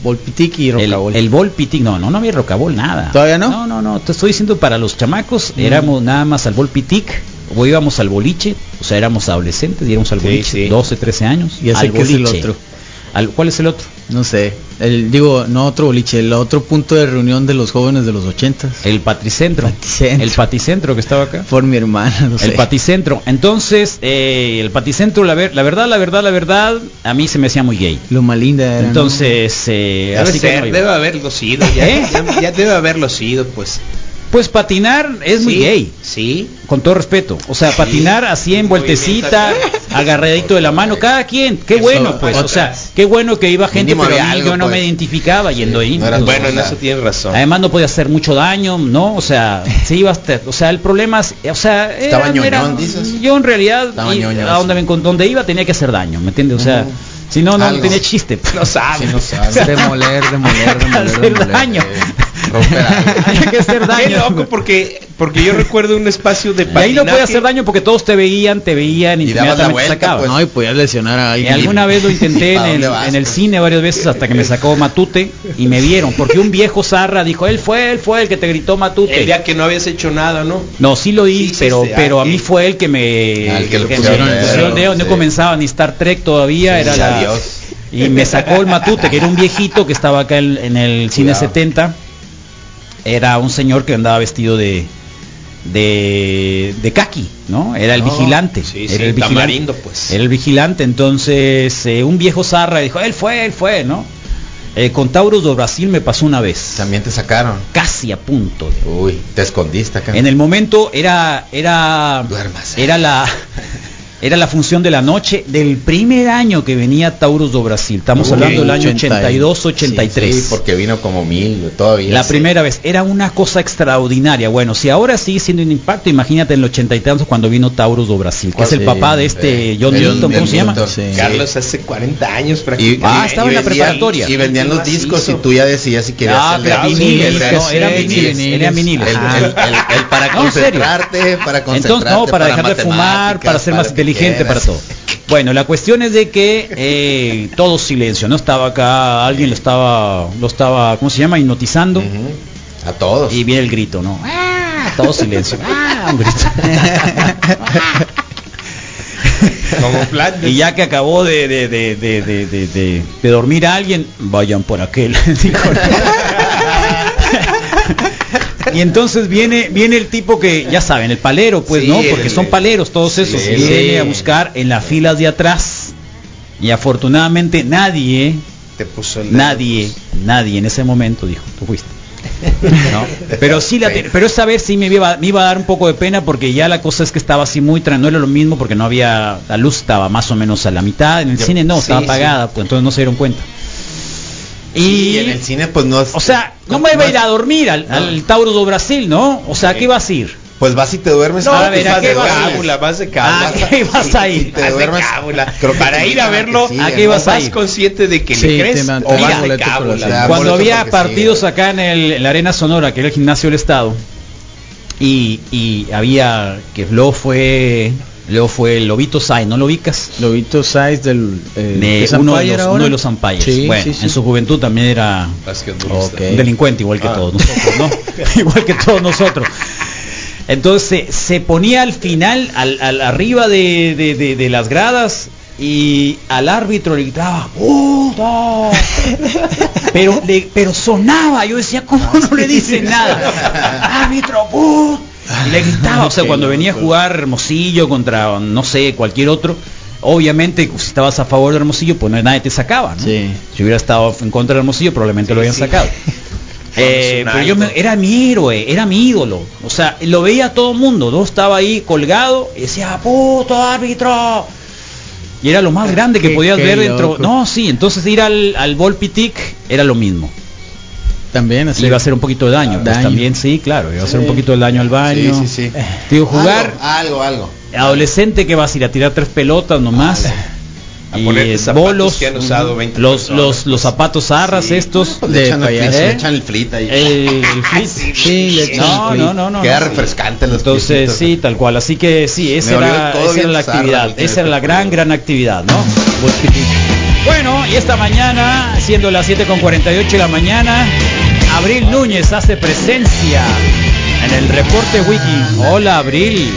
Speaker 9: Volpitic y
Speaker 3: El,
Speaker 9: Rocabol.
Speaker 3: el bol pitic, no, no, no había rocabol, nada.
Speaker 9: ¿Todavía no? Mm.
Speaker 3: No, no, no, te estoy diciendo para los chamacos, éramos nada más al bol pitic, o íbamos al boliche, o sea, éramos adolescentes y íbamos al
Speaker 8: Sí,
Speaker 3: boliche,
Speaker 8: sí.
Speaker 3: 12, 13 años.
Speaker 9: Ya sé
Speaker 3: al
Speaker 9: que es el otro.
Speaker 3: Al- ¿Cuál es el otro?
Speaker 9: No sé. El, digo, no otro boliche, el otro punto de reunión de los jóvenes de los ochentas.
Speaker 3: El patricentro.
Speaker 9: Paticentro.
Speaker 3: El paticentro que estaba acá.
Speaker 9: Por mi hermana, no sé.
Speaker 3: El paticentro. Entonces, eh, el paticentro, la, ver- la verdad, la verdad, la verdad, a mí se me hacía muy gay.
Speaker 9: Lo más linda era. ¿no?
Speaker 3: Entonces, eh,
Speaker 8: Debe
Speaker 3: así que
Speaker 8: ser,
Speaker 3: no iba.
Speaker 8: debe haberlo sido. Ya,
Speaker 3: ¿Eh?
Speaker 8: ya- ya debe haberlo sido, pues.
Speaker 3: pues patinar es muy
Speaker 8: Sí,
Speaker 3: gay.
Speaker 8: Sí.
Speaker 3: Con todo respeto, o sea, patinar así en vueltecita, agarradito de la mano, cada quien, qué
Speaker 9: Eso,
Speaker 3: bueno pues, o
Speaker 9: otras.
Speaker 3: sea, qué bueno que iba gente,
Speaker 7: Mínimo
Speaker 3: pero
Speaker 7: había
Speaker 3: a mí
Speaker 7: algo,
Speaker 3: yo no me
Speaker 7: pues.
Speaker 3: identificaba yendo ahí.
Speaker 7: no era
Speaker 3: pues,
Speaker 7: bueno,
Speaker 8: Bueno, en
Speaker 7: Hola.
Speaker 8: eso
Speaker 3: [laughs]
Speaker 8: tienes razón.
Speaker 3: Además no podía hacer mucho daño, ¿no? O
Speaker 7: [laughs]
Speaker 3: sea, se iba hasta, o sea, el problema es, o sea,
Speaker 7: Estaba ñoñón, dices.
Speaker 3: yo en realidad
Speaker 7: Estaba
Speaker 3: y-
Speaker 7: ñoño,
Speaker 3: a donde,
Speaker 7: sí.
Speaker 3: me encon- donde iba tenía que hacer daño, ¿me entiendes? O sea,
Speaker 7: Ujú.
Speaker 3: si no, no
Speaker 7: Algo.
Speaker 3: tenía chiste. pues.
Speaker 8: no sabe.
Speaker 7: Sí,
Speaker 3: [laughs]
Speaker 7: no sabe.
Speaker 9: Demoler, demoler, demoler.
Speaker 3: Hacer
Speaker 9: demoler.
Speaker 3: daño.
Speaker 7: Romper algo.
Speaker 3: [laughs] Hay que hacer daño.
Speaker 8: Qué loco porque porque yo recuerdo un espacio de
Speaker 3: Y ahí no puede
Speaker 8: patinaje.
Speaker 3: hacer daño porque todos te veían, te veían y
Speaker 7: Y dabas la vuelta, pues.
Speaker 9: No, y podías lesionar a
Speaker 3: Y
Speaker 9: alguien.
Speaker 3: alguna vez lo
Speaker 7: [laughs]
Speaker 3: intenté en
Speaker 7: ¿Para
Speaker 3: el,
Speaker 7: dónde vas,
Speaker 3: en el
Speaker 7: pues?
Speaker 3: cine varias veces hasta que me sacó Matute y me vieron, porque un viejo zarra dijo, él fue, él fue el que te gritó
Speaker 8: El día
Speaker 3: Matute.
Speaker 8: que no habías hecho nada, ¿no?
Speaker 3: No, sí lo di,
Speaker 8: Sí, sí,
Speaker 3: pero,
Speaker 8: sí, ah,
Speaker 3: pero a
Speaker 8: sí.
Speaker 3: mí fue el que me...
Speaker 7: Al que le
Speaker 3: me pusieron
Speaker 7: pusieron el
Speaker 3: el
Speaker 7: dedo,
Speaker 3: dedo, no
Speaker 7: sí.
Speaker 3: comenzaba ni Star Trek todavía,
Speaker 7: Sí,
Speaker 3: era la-
Speaker 7: adiós.
Speaker 3: Y me sacó el Matute, que era un viejito que estaba acá en, en el cine
Speaker 7: Cuidado.
Speaker 3: 70. Era un señor que andaba vestido de... De, de kaki, ¿no? Era el
Speaker 8: No,
Speaker 3: vigilante.
Speaker 8: sí,
Speaker 3: era
Speaker 8: sí,
Speaker 3: el vigilante.
Speaker 8: tamarindo, pues.
Speaker 3: Era el vigilante, entonces eh, un viejo zarra dijo, él fue, él fue, ¿no? Eh, con Tauros do Brasil me pasó una vez,
Speaker 7: También te sacaron.
Speaker 3: casi a punto. de-
Speaker 7: Uy, te escondiste acá.
Speaker 3: En el momento era, era,
Speaker 7: [laughs] Duermas.
Speaker 3: era la, Era la función de la noche del primer año que venía Tauros do Brasil. Estamos
Speaker 7: Uy,
Speaker 3: hablando del año
Speaker 9: 80.
Speaker 3: 82-83.
Speaker 7: Sí, porque vino como mil, todavía.
Speaker 3: La
Speaker 7: sí.
Speaker 3: primera vez, era una cosa extraordinaria. Bueno, si ahora sigue siendo un impacto, imagínate en el ochenta y tantos cuando vino Taurus do Brasil, que es el
Speaker 7: Sí,
Speaker 3: papá de este
Speaker 7: eh,
Speaker 3: John
Speaker 7: el-
Speaker 3: Newton,
Speaker 7: el
Speaker 3: ¿cómo se llama?
Speaker 7: Newton,
Speaker 9: Sí.
Speaker 7: sí.
Speaker 8: Carlos hace 40 años
Speaker 7: Y,
Speaker 8: prácticamente.
Speaker 3: Ah,
Speaker 7: y-
Speaker 3: estaba en
Speaker 7: y
Speaker 3: la
Speaker 7: vendían-
Speaker 3: preparatoria.
Speaker 7: Y vendían los
Speaker 8: Macizo.
Speaker 7: discos y tú ya decías si querías
Speaker 3: Ah,
Speaker 7: el
Speaker 3: claro,
Speaker 7: disco,
Speaker 3: viniles,
Speaker 7: el-
Speaker 3: no, eran
Speaker 7: el-
Speaker 3: viniles, eran viniles. Ah.
Speaker 7: El, el- el- el para
Speaker 3: No, en serio.
Speaker 7: concentrarte, para concentrarte.
Speaker 3: Entonces, no, para, dejar de fumar, para
Speaker 7: matemáticas,
Speaker 3: ser más
Speaker 7: para
Speaker 3: inteligente, para
Speaker 7: quieras.
Speaker 3: todo. Bueno, la cuestión es de que eh, todo silencio, ¿no? Estaba acá, alguien lo estaba, lo estaba, ¿cómo se llama? Hipnotizando.
Speaker 7: Ujú, A todos.
Speaker 3: Y viene el grito, ¿no? ¡Ah! Todo
Speaker 7: [laughs]
Speaker 3: silencio. ¡Ah! Un grito.
Speaker 8: Como Flat.
Speaker 3: Y ya que acabó de, de, de, de, de, de, de- de dormir a alguien, vayan por aquel. [laughs] dijo. y entonces viene, viene el tipo que, ya saben, el palero, pues,
Speaker 7: Sí,
Speaker 3: ¿no? Porque
Speaker 7: el-
Speaker 3: son paleros todos
Speaker 7: sí,
Speaker 3: esos.
Speaker 7: sí.
Speaker 3: Viene a buscar en las filas de atrás. Y afortunadamente nadie,
Speaker 7: Te puso el dedo,
Speaker 3: nadie, nadie en ese momento dijo, tú fuiste. ¿No? Pero sí la te- pero esa vez sí me iba, me iba a dar un poco de pena porque ya la cosa es que estaba así muy tranquila, no era lo mismo porque no había, la luz estaba más o menos a la mitad, en el cine no,
Speaker 8: sí,
Speaker 3: estaba
Speaker 8: sí.
Speaker 3: apagada, pues entonces no se dieron cuenta. Y,
Speaker 7: pues. Y en el cine, pues no. es-
Speaker 3: o sea, no me iba a ir a dormir al, al Tauro do Brasil, ¿no? O sea, ¿qué ibas a ir?
Speaker 7: Pues vas y te duermes.
Speaker 3: No,
Speaker 7: ah,
Speaker 3: a ver,
Speaker 7: pues
Speaker 3: ¿a
Speaker 7: vas
Speaker 3: qué
Speaker 7: de
Speaker 3: vas a ir?
Speaker 7: cábula, vas de
Speaker 3: ¿A
Speaker 7: cábula.
Speaker 3: qué ibas a
Speaker 7: Y
Speaker 3: ir?
Speaker 7: te
Speaker 8: Hace
Speaker 7: duermes.
Speaker 8: cábula.
Speaker 7: Creo que
Speaker 8: Para ir a
Speaker 7: sí,
Speaker 8: verlo,
Speaker 7: sí,
Speaker 3: ¿a
Speaker 7: ¿no?
Speaker 3: qué ibas a
Speaker 8: Vas
Speaker 3: ir?
Speaker 8: consciente de que
Speaker 9: Sí,
Speaker 8: le
Speaker 9: te
Speaker 8: crees
Speaker 9: mandan
Speaker 8: o
Speaker 9: un
Speaker 8: vas de
Speaker 9: boleto por la
Speaker 8: cábula.
Speaker 7: ciudad.
Speaker 3: Cuando
Speaker 7: boleto
Speaker 3: había
Speaker 7: porque sí,
Speaker 3: partidos
Speaker 7: ¿verdad?
Speaker 3: acá en, el- en la Arena Sonora, que era el gimnasio del Estado, y, y había, que luego fue, luego fue el Lobito Sai, ¿no lo ubicas?
Speaker 9: Lobito Sáiz del eh,
Speaker 3: De
Speaker 9: ¿es
Speaker 3: uno, de
Speaker 9: umpire
Speaker 3: los,
Speaker 9: ahora?
Speaker 3: uno de los umpires.
Speaker 9: Sí,
Speaker 3: bueno,
Speaker 9: sí, sí.
Speaker 3: en su juventud también era
Speaker 8: Basquetbolista.
Speaker 9: Ok.
Speaker 8: Ah.
Speaker 3: un delincuente igual que todos nosotros,
Speaker 8: [laughs]
Speaker 3: ¿no? [laughs] igual que todos nosotros. Entonces se- se ponía al final, al, al- arriba de, de- de- de las gradas y al árbitro le gritaba, "Puto". Pero, le- pero sonaba, yo decía, ¿cómo
Speaker 9: Ah,
Speaker 3: no le
Speaker 9: [laughs]
Speaker 3: dice nada? Árbitro, "Puto". Y le
Speaker 9: Ah,
Speaker 3: gritaba, o sea, cuando venía a
Speaker 9: pues.
Speaker 3: jugar Hermosillo contra, no sé, cualquier otro, obviamente si estabas a favor de Hermosillo, pues no- nadie te sacaba, ¿no?
Speaker 9: Sí.
Speaker 3: Si hubiera estado en contra de Hermosillo, probablemente lo habían
Speaker 9: [laughs]
Speaker 3: sacado. Eh, pero yo me- era mi héroe, era mi ídolo. O sea, lo veía a todo el mundo, ¿no? Estaba ahí colgado y decía, puto árbitro. Y era lo más grande que
Speaker 9: Qué-
Speaker 3: podías
Speaker 9: qué
Speaker 3: ver dentro.
Speaker 9: loco.
Speaker 3: No, sí, entonces ir al, al Volpitic era lo mismo.
Speaker 9: También así.
Speaker 3: Iba a hacer un poquito de daño. pues
Speaker 9: Daño.
Speaker 3: también, sí, claro. Iba a hacer un
Speaker 9: Sí.
Speaker 3: poquito de daño al baño.
Speaker 7: Sí, sí, sí.
Speaker 3: Digo, jugar,
Speaker 7: Algo, algo. algo. Ah.
Speaker 3: adolescente que vas a ir a tirar tres pelotas nomás.
Speaker 8: A
Speaker 3: Y
Speaker 8: ponerte
Speaker 3: eh,
Speaker 8: zapatos
Speaker 3: bolos, mm,
Speaker 8: que han usado 20
Speaker 3: los,
Speaker 8: personas,
Speaker 3: los, los zapatos arras estos. Eh,
Speaker 7: Pues le
Speaker 9: De
Speaker 7: echan el flit,
Speaker 9: payaso.
Speaker 7: le echan el flit ahí.
Speaker 3: El, el flit.
Speaker 9: Sí, le echan el
Speaker 3: no,
Speaker 9: flit.
Speaker 3: no, no, no.
Speaker 7: Queda
Speaker 3: no.
Speaker 7: refrescante los
Speaker 3: Entonces,
Speaker 7: piecitos.
Speaker 3: sí, tal cual. Así que sí, esa
Speaker 7: Me
Speaker 3: era,
Speaker 7: olió todo
Speaker 3: esa
Speaker 7: bien
Speaker 3: era la
Speaker 7: zarra,
Speaker 3: actividad.
Speaker 7: el
Speaker 3: Esa era la
Speaker 7: tiempo.
Speaker 3: gran, gran actividad, ¿no? Bueno, y esta mañana, siendo las 7.48 de la mañana, Abril Núñez hace presencia en el reporte wiki. Hola, Abril.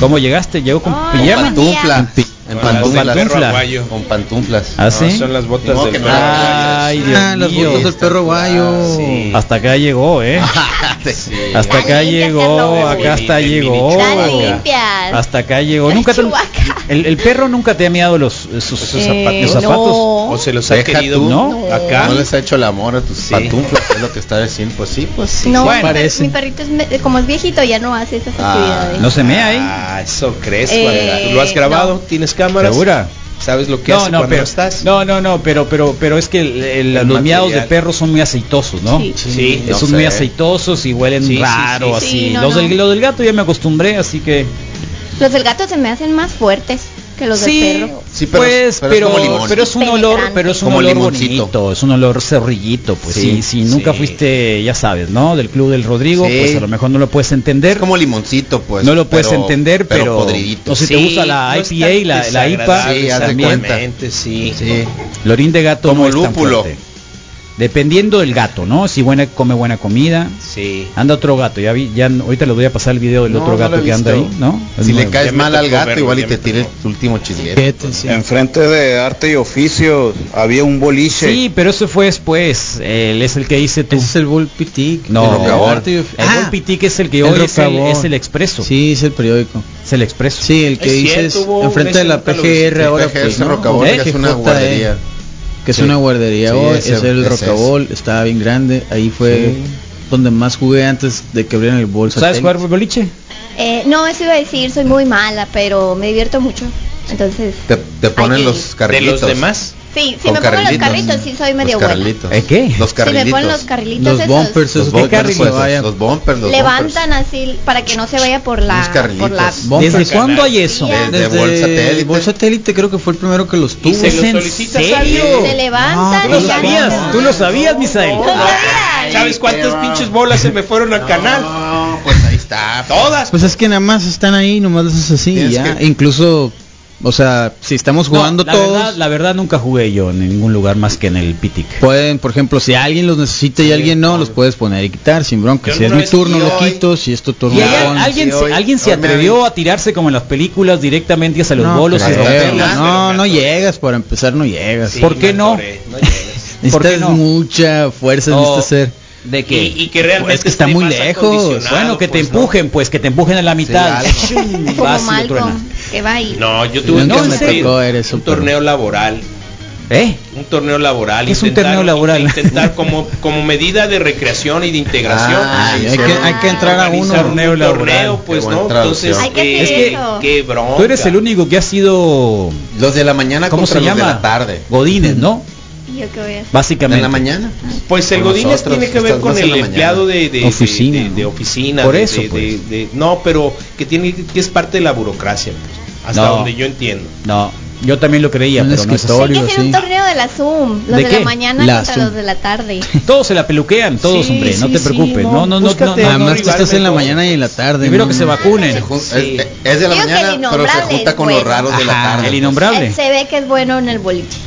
Speaker 3: ¿Cómo llegaste? ¿Llegó con
Speaker 7: Con
Speaker 3: pijama?
Speaker 7: pantufla. En
Speaker 8: Con las del
Speaker 7: pantuflas.
Speaker 8: perro
Speaker 3: pantufla.
Speaker 8: aguayo.
Speaker 7: Con pantuflas.
Speaker 3: ¿Ah,
Speaker 8: No,
Speaker 3: sí?
Speaker 8: son las
Speaker 7: Ni
Speaker 8: botas
Speaker 7: modo
Speaker 8: del
Speaker 7: que
Speaker 8: perro
Speaker 7: no.
Speaker 8: aguayo.
Speaker 3: Ay, Dios
Speaker 9: Ah, los
Speaker 3: mío. Ah,
Speaker 9: votos del perro guayo.
Speaker 8: Sí.
Speaker 3: Hasta acá llegó,
Speaker 8: [laughs]
Speaker 3: ¿eh? Hasta acá
Speaker 10: Ay,
Speaker 3: llegó,
Speaker 10: Carlos.
Speaker 3: acá hasta
Speaker 8: Mini, mini
Speaker 3: llegó.
Speaker 10: Están limpias.
Speaker 3: Hasta acá llegó.
Speaker 10: Ay,
Speaker 3: Nunca te-
Speaker 10: Chihuahua.
Speaker 3: el, el perro nunca te ha miado los sus, sus zapa-
Speaker 10: Eh,
Speaker 3: los zapatos.
Speaker 10: no.
Speaker 8: O se los ha
Speaker 7: Deja
Speaker 8: querido
Speaker 7: tú,
Speaker 3: ¿no?
Speaker 8: acá.
Speaker 7: No les ha hecho el amor a tus
Speaker 8: Sí.
Speaker 7: pantuflas, es lo que está diciendo. Pues sí, pues sí.
Speaker 10: No,
Speaker 3: Bueno.
Speaker 10: mi, per-
Speaker 9: Parece.
Speaker 10: mi perrito es me- como es viejito ya no hace esas
Speaker 7: Ah,
Speaker 10: actividades.
Speaker 3: No se mea ahí.
Speaker 8: Ah, eso crees,
Speaker 10: Eh,
Speaker 8: Guarda. ¿Tú lo has grabado?
Speaker 10: no.
Speaker 8: ¿Tienes cámaras?
Speaker 3: ¿Segura?
Speaker 8: ¿Sabes lo que
Speaker 3: No,
Speaker 8: hace
Speaker 3: no,
Speaker 8: cuando
Speaker 3: pero,
Speaker 8: estás?
Speaker 3: no, no, no, pero, pero, pero es que el- el-
Speaker 8: El
Speaker 3: los miados de
Speaker 8: material.
Speaker 3: perro son muy aceitosos, ¿no?
Speaker 10: Sí.
Speaker 8: Sí,
Speaker 7: No
Speaker 3: son
Speaker 7: sé.
Speaker 3: muy aceitosos y huelen
Speaker 8: Sí, sí,
Speaker 3: raro, así.
Speaker 10: sí. Sí, no,
Speaker 3: los, Del,
Speaker 10: no.
Speaker 3: los del gato ya me acostumbré, así que.
Speaker 10: Los del gato se me hacen más fuertes que los del perro.
Speaker 7: Sí, pero-
Speaker 3: pues,
Speaker 7: pero es
Speaker 3: pero,
Speaker 7: como
Speaker 3: pero es,
Speaker 7: limón.
Speaker 3: un olor,
Speaker 10: Penetrante.
Speaker 3: pero es un
Speaker 7: Como
Speaker 3: olor
Speaker 7: limoncito.
Speaker 3: bonito, es un olor cerrillito, pues sí,
Speaker 8: Sí,
Speaker 3: sí, nunca
Speaker 8: sí.
Speaker 3: fuiste, ya sabes, ¿no? Del club del Rodrigo,
Speaker 7: Sí.
Speaker 3: pues a lo mejor no lo puedes entender.
Speaker 7: Es como limoncito, pues.
Speaker 3: no lo puedes
Speaker 7: pero-
Speaker 3: entender, pero,
Speaker 7: podridito.
Speaker 3: o si te
Speaker 8: Sí,
Speaker 3: gusta la
Speaker 8: no es
Speaker 3: IPA,
Speaker 8: tan
Speaker 3: la, la IPA,
Speaker 8: desagradable,
Speaker 7: Sí, haz de
Speaker 3: también.
Speaker 7: cuenta.
Speaker 8: sí.
Speaker 7: Sí.
Speaker 3: Lorín de gato
Speaker 7: Como
Speaker 3: no es tan
Speaker 7: lúpulo.
Speaker 3: fuerte. Dependiendo del gato, ¿no? Si buena come buena comida.
Speaker 8: Sí.
Speaker 3: Anda otro gato, ya vi, ya ahorita les voy a pasar el video del
Speaker 7: No,
Speaker 3: otro
Speaker 7: no
Speaker 3: gato
Speaker 7: lo he
Speaker 3: que anda
Speaker 7: visto.
Speaker 3: ahí, ¿no? Es
Speaker 7: Si le
Speaker 3: nuevo.
Speaker 7: caes
Speaker 8: Ya me
Speaker 7: mal al
Speaker 8: tocó
Speaker 7: gato,
Speaker 8: verlo,
Speaker 7: igual y
Speaker 8: ya
Speaker 7: te
Speaker 8: me
Speaker 7: tira el
Speaker 8: tocó.
Speaker 7: último chisguete.
Speaker 9: Fíjate, sí.
Speaker 11: Enfrente de arte y oficios había un boliche.
Speaker 3: Sí, pero eso fue después. Él es el que dice tú.
Speaker 9: Ese es el Bullpitic.
Speaker 3: No,
Speaker 9: el
Speaker 7: Rocabol.
Speaker 9: Arte y Ofi-
Speaker 3: El
Speaker 9: Ah,
Speaker 3: Volpitic es el que
Speaker 9: el
Speaker 3: hoy es el,
Speaker 9: Rocabol.
Speaker 3: es el expreso.
Speaker 9: Sí, es el periódico.
Speaker 3: Es el expreso.
Speaker 9: Sí, el que
Speaker 8: Es
Speaker 9: dices
Speaker 8: cierto, hubo
Speaker 9: enfrente
Speaker 8: un-
Speaker 9: de la
Speaker 8: nunca lo
Speaker 9: PGR
Speaker 8: visité.
Speaker 9: ahora
Speaker 7: PGR
Speaker 9: pues,
Speaker 7: es Rocabol,
Speaker 3: ¿Eh?
Speaker 7: que es
Speaker 9: Que
Speaker 7: una
Speaker 9: JE,
Speaker 7: guardería.
Speaker 9: que es
Speaker 7: Sí.
Speaker 9: una guardería
Speaker 7: Sí,
Speaker 9: hoy,
Speaker 7: ese-
Speaker 9: es el
Speaker 7: ese es.
Speaker 9: Rocabol, estaba bien grande, ahí fue
Speaker 7: Sí.
Speaker 9: donde más jugué antes de que abrieran el bolso.
Speaker 3: ¿Sabes jugar boliche?
Speaker 10: Eh, no, eso iba a decir, soy muy mala, pero me divierto mucho. Entonces,
Speaker 7: Te, te ponen los carrilitos.
Speaker 8: ¿De los demás?
Speaker 10: sí, si
Speaker 7: Con
Speaker 10: me pongo los
Speaker 7: carrilitos.
Speaker 10: carritos, sí soy medio
Speaker 7: Los
Speaker 10: buena.
Speaker 7: carrilitos.
Speaker 3: ¿Eh, qué?
Speaker 7: Los
Speaker 10: Si me
Speaker 7: carrilitos.
Speaker 10: ponen los carrilitos
Speaker 9: Los
Speaker 10: esos,
Speaker 9: bumpers,
Speaker 7: Los
Speaker 9: esos
Speaker 7: bumpers,
Speaker 9: que se
Speaker 7: pues,
Speaker 9: vayan.
Speaker 7: los bumpers, los
Speaker 10: levantan así para que no se vaya por
Speaker 7: Los
Speaker 10: la,
Speaker 7: carrilitos.
Speaker 10: por la
Speaker 7: Bo-
Speaker 9: Bumpers.
Speaker 3: ¿Desde cuándo hay eso?
Speaker 10: Ya.
Speaker 7: De- de Bol Satélite.
Speaker 9: Bol Satélite creo que fue el primero que los tuvo.
Speaker 8: se
Speaker 3: ¿Es
Speaker 8: lo
Speaker 3: en
Speaker 8: solicitas
Speaker 3: serio?
Speaker 8: alguien.
Speaker 10: se levantan
Speaker 3: ¿Tú lo
Speaker 10: y ya no
Speaker 3: sabías?
Speaker 10: se-
Speaker 3: ¿Tú lo sabías, Misael?
Speaker 10: No sabía.
Speaker 8: ¿Sabes cuántas pinches bolas se me fueron al canal?
Speaker 7: No, pues ahí está.
Speaker 8: Todas.
Speaker 9: Pues es que nada más están ahí, nomás los haces así y
Speaker 7: Tienes
Speaker 9: ya.
Speaker 7: que-
Speaker 9: Incluso, o sea, si estamos jugando
Speaker 3: No, la
Speaker 9: todos,
Speaker 3: Verdad, la verdad nunca jugué yo en ningún lugar más que en el Pitic.
Speaker 9: pueden, por ejemplo, si alguien los necesita y alguien no, los puedes poner y quitar sin bronca.
Speaker 8: Yo
Speaker 9: Si es
Speaker 8: alguna
Speaker 9: mi
Speaker 8: vez
Speaker 9: turno,
Speaker 7: fui
Speaker 9: lo
Speaker 7: hoy.
Speaker 9: quito. Si es tu turno,
Speaker 3: Y
Speaker 9: lo
Speaker 3: ahí al-
Speaker 9: pones.
Speaker 3: alguien,
Speaker 7: sí,
Speaker 3: se-
Speaker 7: hoy-
Speaker 3: alguien se
Speaker 7: hoy me
Speaker 3: atrevió a tirarse como en las películas directamente hacia los
Speaker 9: No
Speaker 3: bolos y
Speaker 9: creo,
Speaker 3: romperlas.
Speaker 9: no, no llegas, para empezar no llegas.
Speaker 3: ¿Por qué no? ¿Por qué
Speaker 9: Necesitas
Speaker 3: no?
Speaker 9: mucha fuerza,
Speaker 3: Oh,
Speaker 9: necesitas ser.
Speaker 3: ¿De qué?
Speaker 8: Y, y que realmente
Speaker 9: Pues que está
Speaker 8: esté
Speaker 9: muy
Speaker 8: más
Speaker 9: lejos.
Speaker 8: acondicionado,
Speaker 3: bueno, que te
Speaker 8: pues, ¿no?
Speaker 3: empujen, pues que te empujen a la mitad.
Speaker 7: Sí,
Speaker 10: Como
Speaker 3: Vas y le truenas.
Speaker 10: Malcolm, que va ahí.
Speaker 8: No, yo
Speaker 9: Sí,
Speaker 8: tuve
Speaker 9: nunca
Speaker 8: que
Speaker 3: me
Speaker 8: hacer
Speaker 9: tocó, eres
Speaker 8: un
Speaker 9: súper-
Speaker 8: torneo laboral.
Speaker 3: ¿Eh?
Speaker 8: Un torneo laboral.
Speaker 3: ¿Qué es un
Speaker 8: intentar-
Speaker 3: torneo laboral?
Speaker 8: Intentar como, como medida de recreación y de integración.
Speaker 7: Ah,
Speaker 9: Hay que, hay que entrar a uno.
Speaker 8: organizar un
Speaker 3: Torneo
Speaker 8: torneo,
Speaker 3: laboral.
Speaker 8: pues
Speaker 7: Qué buena
Speaker 8: no, entonces
Speaker 7: traducción.
Speaker 10: Hay que
Speaker 8: eh,
Speaker 10: hacer
Speaker 8: es que-
Speaker 10: eso.
Speaker 8: qué bronca.
Speaker 3: Tú eres el único que ha sido...
Speaker 7: Los de la mañana
Speaker 3: ¿Cómo
Speaker 7: contra
Speaker 3: se llama?
Speaker 7: los de la tarde.
Speaker 3: Godines,
Speaker 7: [laughs]
Speaker 3: ¿no?
Speaker 10: ¿Y [laughs] yo qué voy a hacer?
Speaker 3: Básicamente.
Speaker 7: En la mañana.
Speaker 8: Pues el
Speaker 7: Con
Speaker 8: Godínez
Speaker 7: nosotros,
Speaker 8: tiene que ver
Speaker 7: estás
Speaker 8: con
Speaker 7: más en
Speaker 8: el
Speaker 7: la mañana.
Speaker 8: empleado de, de- de-
Speaker 3: Oficina,
Speaker 8: de- de
Speaker 3: ¿no?
Speaker 8: oficina.
Speaker 3: Por
Speaker 8: de-
Speaker 3: eso,
Speaker 8: de-
Speaker 3: pues.
Speaker 8: de- de- no, pero que tiene que es parte de la burocracia, pues, hasta
Speaker 3: No.
Speaker 8: donde yo entiendo.
Speaker 3: No, yo también lo creía,
Speaker 9: Un
Speaker 3: pero no es
Speaker 9: escritorio.
Speaker 10: Hay que hacer un
Speaker 9: sí.
Speaker 10: torneo de la Zoom, los
Speaker 3: ¿De
Speaker 10: de,
Speaker 3: qué?
Speaker 10: la mañana
Speaker 9: La
Speaker 10: contra
Speaker 9: Zoom.
Speaker 10: los de la tarde.
Speaker 3: así. Todos se la peluquean, todos,
Speaker 8: Sí,
Speaker 3: hombre, no
Speaker 8: sí,
Speaker 3: te
Speaker 8: sí,
Speaker 3: preocupes. no,
Speaker 8: no,
Speaker 3: no, no, no,
Speaker 8: búscate
Speaker 3: no.
Speaker 8: algo.
Speaker 9: Además, tú estás en la
Speaker 8: Rivaldo.
Speaker 9: mañana y en la tarde.
Speaker 3: Primero
Speaker 9: ¿no?
Speaker 3: que se vacunen.
Speaker 7: Se jun-
Speaker 8: Sí.
Speaker 7: es, es de la
Speaker 10: Digo que el
Speaker 7: mañana, pero se
Speaker 10: innombrable pues.
Speaker 7: junta
Speaker 10: es
Speaker 7: con los
Speaker 10: bueno.
Speaker 7: raros de la
Speaker 3: Ajá,
Speaker 7: tarde. pues.
Speaker 3: el innombrable.
Speaker 10: Él se ve que es bueno en el boliche.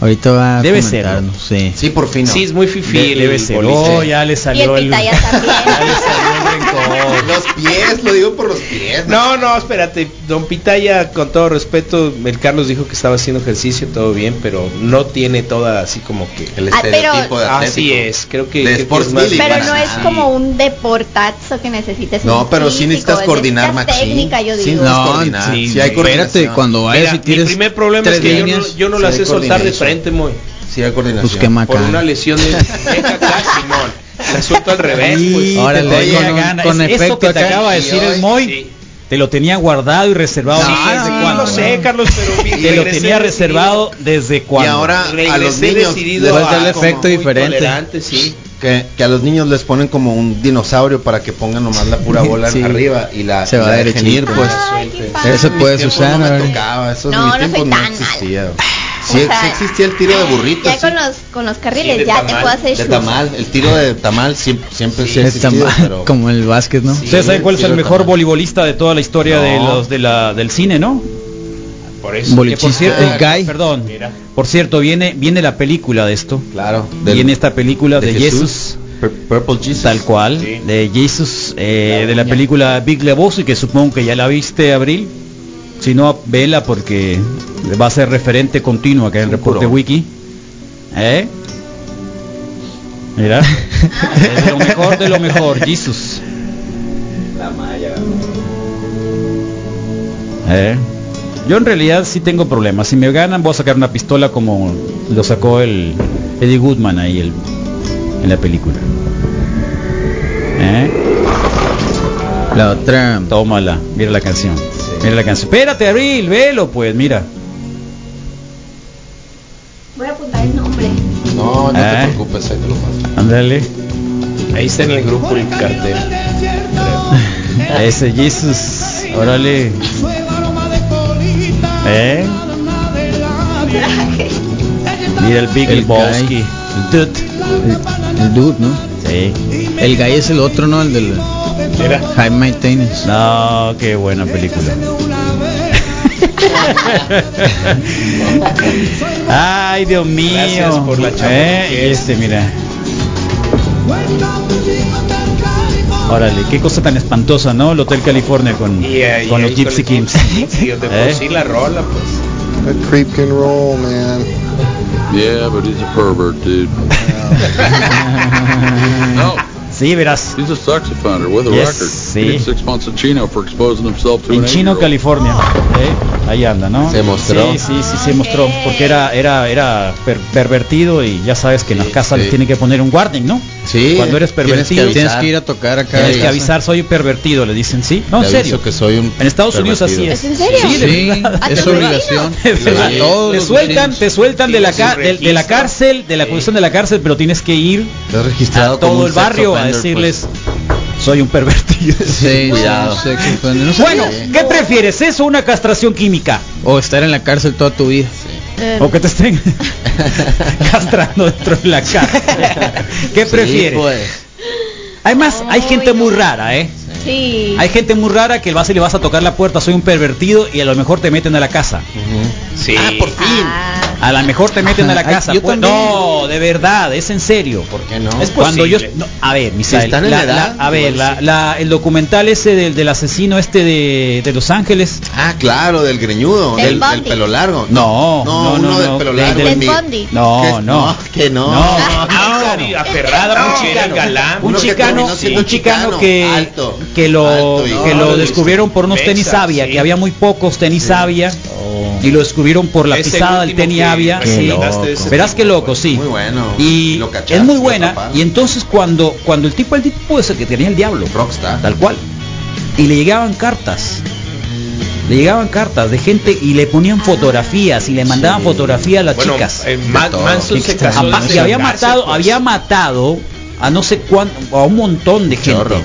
Speaker 9: Ahorita va a
Speaker 3: Debe
Speaker 9: comentarnos, sí.
Speaker 7: Sí, por fin. no.
Speaker 8: Sí, es muy fifi
Speaker 3: De-
Speaker 8: el
Speaker 3: debe ser.
Speaker 8: boliche.
Speaker 3: Oh, ya le
Speaker 10: Y el
Speaker 3: salió el...
Speaker 10: pitaya
Speaker 8: [laughs]
Speaker 10: también.
Speaker 7: Por los pies, lo digo por los pies.
Speaker 8: No, no, espérate, don Pitaya, con todo respeto, el Carlos dijo que estaba haciendo ejercicio, todo bien, pero no tiene toda así como que...
Speaker 7: El
Speaker 10: Ah, pero-
Speaker 7: estereotipo de atlético.
Speaker 8: Así es, creo que...
Speaker 7: De
Speaker 8: creo que
Speaker 7: Sports
Speaker 8: es más-
Speaker 7: Billy,
Speaker 10: pero
Speaker 7: para
Speaker 10: no es
Speaker 7: nada.
Speaker 10: como un deportazo que necesites
Speaker 7: No,
Speaker 10: un
Speaker 7: pero sí necesitas
Speaker 10: físico,
Speaker 7: coordinar,
Speaker 10: necesitas
Speaker 7: Maxi.
Speaker 10: técnica, yo
Speaker 7: Sí,
Speaker 10: digo.
Speaker 7: no.
Speaker 9: No,
Speaker 7: coordinar.
Speaker 9: sí,
Speaker 7: Sí hay
Speaker 9: espérate,
Speaker 7: coordinación.
Speaker 9: cuando vayas
Speaker 8: Mira,
Speaker 9: y tires
Speaker 8: mi primer problema
Speaker 9: tres
Speaker 8: es que yo no,
Speaker 9: líneas,
Speaker 8: yo no
Speaker 7: sí
Speaker 8: la
Speaker 7: hay
Speaker 8: sé soltar de
Speaker 7: coordination.
Speaker 8: frente, muy.
Speaker 7: Sí, hay coordinación.
Speaker 9: pues quema
Speaker 8: Por
Speaker 9: acá.
Speaker 8: una lesión de... Deja acá, Simón. La suelto al revés, pues.
Speaker 9: Órale,
Speaker 7: Oye,
Speaker 9: con, un-
Speaker 3: gana.
Speaker 9: con
Speaker 3: Es-
Speaker 9: efecto
Speaker 3: eso que te
Speaker 9: acá.
Speaker 3: acaba de
Speaker 7: Y
Speaker 3: decir
Speaker 7: hoy-
Speaker 3: el Moy,
Speaker 8: Sí.
Speaker 3: te lo tenía guardado y reservado.
Speaker 9: No,
Speaker 3: ¿Desde
Speaker 8: Sí,
Speaker 9: no,
Speaker 3: cuándo?
Speaker 8: lo sé, Carlos, pero vi-
Speaker 3: Te lo
Speaker 8: regresé
Speaker 3: tenía reservado desde
Speaker 7: Y
Speaker 3: cuándo.
Speaker 7: ahora
Speaker 8: decidido,
Speaker 7: a los
Speaker 8: regresé
Speaker 7: niños
Speaker 8: decidido
Speaker 7: les
Speaker 9: va a
Speaker 8: a
Speaker 9: dar el
Speaker 8: como
Speaker 9: efecto
Speaker 8: muy
Speaker 9: diferente.
Speaker 8: tolerante, sí.
Speaker 7: que, que a los niños les ponen como un dinosaurio para que pongan nomás
Speaker 3: [laughs]
Speaker 7: la pura bola
Speaker 9: Sí.
Speaker 7: arriba y la
Speaker 9: Se
Speaker 7: y
Speaker 9: va
Speaker 7: la
Speaker 9: derechito.
Speaker 7: dejen ir, pues.
Speaker 10: Ay, qué padre.
Speaker 9: Eso
Speaker 7: En mis
Speaker 9: puedes
Speaker 7: tiempos
Speaker 9: usar,
Speaker 7: no
Speaker 9: a
Speaker 7: me
Speaker 9: ver.
Speaker 7: tocaba, eso
Speaker 10: No,
Speaker 7: en
Speaker 10: no
Speaker 7: mi tiempo
Speaker 10: soy
Speaker 7: no
Speaker 10: tan
Speaker 7: existía.
Speaker 10: O
Speaker 7: Sí,
Speaker 10: sea,
Speaker 7: sí existía el tiro de burrito.
Speaker 10: Ya
Speaker 7: Pues sí.
Speaker 10: con los, con los carriles,
Speaker 8: Sí, de
Speaker 10: ya te
Speaker 8: tamal,
Speaker 10: puedo hacer
Speaker 7: de
Speaker 10: shoot.
Speaker 7: tamal, el tiro de tamal siempre, siempre sí, ha
Speaker 9: Es tan
Speaker 7: existido,
Speaker 9: mal
Speaker 7: pero
Speaker 9: como el básquet, ¿no?
Speaker 3: Ustedes saben cuál es el
Speaker 7: Quiero
Speaker 3: mejor
Speaker 7: también.
Speaker 3: voleibolista de toda la historia de
Speaker 7: No.
Speaker 3: los de la, del cine, ¿no?
Speaker 8: Por eso.
Speaker 9: Boli-
Speaker 3: Que por
Speaker 9: Chiste,
Speaker 3: cierto,
Speaker 9: el guy.
Speaker 3: perdón,
Speaker 8: Mira.
Speaker 3: por cierto viene viene la película de esto,
Speaker 7: claro,
Speaker 3: viene esta película de, Jesus,
Speaker 7: Pur- Purple Jesus.
Speaker 3: tal cual,
Speaker 8: Sí.
Speaker 3: de Jesus, eh,
Speaker 8: La
Speaker 3: de la
Speaker 8: uña.
Speaker 3: película Big Lebowski que supongo que ya la viste, Abril. Si no, vela porque va a ser referente continuo acá en el
Speaker 7: Un
Speaker 3: reporte
Speaker 7: puro.
Speaker 3: wiki. ¿Eh?
Speaker 8: [laughs]
Speaker 3: Mira, Es de lo mejor de lo mejor, Jesus. Eh, Yo en realidad sí tengo problemas. Si me ganan voy a sacar una pistola como lo sacó el Eddie Goodman ahí el- en la película. ¿Eh?
Speaker 9: La otra.
Speaker 3: Tómala, mira la canción. Mira la canción. Espérate, Abril, velo pues, mira.
Speaker 10: Voy a apuntar el nombre.
Speaker 7: No, no
Speaker 3: Eh.
Speaker 7: te preocupes, ahí te lo paso.
Speaker 8: [laughs]
Speaker 3: Ándale.
Speaker 8: Ahí está en el grupo el cartel.
Speaker 3: Ese Jesus. Órale.
Speaker 8: [laughs]
Speaker 3: ¿Eh? Mira el Big
Speaker 9: El
Speaker 3: Lebowski.
Speaker 9: guy. El, el dude, ¿no?
Speaker 3: Sí.
Speaker 9: El guy es el otro, ¿no? El del
Speaker 8: Mira.
Speaker 9: high maintenance.
Speaker 3: No, qué buena película. Ay, Dios mío.
Speaker 8: Gracias por la chamba
Speaker 3: Eh, y este, mira. Órale, qué cosa tan espantosa, ¿no? El Hotel California con,
Speaker 8: Y ahí-
Speaker 3: con los
Speaker 8: ahí
Speaker 3: Gypsy
Speaker 8: con el-
Speaker 3: Kings.
Speaker 8: Sí, de por
Speaker 3: [laughs] ¿Eh?
Speaker 8: sí la rola, pues.
Speaker 3: [laughs]
Speaker 12: Yeah, but he's a pervert, dude. no,
Speaker 3: Sí, verás.
Speaker 12: he's a sex offender with a
Speaker 3: Yes,
Speaker 12: record.
Speaker 3: see.
Speaker 12: He gets six months in Chino for exposing himself to
Speaker 3: En
Speaker 12: an
Speaker 3: Chino,
Speaker 12: eight-year-old.
Speaker 3: California. ¿eh? Ahí anda, ¿no?
Speaker 7: Se mostró.
Speaker 3: Sí, sí, sí, se mostró. Porque era, era, era per- pervertido y ya sabes que en las casas
Speaker 7: sí.
Speaker 3: les tienen que poner un warning, ¿no?
Speaker 7: Sí,
Speaker 3: Cuando eres
Speaker 7: tienes que
Speaker 3: pervertido
Speaker 7: avisar. Tienes que ir
Speaker 9: a tocar acá.
Speaker 3: Tienes
Speaker 7: Sí.
Speaker 3: que avisar, soy pervertido, le dicen, sí. No,
Speaker 7: Te
Speaker 3: en
Speaker 7: aviso
Speaker 3: serio.
Speaker 7: que soy un
Speaker 3: En Estados Unidos así
Speaker 7: pervertido.
Speaker 3: es.
Speaker 10: ¿Es en serio?
Speaker 3: Sí, de
Speaker 9: Sí,
Speaker 3: verdad.
Speaker 9: es
Speaker 3: De verdad. [laughs]
Speaker 9: obligación.
Speaker 3: De verdad.
Speaker 9: A todos
Speaker 3: Te
Speaker 9: los
Speaker 3: sueltan,
Speaker 9: vecinos.
Speaker 3: te sueltan de la, ca-
Speaker 6: Tienes
Speaker 3: de,
Speaker 6: un
Speaker 3: de la
Speaker 6: registro.
Speaker 3: cárcel, de la cuestión de la cárcel, pero tienes que ir
Speaker 7: Estás registrado
Speaker 3: a
Speaker 7: como
Speaker 3: todo
Speaker 7: un
Speaker 3: el barrio
Speaker 7: sex
Speaker 3: a
Speaker 9: pues.
Speaker 7: offender,
Speaker 3: decirles, soy un pervertido. [laughs]
Speaker 9: Sí,
Speaker 7: Cuidado.
Speaker 9: sí, sí, sí, no sé.
Speaker 3: Bueno, ¿qué prefieres? ¿Eso o una castración química?
Speaker 9: O estar en la cárcel toda tu vida.
Speaker 10: Eh,
Speaker 3: O que te
Speaker 9: [laughs]
Speaker 3: estén castrando dentro de la cara. ¿Qué
Speaker 7: pues.
Speaker 3: prefieres?
Speaker 7: Sí, pues.
Speaker 3: Además, hay
Speaker 10: Ay,
Speaker 3: gente muy
Speaker 10: no.
Speaker 3: rara, ¿eh?
Speaker 10: sí.
Speaker 3: Hay gente muy rara que vas y le vas a tocar la puerta, soy un pervertido y a lo mejor te meten a la casa. Sí.
Speaker 7: Ah, por fin.
Speaker 10: Ah,
Speaker 3: A lo mejor te meten a la
Speaker 9: Ay,
Speaker 3: casa.
Speaker 9: yo
Speaker 3: pues.
Speaker 9: también.
Speaker 3: no, de verdad, es en serio.
Speaker 7: ¿Por qué no?
Speaker 3: Es cuando yo no, a ver, Misael,
Speaker 7: están en
Speaker 3: la-
Speaker 7: la edad,
Speaker 3: la- a ver,
Speaker 7: pues,
Speaker 3: la-
Speaker 7: sí.
Speaker 3: la- el documental ese del, del asesino este de, de Los Ángeles.
Speaker 7: Ah, claro, del greñudo,
Speaker 10: Del
Speaker 7: del, del
Speaker 10: Bundy.
Speaker 7: pelo largo.
Speaker 3: No, no,
Speaker 7: no, uno
Speaker 3: no,
Speaker 7: del
Speaker 3: no,
Speaker 7: pelo
Speaker 3: del-
Speaker 7: largo.
Speaker 3: del-
Speaker 7: mi-
Speaker 10: Bundy.
Speaker 3: No,
Speaker 7: que-
Speaker 3: no.
Speaker 7: que no.
Speaker 3: No,
Speaker 8: aferrada,
Speaker 3: un
Speaker 8: mujer,
Speaker 3: chicano,
Speaker 8: galán.
Speaker 3: un
Speaker 7: Uno que
Speaker 3: chicano,
Speaker 7: terminó siendo
Speaker 3: un chicano
Speaker 7: chicano,
Speaker 3: que,
Speaker 7: alto,
Speaker 3: que lo,
Speaker 7: alto y-
Speaker 3: que
Speaker 7: No,
Speaker 3: lo
Speaker 7: lo
Speaker 3: descubrieron por unos
Speaker 8: Mexa,
Speaker 3: tenis Avia,
Speaker 8: sí.
Speaker 3: que había muy pocos tenis Avia y lo descubrieron por la
Speaker 8: Es el
Speaker 3: pisada del
Speaker 8: último
Speaker 3: tenis
Speaker 8: que
Speaker 3: Avia. sí.
Speaker 8: recomendaste de ese
Speaker 3: Verás qué
Speaker 8: tipo,
Speaker 3: loco, sí.
Speaker 7: Muy bueno.
Speaker 3: Y
Speaker 7: Lo cachaste,
Speaker 3: es muy
Speaker 7: lo
Speaker 3: buena.
Speaker 7: atraparon.
Speaker 3: Y entonces cuando cuando el tipo el tipo ese que tenía el diablo,
Speaker 7: Rockstar.
Speaker 3: tal cual, y le llegaban cartas. Le llegaban cartas de gente y le ponían fotografías y le mandaban
Speaker 7: Sí.
Speaker 3: fotografías a las
Speaker 8: Bueno,
Speaker 3: chicas.
Speaker 8: eh, Ma-
Speaker 7: De todo.
Speaker 8: Manson se casó.
Speaker 3: Apa-
Speaker 8: desde
Speaker 3: y había
Speaker 8: la cárcel,
Speaker 3: matado,
Speaker 8: pues.
Speaker 3: había matado a no sé cuánto, a un montón de gente.
Speaker 7: Chorro.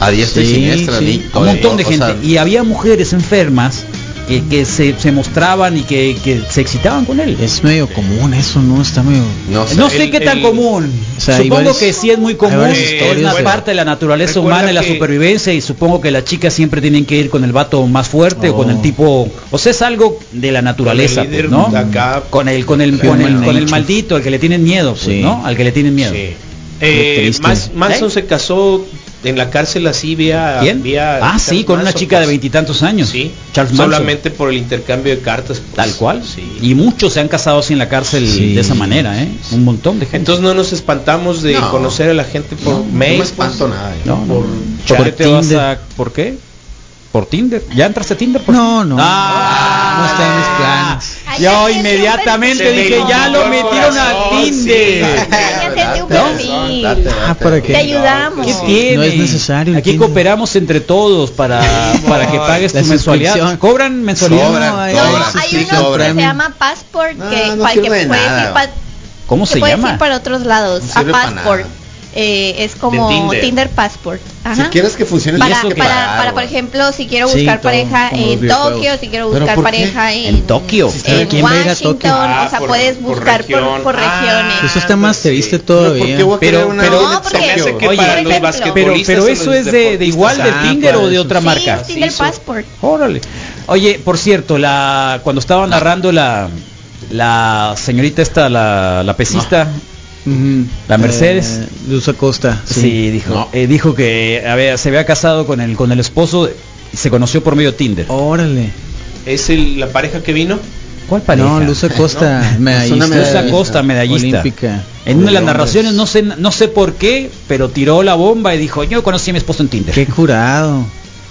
Speaker 7: A diestra y
Speaker 3: Sí,
Speaker 7: siniestra,
Speaker 3: sí,
Speaker 7: adicto,
Speaker 3: un montón de
Speaker 7: o
Speaker 3: gente.
Speaker 7: sea,
Speaker 3: y había mujeres enfermas que, que se, se mostraban y que, que se excitaban con él.
Speaker 9: Es medio común eso, ¿no? Está medio...
Speaker 7: no sé.
Speaker 3: no sé Eh,
Speaker 8: el-
Speaker 3: qué tan
Speaker 8: el-
Speaker 3: común.
Speaker 9: o sea, hay
Speaker 3: supongo
Speaker 9: varias-
Speaker 3: que sí es muy
Speaker 9: hay
Speaker 3: común.
Speaker 9: varias
Speaker 3: Es
Speaker 9: historias
Speaker 3: una
Speaker 9: de-
Speaker 3: parte de la naturaleza
Speaker 8: Recuerda
Speaker 3: humana y la
Speaker 8: que-
Speaker 3: supervivencia. Y supongo que las chicas siempre tienen que ir con el vato más fuerte o con el
Speaker 9: Oh.
Speaker 3: tipo. O sea, es algo de la naturaleza,
Speaker 8: líder
Speaker 3: pues, ¿no?
Speaker 8: de acá.
Speaker 3: con el con el con
Speaker 9: Human
Speaker 3: el, con el
Speaker 9: nature.
Speaker 3: maldito, al que le tienen miedo, pues,
Speaker 9: Sí.
Speaker 3: ¿no? Al que le tienen miedo.
Speaker 8: Sí.
Speaker 9: Qué
Speaker 8: Eh,
Speaker 9: triste.
Speaker 8: Mas- Manson
Speaker 3: ¿Eh?
Speaker 8: se casó en la cárcel así vía...
Speaker 3: ¿Quién?
Speaker 8: vía
Speaker 3: ah, sí,
Speaker 8: Charles
Speaker 3: con una
Speaker 8: Manson,
Speaker 3: chica de
Speaker 8: pues.
Speaker 3: veintitantos años.
Speaker 8: Sí,
Speaker 3: Charles Manson.
Speaker 8: solamente por el intercambio de cartas. pues.
Speaker 3: Tal cual.
Speaker 8: Sí.
Speaker 3: Y muchos se han casado así en la cárcel
Speaker 9: Sí.
Speaker 3: de esa manera, ¿eh? Un montón de gente.
Speaker 8: Entonces no nos espantamos de
Speaker 7: No.
Speaker 8: conocer a la gente por
Speaker 7: No, no
Speaker 8: mail.
Speaker 7: me espanto
Speaker 8: pues.
Speaker 7: nada.
Speaker 3: no, no.
Speaker 8: por
Speaker 3: ¿Por,
Speaker 8: chat.
Speaker 3: qué te vas a- ¿Por qué? ¿Por Tinder? ¿Ya entraste a Tinder? por-
Speaker 9: No, no.
Speaker 3: Ah,
Speaker 9: No está en mis planes.
Speaker 10: Ay, ya
Speaker 3: Yo
Speaker 10: sé,
Speaker 3: inmediatamente
Speaker 10: hombre,
Speaker 8: Se
Speaker 3: dije,
Speaker 8: me
Speaker 3: ya lo
Speaker 8: inundó el
Speaker 3: metieron a [laughs]
Speaker 8: corazón,
Speaker 3: Tinder.
Speaker 10: sí. Cállate, tu perfil.
Speaker 9: Ah, ¿para qué?
Speaker 10: Te ayudamos.
Speaker 3: ¿Qué tiene?
Speaker 9: No es necesario el
Speaker 3: Aquí
Speaker 9: Tinder.
Speaker 3: cooperamos entre todos
Speaker 9: [laughs]
Speaker 3: para, para que pagues
Speaker 9: La
Speaker 3: tu mensualidad.
Speaker 9: suscripción.
Speaker 3: ¿Cobran mensualidad?
Speaker 7: Cobran,
Speaker 3: No,
Speaker 9: No,
Speaker 3: hay-
Speaker 10: No,
Speaker 7: Cobra,
Speaker 10: hay
Speaker 7: sí,
Speaker 10: uno
Speaker 7: cobra.
Speaker 10: que se llama Passport
Speaker 7: No,
Speaker 10: que,
Speaker 7: no
Speaker 10: para que
Speaker 7: sirve de
Speaker 10: puedes
Speaker 7: nada.
Speaker 10: ir pa-
Speaker 3: ¿Cómo
Speaker 10: que
Speaker 3: se
Speaker 10: puedes
Speaker 3: llama?
Speaker 10: ir para otros lados
Speaker 7: No
Speaker 10: a
Speaker 7: sirve para
Speaker 10: Passport.
Speaker 7: nada.
Speaker 10: Eh, es como
Speaker 8: De
Speaker 10: Tinder.
Speaker 8: Tinder.
Speaker 10: Passport.
Speaker 7: Si
Speaker 10: Ajá.
Speaker 7: quieres que funcione,
Speaker 10: para,
Speaker 7: tienes que
Speaker 10: para,
Speaker 7: pagar,
Speaker 10: para, por
Speaker 7: güey.
Speaker 10: ejemplo, si quiero
Speaker 9: Sí,
Speaker 10: buscar
Speaker 9: todo,
Speaker 10: pareja
Speaker 9: como los
Speaker 10: en
Speaker 9: videojuegos.
Speaker 10: Tokio, si quiero
Speaker 7: ¿Pero
Speaker 10: buscar
Speaker 7: por qué?
Speaker 10: pareja en,
Speaker 3: En Tokio.
Speaker 10: en
Speaker 9: ¿Quién va a ir a Tokio? Pues
Speaker 10: Washington,
Speaker 8: Ah,
Speaker 10: o sea,
Speaker 8: por-
Speaker 10: puedes
Speaker 8: por
Speaker 10: buscar por,
Speaker 8: región.
Speaker 10: por pues
Speaker 8: Ah,
Speaker 10: regiones.
Speaker 9: Eso está más triste todavía.
Speaker 7: ¿Por qué voy a
Speaker 3: Pero-
Speaker 7: querer una
Speaker 3: pero-
Speaker 7: novia
Speaker 10: No,
Speaker 7: en
Speaker 10: porque-
Speaker 8: Se me
Speaker 7: Tokio?
Speaker 8: hace que
Speaker 10: Oye,
Speaker 8: para
Speaker 10: por
Speaker 8: los
Speaker 10: ejemplo.
Speaker 3: Pero,
Speaker 8: basquetbolistas
Speaker 3: pero
Speaker 8: o
Speaker 3: eso
Speaker 8: los
Speaker 3: es de, de igual de
Speaker 9: Ah,
Speaker 3: Tinder
Speaker 9: para
Speaker 3: o de
Speaker 9: eso
Speaker 3: otra
Speaker 9: sí.
Speaker 3: marca.
Speaker 10: Sí, Tinder
Speaker 8: Sí,
Speaker 10: Passport.
Speaker 3: Órale. Oye, por cierto, la cuando estaba narrando la la señorita esta, la, la pesista,
Speaker 9: Ujú.
Speaker 3: La Mercedes.
Speaker 9: Eh, Luz Acosta.
Speaker 3: sí, dijo,
Speaker 7: No.
Speaker 3: eh, dijo que había- se había casado con el con el esposo, se conoció por medio de Tinder.
Speaker 9: Órale.
Speaker 8: ¿Es el- la pareja que vino?
Speaker 3: ¿Cuál pareja?
Speaker 9: No, Luz Acosta, [laughs] medallista.
Speaker 7: una
Speaker 3: Luz
Speaker 7: medallista.
Speaker 3: Acosta, medallista.
Speaker 9: Olímpica.
Speaker 3: En una de las
Speaker 9: Hombres.
Speaker 3: narraciones no sé no sé por qué, pero tiró la bomba y dijo, "Yo conocí a mi esposo en Tinder."
Speaker 9: Qué curado.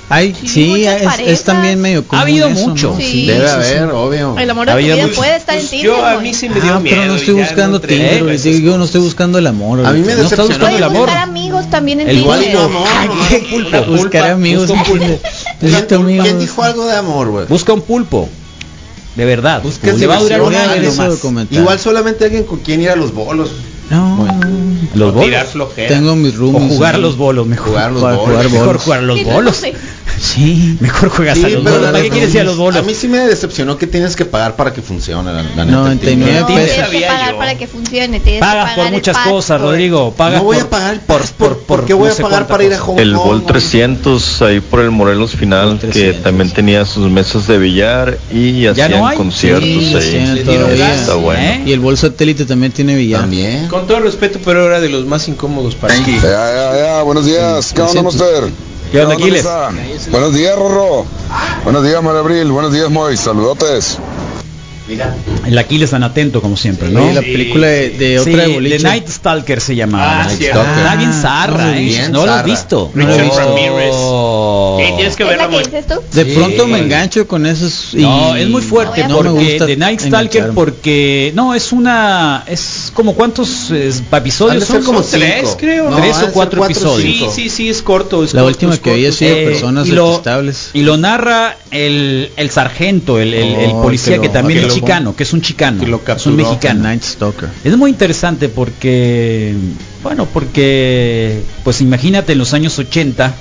Speaker 9: Ay,
Speaker 10: Sí,
Speaker 9: sí,
Speaker 10: muchas
Speaker 9: es- es,
Speaker 10: parejas.
Speaker 9: también medio común.
Speaker 3: habido
Speaker 9: eso,
Speaker 3: mucho.
Speaker 9: ¿no?
Speaker 10: Sí.
Speaker 7: Debe haber, obvio.
Speaker 10: El amor de tu
Speaker 3: Había
Speaker 10: vida
Speaker 3: mucho-
Speaker 10: puede estar en
Speaker 8: Pues
Speaker 10: Tinder.
Speaker 8: yo a
Speaker 10: güey.
Speaker 8: mí sí me dio
Speaker 9: Ah,
Speaker 8: miedo.
Speaker 9: pero no estoy
Speaker 8: ya
Speaker 9: buscando
Speaker 8: entré.
Speaker 10: Eh,
Speaker 8: Eh, pues,
Speaker 9: Tinder. les digo, yo no estoy buscando el amor.
Speaker 7: A mí me
Speaker 9: ahorita.
Speaker 3: No está
Speaker 7: decepcionó.
Speaker 3: buscando
Speaker 10: Puedes
Speaker 3: el amor.
Speaker 10: buscar amigos también en
Speaker 3: El
Speaker 10: Tinder.
Speaker 7: Igual y no amor, nomás un pulpo.
Speaker 9: Buscar amigos.
Speaker 3: busca un
Speaker 9: Tinder.
Speaker 7: Una
Speaker 9: Necesito
Speaker 7: pulpa.
Speaker 9: amigos.
Speaker 7: ¿Quién dijo algo de amor, güey?
Speaker 3: Busca un pulpo. De verdad.
Speaker 7: Busca
Speaker 3: Le va a durar un
Speaker 9: Voy a
Speaker 7: diversión,
Speaker 3: año
Speaker 9: ver ese
Speaker 3: más.
Speaker 9: documental.
Speaker 7: Igual solamente alguien con quien ir a los bolos.
Speaker 9: No,
Speaker 7: Bueno.
Speaker 3: Los
Speaker 8: O
Speaker 3: bolos.
Speaker 8: tirar flojera.
Speaker 9: tengo mis
Speaker 3: O
Speaker 9: roomies.
Speaker 3: jugar
Speaker 9: ahí.
Speaker 3: los bolos, mejor.
Speaker 7: Jugar los
Speaker 3: Para
Speaker 7: bolos.
Speaker 3: Mejor
Speaker 9: Bolos.
Speaker 3: jugar los
Speaker 10: Sí, no,
Speaker 3: bolos.
Speaker 10: sé.
Speaker 9: Sí.
Speaker 3: Mejor juegas a
Speaker 7: Sí,
Speaker 3: los
Speaker 7: pero
Speaker 3: bolos.
Speaker 7: la
Speaker 3: ¿Para qué
Speaker 7: neta,
Speaker 3: quieres ir a los bolos?
Speaker 7: A mí sí me decepcionó que tienes que pagar para que funcione la, la neta,
Speaker 9: 99
Speaker 7: Tinder.
Speaker 9: pesos.
Speaker 10: No, tienes que
Speaker 8: Sabía
Speaker 10: pagar
Speaker 8: yo.
Speaker 10: para que funcione. tienes que
Speaker 3: Pagas por
Speaker 10: pagar el
Speaker 3: muchas
Speaker 10: Passport.
Speaker 3: cosas, Rodrigo. Pagas
Speaker 7: No voy
Speaker 3: por-
Speaker 7: a pagar el
Speaker 3: por,
Speaker 7: passport,
Speaker 3: por, por
Speaker 7: ¿por qué voy
Speaker 3: no
Speaker 7: a
Speaker 3: sé
Speaker 7: pagar
Speaker 3: cuánta
Speaker 7: para ir a
Speaker 3: cosa.
Speaker 7: Hong
Speaker 13: El
Speaker 7: Kong,
Speaker 13: Vol
Speaker 7: güey?
Speaker 13: 300 ahí por el Morelos final,
Speaker 9: Vol
Speaker 13: que
Speaker 9: 300.
Speaker 13: también tenía sus mesas de billar y hacían
Speaker 3: no hay?
Speaker 13: conciertos
Speaker 9: Sí, hacían
Speaker 13: ahí.
Speaker 9: todavía.
Speaker 13: Está bueno.
Speaker 3: ¿Eh?
Speaker 9: Y el bol satélite también tiene billar.
Speaker 7: También.
Speaker 8: Con todo respeto, pero era de los más incómodos para mí.
Speaker 12: buenos días. ¿Qué onda, Monster?
Speaker 3: ¿Qué onda, Aquiles?
Speaker 12: Misa? Buenos días, Rorro. Buenos días, María Abril. Buenos días, Moy. Saludotes.
Speaker 3: El Aquiles tan atento como siempre, ¿no?
Speaker 9: Oye, la película de, de
Speaker 3: Sí,
Speaker 9: otra de
Speaker 3: The
Speaker 9: boliche.
Speaker 3: Night Stalker se llamaba.
Speaker 8: Ah,
Speaker 7: Night
Speaker 8: cierto.
Speaker 7: Stalker.
Speaker 3: Está bien zarra,
Speaker 9: no lo
Speaker 3: ¿eh?
Speaker 7: vi.
Speaker 3: No lo has
Speaker 7: Bien
Speaker 3: visto.
Speaker 8: zarra. Richard
Speaker 3: Oh.
Speaker 8: Ramírez.
Speaker 3: Eh, tienes que
Speaker 10: ¿Es
Speaker 3: verla
Speaker 10: la que
Speaker 3: muy-
Speaker 10: dices tú?
Speaker 9: De pronto me engancho con esos. y
Speaker 3: No, es muy fuerte
Speaker 9: no me
Speaker 3: porque
Speaker 9: gusta
Speaker 3: de Night Stalker
Speaker 9: engancharme.
Speaker 3: porque no es una es como cuántos eh,
Speaker 9: Han
Speaker 3: episodios
Speaker 9: de
Speaker 3: son
Speaker 9: ser como
Speaker 3: Son tres
Speaker 9: cinco.
Speaker 3: creo
Speaker 9: No,
Speaker 3: tres
Speaker 9: han de
Speaker 3: o
Speaker 9: ser
Speaker 3: cuatro,
Speaker 9: cuatro,
Speaker 3: episodios pues,
Speaker 9: cinco.
Speaker 8: Sí, sí, es corto. Es
Speaker 9: La
Speaker 8: corto,
Speaker 9: última
Speaker 8: es
Speaker 9: que oí
Speaker 8: corto.
Speaker 9: ha sido de personas
Speaker 3: eh, y lo,
Speaker 9: detestables.
Speaker 3: y lo narra el, el sargento, el, el- el
Speaker 9: Oh,
Speaker 3: policía
Speaker 9: que
Speaker 3: que,
Speaker 9: lo-
Speaker 3: también es
Speaker 9: que lo-
Speaker 3: chicano, que es un chicano, es un
Speaker 9: capturó
Speaker 3: mexicano.
Speaker 9: Night Stalker.
Speaker 3: Es muy interesante porque, bueno, porque, pues imagínate en los años 80,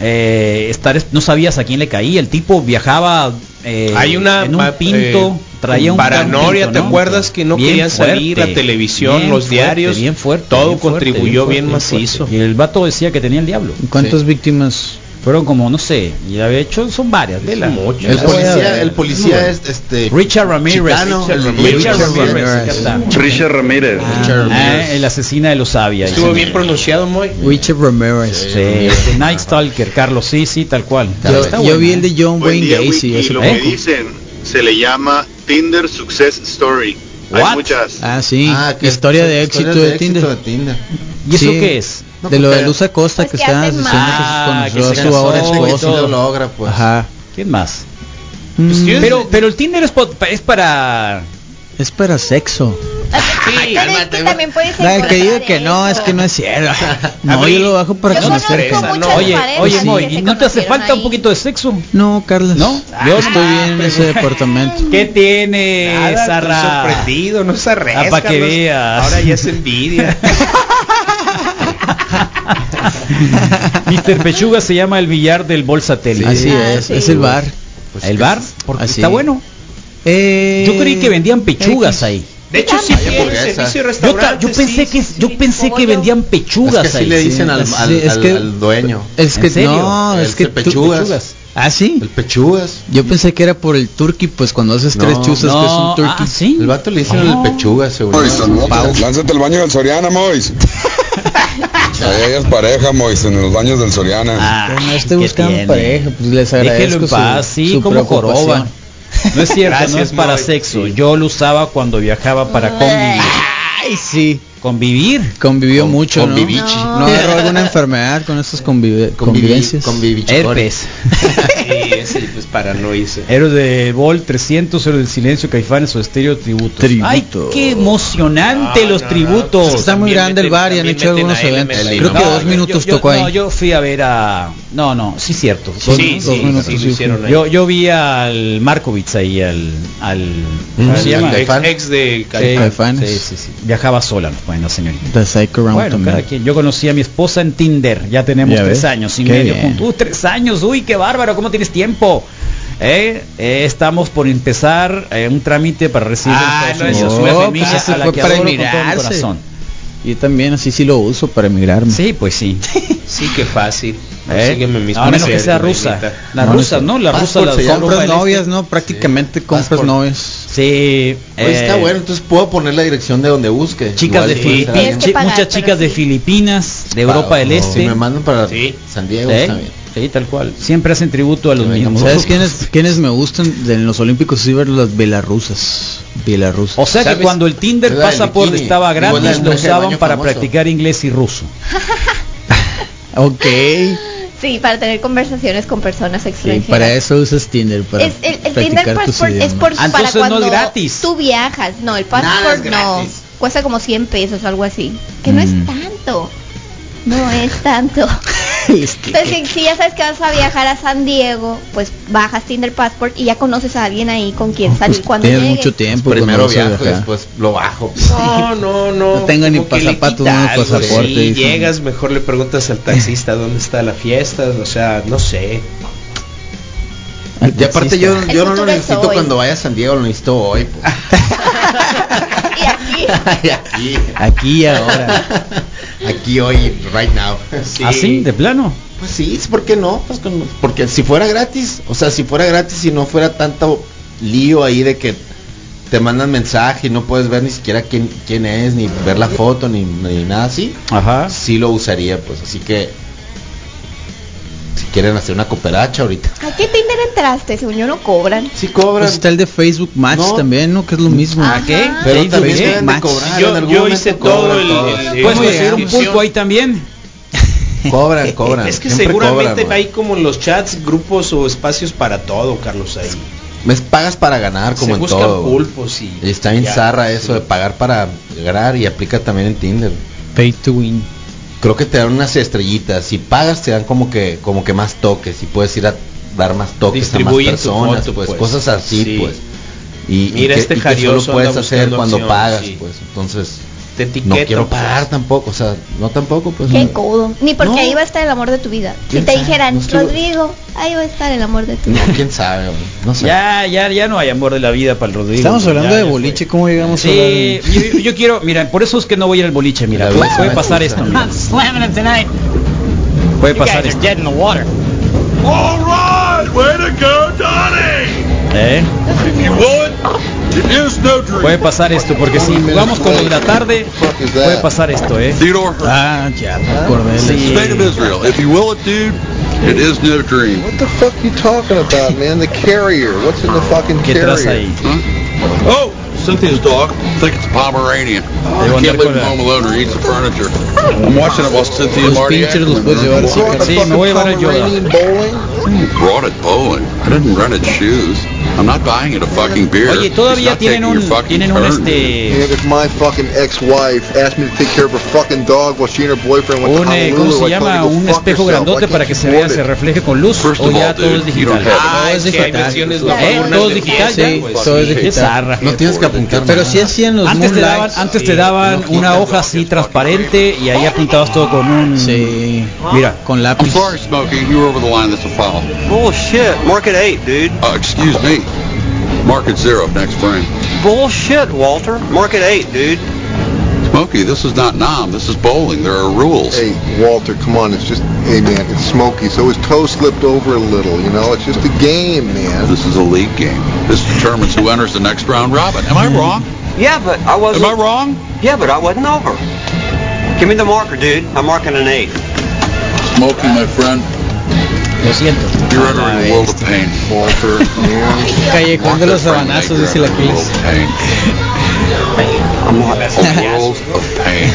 Speaker 3: eh, estar, no sabías a quién le caía, el tipo viajaba eh,
Speaker 8: Hay una
Speaker 3: en un
Speaker 8: ma-
Speaker 3: pinto,
Speaker 8: eh,
Speaker 3: traía un
Speaker 8: paranoia,
Speaker 3: pinto,
Speaker 8: ¿te
Speaker 3: ¿no?
Speaker 8: acuerdas que no
Speaker 3: Bien
Speaker 8: querían salir
Speaker 3: fuerte,
Speaker 8: la televisión,
Speaker 3: bien
Speaker 8: los
Speaker 3: fuerte,
Speaker 8: diarios?
Speaker 3: bien fuerte,
Speaker 8: todo
Speaker 3: bien fuerte,
Speaker 8: contribuyó bien,
Speaker 3: fuerte.
Speaker 8: macizo.
Speaker 3: Y el vato decía que tenía el diablo.
Speaker 9: ¿Cuántas
Speaker 3: Sí.
Speaker 9: víctimas?
Speaker 3: Fueron como, no sé, y de hecho son varias, vela.
Speaker 7: El policía, el policía es este
Speaker 3: Richard Ramírez.
Speaker 7: chicano,
Speaker 3: Richard
Speaker 7: el-
Speaker 3: Ramírez.
Speaker 7: Richard
Speaker 3: Richard Ramírez,
Speaker 7: Ramírez.
Speaker 3: acá está.
Speaker 14: Richard Ramírez.
Speaker 3: Ah, el asesina de los sabias.
Speaker 8: Estuvo bien pronunciado, Moy.
Speaker 9: Richard Ramirez.
Speaker 3: Night Stalker, Carlos, sí, sí, tal cual.
Speaker 9: Yo,
Speaker 3: Está
Speaker 9: yo
Speaker 3: buena,
Speaker 9: vi
Speaker 3: ¿eh?
Speaker 9: el de John
Speaker 14: Buen
Speaker 9: Wayne
Speaker 14: día,
Speaker 9: Gacy.
Speaker 14: Wiki.
Speaker 9: hace
Speaker 14: Lo que
Speaker 9: poco.
Speaker 14: dicen se le llama Tinder Success Story. Hay muchas.
Speaker 9: Ah, sí. historia de éxito,
Speaker 7: historia
Speaker 9: de, Tinder.
Speaker 3: ¿Y eso qué es?
Speaker 9: No, de lo de Luz Acosta
Speaker 10: Pues
Speaker 9: que estaba diciendo
Speaker 3: Ah,
Speaker 9: que se
Speaker 3: que se
Speaker 9: conoció a su ahora
Speaker 3: casó y
Speaker 9: esposo.
Speaker 3: todo.
Speaker 9: Ajá. Mm.
Speaker 3: ¿Quién más? pero, pero el Tinder es, po- es para...
Speaker 9: Es para sexo.
Speaker 10: Pero es que también puedes
Speaker 9: La que digo
Speaker 10: encontrar
Speaker 9: que no, es que no es cierto. [laughs] No, yo lo bajo para
Speaker 10: Yo
Speaker 9: conocer.
Speaker 10: conozco
Speaker 9: gente.
Speaker 10: muchas
Speaker 3: Oye,
Speaker 10: parejas
Speaker 3: oye,
Speaker 10: que
Speaker 3: Moy,
Speaker 10: se
Speaker 3: ¿y ¿no te hace
Speaker 10: conocieron
Speaker 3: falta un
Speaker 10: ahí.
Speaker 3: poquito de sexo? Ah,
Speaker 9: No, Carlos. No, yo estoy bien en ese departamento.
Speaker 3: ¿Qué tiene,
Speaker 8: Nada,
Speaker 3: Sarra?
Speaker 8: estoy sorprendido, no se
Speaker 3: Ah, pa' que veas.
Speaker 8: Ahora [laughs] ya es envidia.
Speaker 3: Mr. Pechuga se llama el billar del Bol Satélite.
Speaker 9: Así es, es el bar.
Speaker 3: ¿El bar? pues, Porque
Speaker 9: así. Eh,
Speaker 3: está bueno. yo creí que vendían pechugas ahí.
Speaker 8: De hecho, sí,
Speaker 9: Hay
Speaker 8: tiene
Speaker 9: hamburguesas.
Speaker 8: servicio de
Speaker 3: Yo, ta-
Speaker 8: restaurante.
Speaker 3: yo pensé que yo pensé que vendían pechugas
Speaker 7: Es que
Speaker 3: ahí.
Speaker 7: así le dicen al, al,
Speaker 9: Sí, es
Speaker 7: al-
Speaker 9: que-
Speaker 7: al dueño.
Speaker 9: Es que
Speaker 3: ¿En serio?
Speaker 9: no,
Speaker 7: El
Speaker 9: es que tú-
Speaker 7: pechugas.
Speaker 9: ¿Ah, sí?
Speaker 7: El pechugas.
Speaker 9: Yo pensé que era por el turkey, pues cuando haces tres
Speaker 7: No,
Speaker 9: chuzas que es un
Speaker 7: no,
Speaker 9: turkey.
Speaker 7: ah, El vato le dicen
Speaker 3: Ah.
Speaker 7: el pechuga, seguro.
Speaker 12: Mois,
Speaker 7: Pau.
Speaker 12: lánzate al baño del Soriana,
Speaker 3: [laughs]
Speaker 12: Mois. Ahí es pareja, Mois, en los baños del Soriana.
Speaker 3: Ah.
Speaker 9: no esté buscando
Speaker 12: tiene?
Speaker 9: pareja, pues les
Speaker 3: Déjelo
Speaker 9: agradezco
Speaker 3: en paz,
Speaker 9: su,
Speaker 3: sí,
Speaker 9: su
Speaker 3: como
Speaker 9: preocupación.
Speaker 3: joroban. No es cierto, no
Speaker 9: Gracias,
Speaker 3: es para
Speaker 9: Moy.
Speaker 3: sexo. Yo lo usaba cuando viajaba para convivir.
Speaker 9: Ay, sí.
Speaker 3: Convivir.
Speaker 9: Convivió mucho, ¿no?
Speaker 3: convivichi.
Speaker 9: ¿no? agarró alguna enfermedad con esas convive- convivencias.
Speaker 3: Herpes.
Speaker 8: Sí, ese, pues para no irse.
Speaker 3: Héroes de Vol 300, Héroes del Silencio, Caifanes o Estéreo Tributos. ¡Ay, qué emocionante
Speaker 9: No,
Speaker 3: los
Speaker 9: no,
Speaker 3: tributos!
Speaker 9: no. Está muy También grande el meten- bar y han también hecho meten algunos a Ellen eventos. Melena. Creo que dos
Speaker 3: yo-
Speaker 9: minutos
Speaker 3: yo-
Speaker 9: tocó ahí.
Speaker 3: No, yo fui a ver a... No, no, sí cierto.
Speaker 9: Sí, sí, sí, sí, lo hicieron ahí.
Speaker 3: Yo, yo vi al Markovitz ahí, al... al
Speaker 9: Mm.
Speaker 3: ¿Cómo se llama?
Speaker 8: Ex, ex de
Speaker 3: Sí,
Speaker 9: Caifanes.
Speaker 3: Sí, sí, sí. Viajaba sola, bueno, señorita.
Speaker 9: The Psycho Round
Speaker 3: Bueno,
Speaker 9: también.
Speaker 3: cada quien. Yo conocí a mi esposa en Tinder. Ya tenemos
Speaker 9: Ya
Speaker 3: tres
Speaker 9: ves.
Speaker 3: años y
Speaker 9: Qué
Speaker 3: medio
Speaker 9: bien.
Speaker 3: juntos. Uh, tres años. Uy, qué bárbaro. ¿Cómo tienes tiempo? Eh, eh, estamos por empezar eh, un trámite para recibir
Speaker 9: Ah,
Speaker 3: en
Speaker 9: no,
Speaker 3: Estados Unidos.
Speaker 9: eso
Speaker 3: Una
Speaker 9: fue-
Speaker 3: familia
Speaker 9: pues, eso
Speaker 3: a la
Speaker 9: fue
Speaker 3: que
Speaker 9: para
Speaker 3: adoro con todo mi
Speaker 9: emigrarse.
Speaker 3: corazón.
Speaker 9: Yo también así sí lo uso para emigrarme.
Speaker 3: Sí, pues sí.
Speaker 8: Sí,
Speaker 9: [laughs]
Speaker 8: qué fácil.
Speaker 9: ¿Eh?
Speaker 8: Sígueme mis
Speaker 9: A menos
Speaker 8: mis-
Speaker 9: que sea rusa. La rusa, ¿no? La rusa, la de Europa
Speaker 7: compras
Speaker 9: del
Speaker 7: novias,
Speaker 9: Este. ¿no? Prácticamente
Speaker 7: compras
Speaker 9: novias.
Speaker 3: Sí.
Speaker 7: Oye, está
Speaker 3: eh,
Speaker 7: bueno, entonces puedo poner la dirección de donde busque.
Speaker 3: Chicas
Speaker 7: Igual
Speaker 3: de
Speaker 7: y puede entrar
Speaker 3: Filipinas,
Speaker 7: ahí.
Speaker 3: chi- muchas chicas de Filipinas, de Europa
Speaker 7: Pau,
Speaker 3: del
Speaker 7: no.
Speaker 3: Este.
Speaker 7: Si me mandan para San Diego,
Speaker 3: Sí,
Speaker 7: está bien.
Speaker 3: sí, tal cual. Siempre hacen tributo a los mismos.
Speaker 9: ¿Sabes quiénes, quiénes me gustan de los Olímpicos? Sí, ver las belarrusas. Belarrusas.
Speaker 3: O sea que
Speaker 9: ¿Sabes?
Speaker 3: cuando el Tinder
Speaker 9: Es la del
Speaker 3: pasaporte
Speaker 9: bikini.
Speaker 3: estaba
Speaker 9: Igual la
Speaker 3: gratis,
Speaker 9: del
Speaker 3: lo
Speaker 9: traje de
Speaker 3: usaban
Speaker 9: baño
Speaker 3: para
Speaker 9: famoso.
Speaker 3: practicar inglés y ruso.
Speaker 9: [laughs] Ok.
Speaker 10: Sí, para tener conversaciones con personas
Speaker 9: Y
Speaker 10: extranjeras.
Speaker 9: para eso usas Tinder. Para
Speaker 10: es, el, el
Speaker 9: practicar
Speaker 10: Tinder
Speaker 9: tus
Speaker 10: Passport es
Speaker 9: idiomas.
Speaker 10: por,
Speaker 3: Ah,
Speaker 10: para cuando tú viajas. No, el
Speaker 9: Nada es
Speaker 10: Passport no.
Speaker 9: gratis.
Speaker 10: Cuesta como 100 pesos, algo así. Que no es tanto. No es tanto. Entonces, si, si ya sabes que vas a viajar a San Diego, pues bajas Tinder Passport y ya conoces a alguien ahí con quien salir cuando
Speaker 9: Tienes
Speaker 10: llegues.
Speaker 9: mucho tiempo.
Speaker 7: Pues primero
Speaker 9: cuando vas a
Speaker 7: viajo,
Speaker 9: viajar.
Speaker 7: después lo bajo.
Speaker 8: No, no, no.
Speaker 9: No tengo ni
Speaker 8: como que le
Speaker 9: pasapatos,
Speaker 8: quita
Speaker 9: no
Speaker 8: algo,
Speaker 9: pasaporte,
Speaker 8: sí,
Speaker 9: dicen.
Speaker 8: llegas, mejor le preguntas al taxista dónde está la fiesta, o sea, no sé.
Speaker 7: Y aparte yo,
Speaker 8: El
Speaker 7: yo no lo
Speaker 8: futuro es
Speaker 7: necesito
Speaker 8: hoy.
Speaker 7: cuando vaya a San Diego, lo necesito hoy. pues, po. Y aquí.
Speaker 9: Aquí ahora.
Speaker 7: [laughs] aquí hoy, right now.
Speaker 3: ¿Ah, sí? ¿De plano?
Speaker 7: Pues sí, ¿por qué no? Pues con- porque si fuera gratis, o sea, si fuera gratis y no fuera tanto lío ahí de que te mandan mensaje y no puedes ver ni siquiera quién, quién es, ni ver la foto, ni, ni nada así.
Speaker 3: Ajá.
Speaker 7: Sí lo usaría, pues así que... Si quieren hacer una cooperacha ahorita.
Speaker 10: ¿A qué Tinder entraste? Según yo no cobran.
Speaker 7: Sí cobran.
Speaker 9: Pues está el de Facebook Match
Speaker 7: No.
Speaker 9: también, ¿no? Que es lo mismo.
Speaker 10: ¿A qué?
Speaker 7: Pero también deben de cobrar, en algún momento cobran todo.
Speaker 3: ¿Puedes conseguir un pulpo ahí también?
Speaker 7: Cobran, cobran.
Speaker 8: Es que
Speaker 7: siempre
Speaker 8: seguramente
Speaker 7: cobran, man.
Speaker 8: hay como en los chats grupos o espacios para todo, Carlos. Ahí.
Speaker 7: Me pagas para ganar Ah, como
Speaker 8: Se
Speaker 7: en
Speaker 8: buscan
Speaker 7: todo. güey.
Speaker 8: pulpos y-
Speaker 7: Y está bien
Speaker 8: ya,
Speaker 7: zarra eso de pagar para ganar y aplica también en Tinder.
Speaker 9: Pay to win.
Speaker 7: Creo que te dan unas estrellitas. Si pagas te dan como que como que más toques y puedes ir a dar más toques a más
Speaker 8: Distribuyen tu
Speaker 7: personas,
Speaker 8: foto,
Speaker 7: pues,
Speaker 8: pues.
Speaker 7: cosas así,
Speaker 8: Sí.
Speaker 7: pues. Y, y
Speaker 8: Mira
Speaker 7: que-
Speaker 8: este
Speaker 7: y que
Speaker 8: jarioso
Speaker 7: solo puedes
Speaker 8: anda
Speaker 7: hacer
Speaker 8: buscando
Speaker 7: cuando
Speaker 8: opción,
Speaker 7: pagas,
Speaker 8: sí.
Speaker 7: pues. Entonces
Speaker 8: Te
Speaker 7: no
Speaker 8: etiqueto,
Speaker 7: quiero
Speaker 8: pues.
Speaker 7: pagar tampoco, o sea, no tampoco, pues.
Speaker 10: Qué
Speaker 7: no.
Speaker 10: codo. Ni porque ahí va a estar el amor de tu vida. Si
Speaker 7: ¿Quién
Speaker 10: te
Speaker 7: sabe?
Speaker 10: dijeran,
Speaker 7: No estuvo-
Speaker 10: Rodrigo, ahí va a estar el amor de tu
Speaker 7: No,
Speaker 10: vida.
Speaker 7: quién sabe, güey. no sé.
Speaker 3: Ya, ya, ya no hay amor de la vida para el Rodrigo.
Speaker 9: Estamos
Speaker 3: Ya,
Speaker 9: hablando
Speaker 3: ya
Speaker 9: de
Speaker 3: fue.
Speaker 9: boliche, ¿cómo llegamos a hablar
Speaker 3: Sí,
Speaker 9: de-
Speaker 3: yo, yo quiero, mira, por eso es que no voy a ir al boliche, mira, puede, puede pasar esto, mira, puede pasar esto.
Speaker 14: All right, way to go, Donnie.
Speaker 3: ¿eh?
Speaker 14: If you would, it is no dream.
Speaker 3: Puede pasar esto, porque si jugamos como en la tarde, puede pasar esto, ¿eh?
Speaker 14: Theodore
Speaker 9: Ah, ya, me acordé.
Speaker 3: Sí.
Speaker 14: State of Israel. If you will it, dude, it is no dream.
Speaker 15: What the fuck you talking about, man? The carrier. What's in the fucking
Speaker 3: ¿Qué traes
Speaker 15: carrier?
Speaker 3: ahí?
Speaker 14: Oh, Cynthia's dog. I think it's a Pomeranian. I can't leave him home alone or eats the furniture. I'm watching it while Cynthia and Marty
Speaker 9: pinches los
Speaker 14: Ackerman
Speaker 9: puedes llevar
Speaker 14: are-
Speaker 9: así,
Speaker 3: Sí, me voy a llevar a Yoda.
Speaker 14: brought it bowling. I didn't rent it shoes. I'm not buying it a fucking beer.
Speaker 3: Oye,
Speaker 14: It's
Speaker 3: todavía
Speaker 14: not
Speaker 3: tienen
Speaker 14: taking your
Speaker 3: un,
Speaker 14: fucking
Speaker 3: tienen un
Speaker 14: turn.
Speaker 3: este,
Speaker 15: Yeah, because my fucking ex-wife asked me to take care of her fucking dog while she and her boyfriend went to
Speaker 3: un, eh,
Speaker 15: Honolulu.
Speaker 3: ¿cómo se
Speaker 15: I told her
Speaker 3: llama?
Speaker 15: to go
Speaker 3: Un
Speaker 15: fuck
Speaker 3: espejo
Speaker 15: herself.
Speaker 3: grandote
Speaker 15: I
Speaker 3: para
Speaker 15: can't
Speaker 3: que se vea,
Speaker 15: afford it.
Speaker 3: se refleje con luz,
Speaker 14: First
Speaker 3: o
Speaker 14: of
Speaker 3: ya
Speaker 14: all,
Speaker 3: todo
Speaker 14: dude,
Speaker 3: es
Speaker 14: you
Speaker 3: digital.
Speaker 14: don't have
Speaker 8: Ah,
Speaker 9: Todo es
Speaker 8: es que hay
Speaker 9: digital.
Speaker 8: versiones
Speaker 9: Eh,
Speaker 8: babonas
Speaker 3: todo es
Speaker 8: de
Speaker 3: digital,
Speaker 8: Tinder,
Speaker 9: Sí,
Speaker 8: güey.
Speaker 9: todo es
Speaker 14: Sí.
Speaker 3: pues. Qué
Speaker 9: digital.
Speaker 3: zarra.
Speaker 7: No tienes que apuntar
Speaker 9: Pero
Speaker 7: nada.
Speaker 9: si hacían los
Speaker 3: Antes te
Speaker 9: moonlights.
Speaker 3: daban, antes te daban una hoja así transparente y ahí apuntabas todo con un,
Speaker 9: Sí,
Speaker 3: mira,
Speaker 9: con
Speaker 14: I'm
Speaker 9: lápiz.
Speaker 14: sorry, Smokey. You were over the line. That's a foul.
Speaker 16: Bullshit. Mark at eight, dude.
Speaker 14: Uh, excuse me. Market zero next spring.
Speaker 16: Bullshit, Walter. Mark at eight, dude.
Speaker 14: Smokey, this is not nom. This is bowling. There are rules.
Speaker 15: Hey, Walter, come on. It's just, hey, man, it's smoky. So his toe slipped over a little, you know? It's just a game, man.
Speaker 14: This is a league game. This determines who enters the next round robin. Am I wrong?
Speaker 16: Mm. Yeah, but I
Speaker 14: Am
Speaker 16: wasn't.
Speaker 14: I wrong?
Speaker 16: Yeah, but I wasn't over. Give me the marker, dude. I'm marking an eight.
Speaker 14: Smokey, my friend,
Speaker 3: lo siento.
Speaker 14: you're entering a world of pain.
Speaker 15: Walter, man.
Speaker 9: Callejón de los
Speaker 14: Market friend,
Speaker 9: sabanazos,
Speaker 14: you're
Speaker 9: dice la
Speaker 14: entering a world
Speaker 9: Kilis.
Speaker 14: of pain.
Speaker 16: I'm
Speaker 14: A world of pain.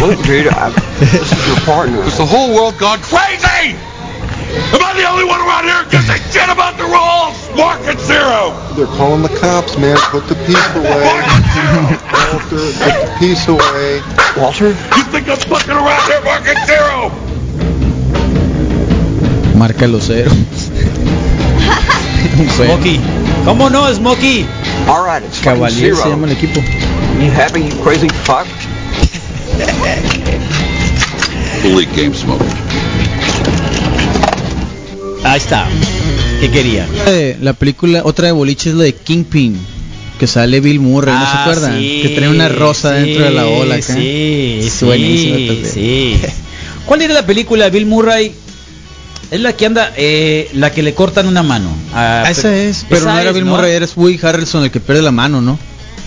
Speaker 16: Look, dude, I, this is your partner.
Speaker 14: Is the whole world gone crazy? Am I the only one around here who gives a shit about the rules? Market zero.
Speaker 15: They're calling the cops, man. Put the
Speaker 14: [laughs]
Speaker 15: piece away. Walter, put the piece away.
Speaker 16: Walter?
Speaker 14: You think I'm fucking around here? Market zero.
Speaker 9: Marca
Speaker 3: [laughs]
Speaker 9: los cero. Un juego.
Speaker 3: Smokey, ¿cómo no, Smokey?
Speaker 16: All right, it's fucking
Speaker 9: Cavalier
Speaker 16: zero.
Speaker 9: se llama el equipo.
Speaker 16: You happy, you crazy fuck?
Speaker 14: The league game, Smokey.
Speaker 3: Ahí está. ¿Qué quería?
Speaker 9: La, de- Eh, la película, otra de boliche es la de Kingpin, que sale Bill Murray, ¿no se
Speaker 3: Ah,
Speaker 9: acuerdan?
Speaker 3: sí,
Speaker 9: que trae una rosa
Speaker 3: sí,
Speaker 9: dentro de la ola acá.
Speaker 3: Sí,
Speaker 9: Es
Speaker 3: sí,
Speaker 9: buenísima también.
Speaker 3: sí. [laughs] ¿Cuál era la película de Bill Murray? Es la que anda, eh, la que le cortan una mano. Ah,
Speaker 9: Ah, esa
Speaker 3: pe-
Speaker 9: es, pero
Speaker 3: esa
Speaker 9: no era
Speaker 3: es,
Speaker 9: Bill Murray, era Woody Harrelson el que pierde la mano, ¿no?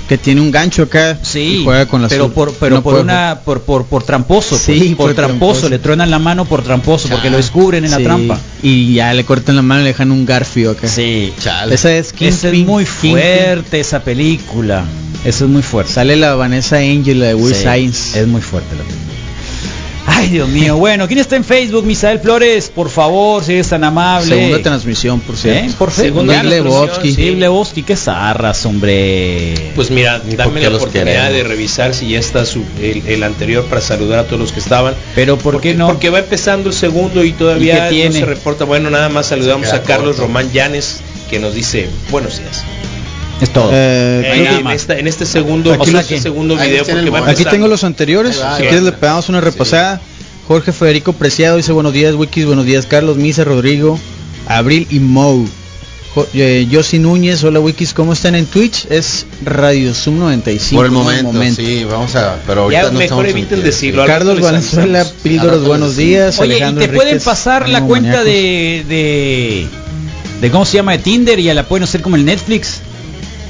Speaker 9: Que tiene un gancho acá
Speaker 3: Sí,
Speaker 9: y juega con la
Speaker 3: pero
Speaker 9: azul.
Speaker 3: por, pero
Speaker 9: No
Speaker 3: por
Speaker 9: puede
Speaker 3: una por, por, por tramposo,
Speaker 9: Sí,
Speaker 3: pues, por,
Speaker 9: por
Speaker 3: tramposo,
Speaker 9: tramposo. Ah,
Speaker 3: le truenan la mano por tramposo porque lo descubren en la
Speaker 9: Sí,
Speaker 3: trampa.
Speaker 9: Y ya le cortan la mano y le dejan un garfio acá.
Speaker 3: Sí, chale.
Speaker 9: Esa es
Speaker 3: Esa es
Speaker 9: Kingpin,
Speaker 3: muy
Speaker 9: Kingpin.
Speaker 3: fuerte esa película. Esa es muy fuerte.
Speaker 9: Sale la Vanessa Angel, la de Will
Speaker 3: Sí,
Speaker 9: Science.
Speaker 3: Es muy fuerte la película. Ay, Dios
Speaker 9: [laughs]
Speaker 3: mío. Bueno, ¿quién está en Facebook? Misael Flores, por favor, si eres tan amable.
Speaker 9: Segunda transmisión, por cierto.
Speaker 3: ¿Eh? Por Facebook.
Speaker 9: Segunda Lebowski.
Speaker 3: Sí, Lebowski, qué zarras, hombre.
Speaker 8: Pues mira,
Speaker 7: por
Speaker 8: dame
Speaker 7: qué
Speaker 8: la
Speaker 7: los
Speaker 8: oportunidad
Speaker 7: queremos?
Speaker 8: de revisar si ya está su- el, el anterior para saludar a todos los que estaban.
Speaker 3: Pero ¿por qué no?
Speaker 8: Porque va empezando el segundo y
Speaker 3: ¿Y
Speaker 8: todavía
Speaker 3: qué tiene?
Speaker 8: no se reporta. Bueno, nada más saludamos
Speaker 7: Se
Speaker 8: a
Speaker 7: queda
Speaker 8: Carlos
Speaker 7: corto.
Speaker 8: Román Llanes que nos dice buenos días.
Speaker 3: Es todo.
Speaker 9: Eh,
Speaker 8: Eh,
Speaker 9: creo que-
Speaker 8: en, esta- en este segundo,
Speaker 9: Aquí
Speaker 8: en
Speaker 9: los
Speaker 8: este
Speaker 9: que-
Speaker 8: segundo
Speaker 7: ahí
Speaker 8: video
Speaker 7: los tienen
Speaker 8: porque va
Speaker 7: el
Speaker 9: Aquí
Speaker 8: empezando.
Speaker 9: tengo los anteriores.
Speaker 7: Ahí va,
Speaker 9: si
Speaker 7: ahí
Speaker 9: quieres
Speaker 7: va.
Speaker 9: le pegamos una repasada. Jorge Federico Preciado dice buenos días, Wikis, buenos días, Carlos, Misa, Rodrigo, Abril y Mou. Jo- eh, Yossi Núñez, hola Wikis, ¿cómo están en Twitch? Es Radio Zoom 95.
Speaker 7: Por el
Speaker 9: ¿no?
Speaker 7: momento, sí, vamos a, pero
Speaker 8: Ya
Speaker 7: ahorita no
Speaker 8: mejor
Speaker 7: estamos en
Speaker 8: eviten
Speaker 7: tiempo.
Speaker 8: decirlo. al rato
Speaker 9: Carlos
Speaker 8: les
Speaker 9: Valenzuela,
Speaker 8: avisamos.
Speaker 9: Píldoros,
Speaker 7: Ahora
Speaker 9: buenos
Speaker 7: les-
Speaker 9: días.
Speaker 3: Oye, y
Speaker 9: Alejandro
Speaker 3: te pueden
Speaker 9: Enríquez,
Speaker 3: pasar la
Speaker 9: ánimo,
Speaker 3: cuenta
Speaker 9: maníacos.
Speaker 3: de, de. de cómo se llama de Tinder y ya la pueden hacer como el Netflix.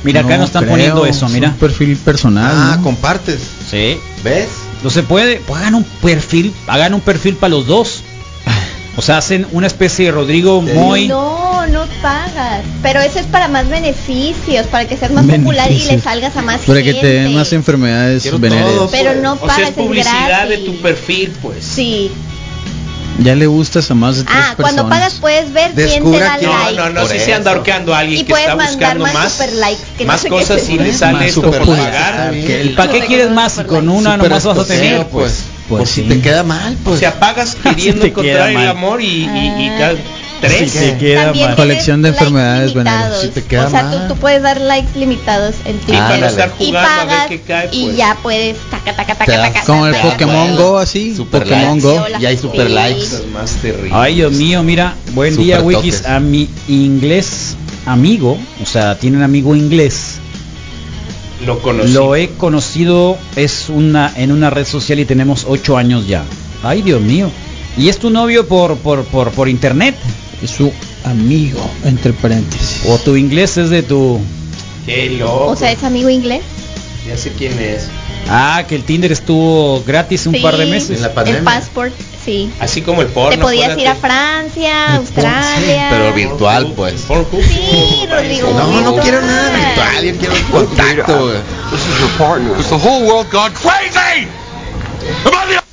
Speaker 3: Mira, acá
Speaker 9: No
Speaker 3: nos están
Speaker 9: creo,
Speaker 3: poniendo eso,
Speaker 9: es
Speaker 3: mira.
Speaker 9: Un perfil personal.
Speaker 7: Ah,
Speaker 9: ¿no?
Speaker 7: compartes.
Speaker 3: Sí.
Speaker 7: ¿Ves?
Speaker 3: No se puede. Pues hagan un perfil, hagan un perfil para los dos. O sea, hacen una especie de Rodrigo Moy.
Speaker 10: No, no pagas. Pero eso es para más beneficios, para que seas más popular y le
Speaker 9: Beneficios.
Speaker 10: salgas a más
Speaker 9: Para que te
Speaker 10: gente.
Speaker 9: den más enfermedades
Speaker 7: Quiero
Speaker 9: venéreas.
Speaker 7: todo.
Speaker 10: Pero no
Speaker 8: O sea,
Speaker 10: pagas,
Speaker 8: es
Speaker 10: es
Speaker 8: publicidad de
Speaker 10: gratis.
Speaker 8: tu perfil, pues.
Speaker 10: Sí,
Speaker 9: Ya le gustas a más de tres personas.
Speaker 10: Ah, cuando pagas puedes ver quién te da
Speaker 8: no,
Speaker 10: like.
Speaker 8: no, no,
Speaker 9: Por
Speaker 8: si se anda
Speaker 9: eso.
Speaker 8: ahorcando a alguien
Speaker 10: Y
Speaker 8: que está
Speaker 10: puedes mandar
Speaker 8: buscando
Speaker 10: más,
Speaker 8: más,
Speaker 10: super likes. Que
Speaker 8: más
Speaker 10: no sé qué
Speaker 8: cosas
Speaker 10: te-
Speaker 8: y le sale esto por
Speaker 9: Ah,
Speaker 8: pagar.
Speaker 3: ¿Para qué quieres más? Si Con una
Speaker 8: Súper
Speaker 3: nomás vas a
Speaker 8: estocero,
Speaker 3: tener.
Speaker 8: pues.
Speaker 3: Pues
Speaker 7: si te queda mal,
Speaker 8: O sea, pagas queriendo
Speaker 9: te queda
Speaker 8: encontrar el
Speaker 9: mal.
Speaker 8: amor y, y, y cada-
Speaker 9: Pues
Speaker 8: tres.
Speaker 10: Ah. También tienes
Speaker 9: Colección de
Speaker 10: likes
Speaker 9: enfermedades venéreas.
Speaker 10: limitados. o sea, tú, tú puedes dar likes limitados en Twitter.
Speaker 9: para no estar
Speaker 10: y
Speaker 8: jugando a ver
Speaker 10: pagas
Speaker 8: qué cae,
Speaker 10: y
Speaker 8: pues.
Speaker 10: ya puedes taca, taca, taca, taca,
Speaker 9: Como el
Speaker 10: taca,
Speaker 9: Pokémon
Speaker 10: taca.
Speaker 9: Go así. Pokémon Go.
Speaker 10: Y hay super Sí. likes.
Speaker 8: más terrible.
Speaker 3: Ay, Dios mío, mira, buen
Speaker 9: Super
Speaker 3: día, Wikis.
Speaker 9: toques.
Speaker 3: A mi inglés amigo, o sea, tiene un amigo inglés.
Speaker 8: Lo conocí.
Speaker 3: Lo he conocido es una en una red social y tenemos ocho años ya. Ay, Dios mío. ¿Y es tu novio por por, por, por internet?
Speaker 9: Es su amigo, entre paréntesis.
Speaker 3: ¿O tu inglés es de tu...
Speaker 8: Qué loco.
Speaker 10: O sea, es amigo inglés.
Speaker 8: ya sé quién es.
Speaker 3: Ah, que el Tinder estuvo gratis un
Speaker 10: Sí,
Speaker 3: par de meses.
Speaker 10: El passport, sí.
Speaker 8: Así como el
Speaker 10: Te
Speaker 8: porno.
Speaker 10: podías ir a Francia, Australia.
Speaker 7: virtual, pues.
Speaker 10: Sí, Rodrigo.
Speaker 7: No, no
Speaker 10: virtual.
Speaker 7: quiero nada virtual, yo quiero contacto, güey.
Speaker 14: It's the whole world gone crazy!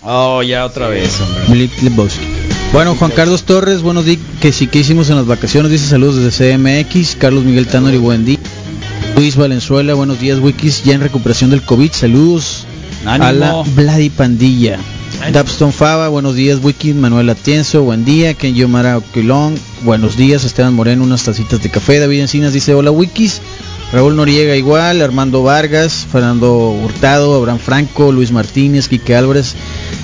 Speaker 3: Oh, ya otra vez, hombre.
Speaker 9: Blake Lebowski. Bueno, Juan Carlos Torres, buenos días. Que sí que hicimos en las vacaciones, dice saludos desde CMX. Carlos Miguel Tanner y buen día. Luis Valenzuela, buenos días, Wikis. Ya en recuperación del COVID, saludos a la
Speaker 3: Ánimo.
Speaker 9: Vladi Pandilla. Dabston Fava, buenos días, Wikis. Manuel Atienzo, buen día. Ken Yomara Oquilón, buenos días. Esteban Moreno, unas tacitas de café. David Encinas dice hola, Wikis. Raúl Noriega igual, Armando Vargas, Fernando Hurtado, Abraham Franco, Luis Martínez, Quique Álvarez,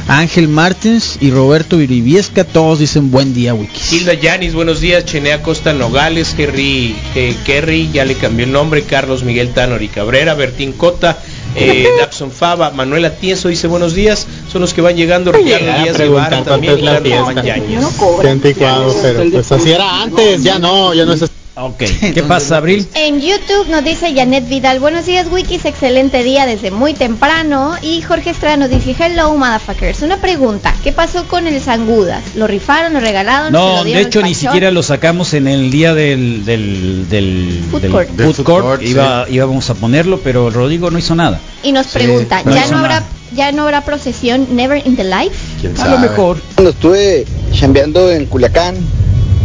Speaker 9: Ángel Martins y Roberto Viriviesca, todos dicen buen día, Wikis.
Speaker 8: Hilda Yanis, buenos días. Chenea Costa Nogales, Kerry, eh, Kerry, ya le cambió el nombre. Carlos Miguel Tanori Cabrera, Bertín Cota,
Speaker 3: [laughs]
Speaker 8: eh, Dabson Fava, Manuel Atienzo dice buenos días. Son los que van llegando. Ricardo
Speaker 17: Llegaba a
Speaker 8: Díaz
Speaker 17: preguntar
Speaker 8: Guevara
Speaker 17: cuánto
Speaker 8: también.
Speaker 17: es la
Speaker 8: Ricardo
Speaker 17: fiesta.
Speaker 8: Juan Yáñez.
Speaker 17: Qué anticuado, pero pues así era antes, ya
Speaker 3: [laughs]
Speaker 17: no, ya no es [laughs]
Speaker 3: Ok, ¿qué pasa, Abril?
Speaker 10: En YouTube nos dice Janet Vidal, buenos días Wikis, excelente día desde muy temprano. Y Jorge Estrada nos dice, hello motherfuckers, una pregunta, ¿qué pasó con el Sangudas? ¿Lo rifaron, lo regalaron? se
Speaker 3: No,
Speaker 10: lo
Speaker 3: de
Speaker 10: dieron
Speaker 3: hecho
Speaker 10: al
Speaker 3: ni
Speaker 10: Pachón?
Speaker 3: siquiera lo sacamos en el día del del del
Speaker 10: Food
Speaker 3: del
Speaker 10: court.
Speaker 3: food
Speaker 10: Del
Speaker 3: court.
Speaker 10: food court,
Speaker 3: Iba- íbamos a ponerlo, pero Rodrigo no hizo nada.
Speaker 10: Y nos
Speaker 3: Sí,
Speaker 10: pregunta,
Speaker 3: no
Speaker 10: ¿ya
Speaker 3: hizo
Speaker 10: no
Speaker 3: nada.
Speaker 10: habrá ya no habrá procesión Never in the Life?
Speaker 3: ¿Quién
Speaker 18: A lo mejor. Cuando estuve chambeando en Culiacán,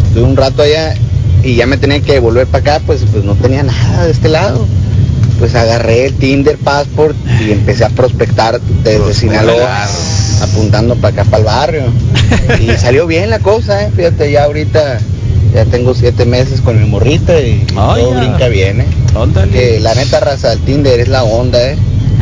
Speaker 18: estuve un rato allá y ya me tenía que devolver para acá, pues, pues no tenía nada de este lado. Pues agarré el Tinder Passport y empecé a prospectar desde Sinaloa, apuntando para acá, para el barrio. Y salió bien la cosa, ¿eh? fíjate, ya ahorita ya tengo siete meses con mi morrita y todo brinca bien. ¿eh? Eh, la neta raza, el Tinder es la onda, ¿eh?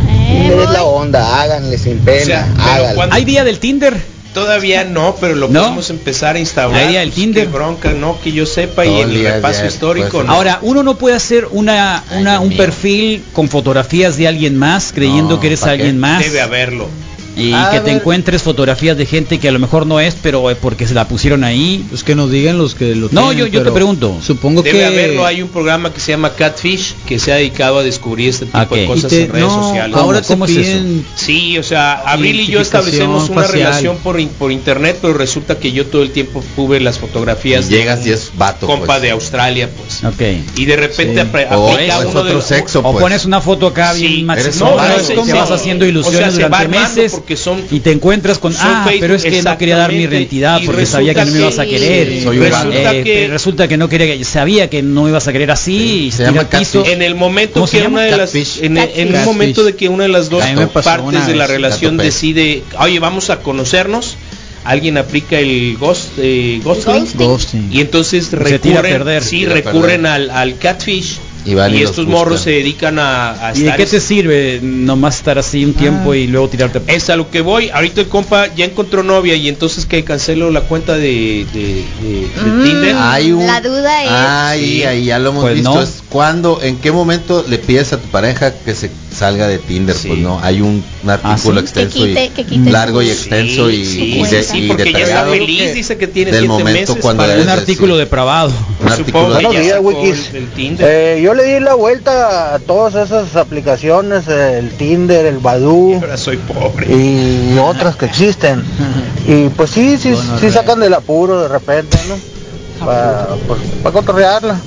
Speaker 18: Tinder es la onda, háganle sin pena, háganle.
Speaker 3: ¿Hay día del Tinder?
Speaker 8: Todavía no, pero lo podemos empezar a instaurar.
Speaker 3: ¿Hay día del
Speaker 8: Pues, Qué bronca, no, que yo sepa y
Speaker 3: Todo
Speaker 8: en
Speaker 3: el
Speaker 8: el
Speaker 3: día pues,
Speaker 8: repaso
Speaker 3: de-
Speaker 8: histórico. no.
Speaker 3: Ahora, uno no puede hacer una, una- un perfil con fotografías de alguien más creyendo
Speaker 8: No,
Speaker 3: que eres
Speaker 8: ¿para qué?
Speaker 3: alguien más.
Speaker 8: Debe haberlo.
Speaker 3: Y
Speaker 8: A
Speaker 3: que te
Speaker 8: ver.
Speaker 3: encuentres fotografías de gente que a lo mejor no es, pero eh, porque se la pusieron ahí.
Speaker 9: Pues que nos digan los que lo
Speaker 3: No,
Speaker 9: tienen,
Speaker 3: yo, yo te
Speaker 9: pero
Speaker 3: pregunto.
Speaker 9: Supongo
Speaker 8: Debe haberlo. Hay un programa que se llama Catfish que se ha dedicado a descubrir este tipo de
Speaker 9: Ok.
Speaker 8: cosas
Speaker 9: Y te-
Speaker 8: en redes
Speaker 9: no,
Speaker 8: sociales.
Speaker 9: ahora ¿Cómo- te cómo es eso? piden
Speaker 8: sí, o sea, Abril y yo establecemos una
Speaker 9: identificación
Speaker 8: relación por, in- por internet, pero resulta que yo todo el tiempo tuve las fotografías.
Speaker 7: Y llegas
Speaker 8: de
Speaker 7: y es vato,
Speaker 8: Compa
Speaker 7: pues.
Speaker 8: de Australia, pues.
Speaker 3: Ok.
Speaker 8: Y de repente
Speaker 3: Sí.
Speaker 8: apre-
Speaker 3: O
Speaker 8: aplica
Speaker 3: es
Speaker 8: uno de
Speaker 3: otro
Speaker 8: los-
Speaker 3: sexo, O pues. pones una foto acá bien machista,
Speaker 8: no,
Speaker 3: ¿no?
Speaker 8: no,
Speaker 3: Te
Speaker 8: sí,
Speaker 3: vas
Speaker 8: sí.
Speaker 3: haciendo
Speaker 8: O sea,
Speaker 3: ilusiones
Speaker 8: se va
Speaker 3: durante
Speaker 8: armando
Speaker 3: meses
Speaker 8: porque son
Speaker 3: y te encuentras con
Speaker 8: Son
Speaker 3: ah,
Speaker 8: Facebook,
Speaker 3: pero es que no quería dar mi
Speaker 8: exactamente.
Speaker 3: identidad
Speaker 8: Y
Speaker 3: porque sabía que no me
Speaker 8: resulta
Speaker 3: ibas a
Speaker 8: que-
Speaker 3: querer. Eh,
Speaker 8: Soy un
Speaker 3: resulta,
Speaker 8: vato.
Speaker 3: que... resulta que no quería que sabía que no ibas a querer así y se
Speaker 8: llama En el momento
Speaker 3: ¿Cómo se
Speaker 8: que
Speaker 3: llama?
Speaker 8: una de las
Speaker 3: Catfish.
Speaker 8: en, el- en un
Speaker 3: Catfish.
Speaker 8: momento de que una de las dos
Speaker 3: A mí me pasó una
Speaker 8: partes de la
Speaker 3: vez,
Speaker 8: relación
Speaker 3: la topé.
Speaker 8: decide, oye, vamos a conocernos. Alguien aplica el ghost, eh, ghosting,
Speaker 9: Ghosting.
Speaker 8: y entonces
Speaker 9: tira a
Speaker 8: recurren,
Speaker 9: perder.
Speaker 8: sí,
Speaker 9: Tira a
Speaker 8: recurren al, al catfish
Speaker 3: Y van y
Speaker 8: y,
Speaker 3: los
Speaker 8: estos
Speaker 3: buscan.
Speaker 8: morros se dedican a, a
Speaker 3: ¿Y de
Speaker 8: estar Ah.
Speaker 3: qué te sirve nomás estar así un tiempo y luego tirarte?
Speaker 8: es a lo que voy. Ahorita el compa ya encontró novia y entonces que cancelo la cuenta de, de- de- de
Speaker 10: Ah.
Speaker 8: Tinder.
Speaker 7: Mm, Hay un-
Speaker 10: La duda es...
Speaker 7: Ay, ahí ya lo hemos
Speaker 8: Pues
Speaker 7: visto.
Speaker 8: no.
Speaker 7: Es cuando, en qué momento le pides a tu pareja que se salga de Tinder. Pues no, hay un,
Speaker 3: ¿Ah,
Speaker 7: un artículo
Speaker 10: ¿sí?
Speaker 7: extenso
Speaker 10: Que quite-
Speaker 7: y
Speaker 10: que quite
Speaker 7: largo y
Speaker 10: su-
Speaker 7: extenso y,
Speaker 8: sí,
Speaker 7: y
Speaker 8: sí,
Speaker 7: de-
Speaker 8: sí,
Speaker 7: y
Speaker 8: porque ya está
Speaker 7: detallado
Speaker 8: feliz, dice que tiene
Speaker 7: del
Speaker 8: siete
Speaker 7: momento
Speaker 8: meses
Speaker 7: cuando
Speaker 8: para-
Speaker 7: debes
Speaker 3: un
Speaker 7: decir.
Speaker 3: artículo depravado.
Speaker 7: Un artículo
Speaker 3: Supongo
Speaker 7: de-
Speaker 3: que ya
Speaker 19: Buenos días,
Speaker 3: sacó
Speaker 19: Wikis.
Speaker 8: el- el
Speaker 19: Eh, yo le di la vuelta a todas esas aplicaciones, el Tinder, el Badoo.
Speaker 8: soy pobre.
Speaker 19: Y otras que existen. Y pues sí, sí,
Speaker 8: Bueno,
Speaker 19: sí
Speaker 8: re-
Speaker 19: sacan del apuro de repente, ¿no? Para cotorrearla.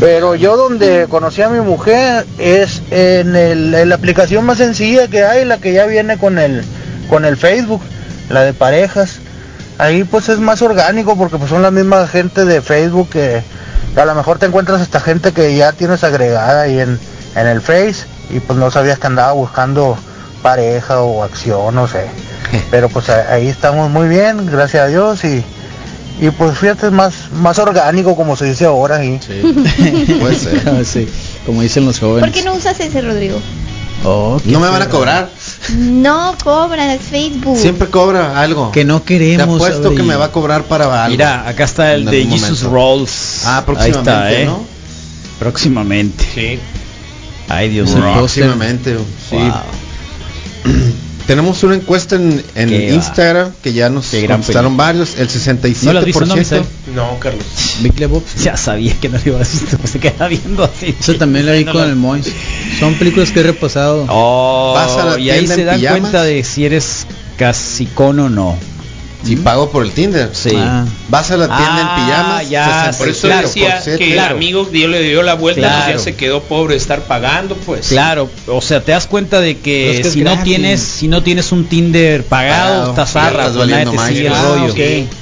Speaker 19: Pero yo donde conocí a mi mujer es en, el- en la aplicación más sencilla que hay, la que ya viene con el, con el Facebook, la de parejas. ahí pues es más orgánico porque pues son la misma gente de Facebook que a lo mejor te encuentras hasta gente que ya tienes agregada ahí en, en el Face y pues no sabías que andaba buscando pareja o acción, no sé. Pero pues a- ahí estamos muy bien, gracias a Dios y, y pues fíjate, es más, más orgánico como se dice ahora. ahí.
Speaker 7: [laughs] Puede
Speaker 9: [laughs]
Speaker 7: ser.
Speaker 9: Sí, como dicen los jóvenes.
Speaker 10: ¿Por qué no usas ese, Rodrigo?
Speaker 9: Oh,
Speaker 7: No me van a cobrar.
Speaker 10: No cobra Facebook.
Speaker 7: Siempre cobra algo.
Speaker 9: Que no
Speaker 7: Te
Speaker 9: queremos.
Speaker 7: apuesto
Speaker 9: Adri.
Speaker 7: que me va a cobrar para algo.
Speaker 3: Mira, acá está el
Speaker 7: En
Speaker 3: de
Speaker 7: algún
Speaker 3: Jesus
Speaker 7: momento.
Speaker 3: Rolls.
Speaker 7: Ah, próximamente, ¿no?
Speaker 3: ¿eh? Próximamente.
Speaker 8: Sí.
Speaker 3: Ay, Dios
Speaker 7: Sí,
Speaker 3: mío.
Speaker 7: próximamente. Sí.
Speaker 3: Wow.
Speaker 7: [clears throat] Tenemos una encuesta en, en
Speaker 3: Qué va.
Speaker 7: Instagram que ya nos
Speaker 3: gran
Speaker 7: contestaron varios. El 67%.
Speaker 3: ¿No la has visto, no, Misael?
Speaker 8: No, Carlos.
Speaker 9: Big Lebowski.
Speaker 3: Ya sabía que no lo iba a decir,
Speaker 9: pues,
Speaker 3: se queda viendo así.
Speaker 9: Eso también lo vi con el Mois. Son películas que he repasado.
Speaker 3: Oh,
Speaker 9: Vas a la
Speaker 3: y ahí
Speaker 9: tienda
Speaker 3: se
Speaker 9: en
Speaker 3: dan
Speaker 9: pijamas.
Speaker 3: cuenta de si eres casicón o no.
Speaker 7: Si pago por el Tinder.
Speaker 3: Sí.
Speaker 9: Ah.
Speaker 7: Vas a la tienda
Speaker 3: Ah,
Speaker 7: en pijamas.
Speaker 3: ya,
Speaker 7: 60%.
Speaker 3: sí,
Speaker 8: Por eso decía que el amigo dio, le dio la vuelta,
Speaker 3: Claro.
Speaker 8: pues ya se quedó pobre de estar pagando, pues.
Speaker 3: Claro, o sea, te das cuenta de que,
Speaker 8: Pero es que es
Speaker 3: si no
Speaker 8: gratis.
Speaker 3: tienes si no tienes un Tinder pagado,
Speaker 7: Pagado,
Speaker 3: estás
Speaker 7: ya
Speaker 3: zarra, pues
Speaker 7: estás
Speaker 3: nadie
Speaker 7: valiendo
Speaker 3: te
Speaker 7: más,
Speaker 3: sigue el
Speaker 7: ah,
Speaker 3: rollo.
Speaker 7: ok.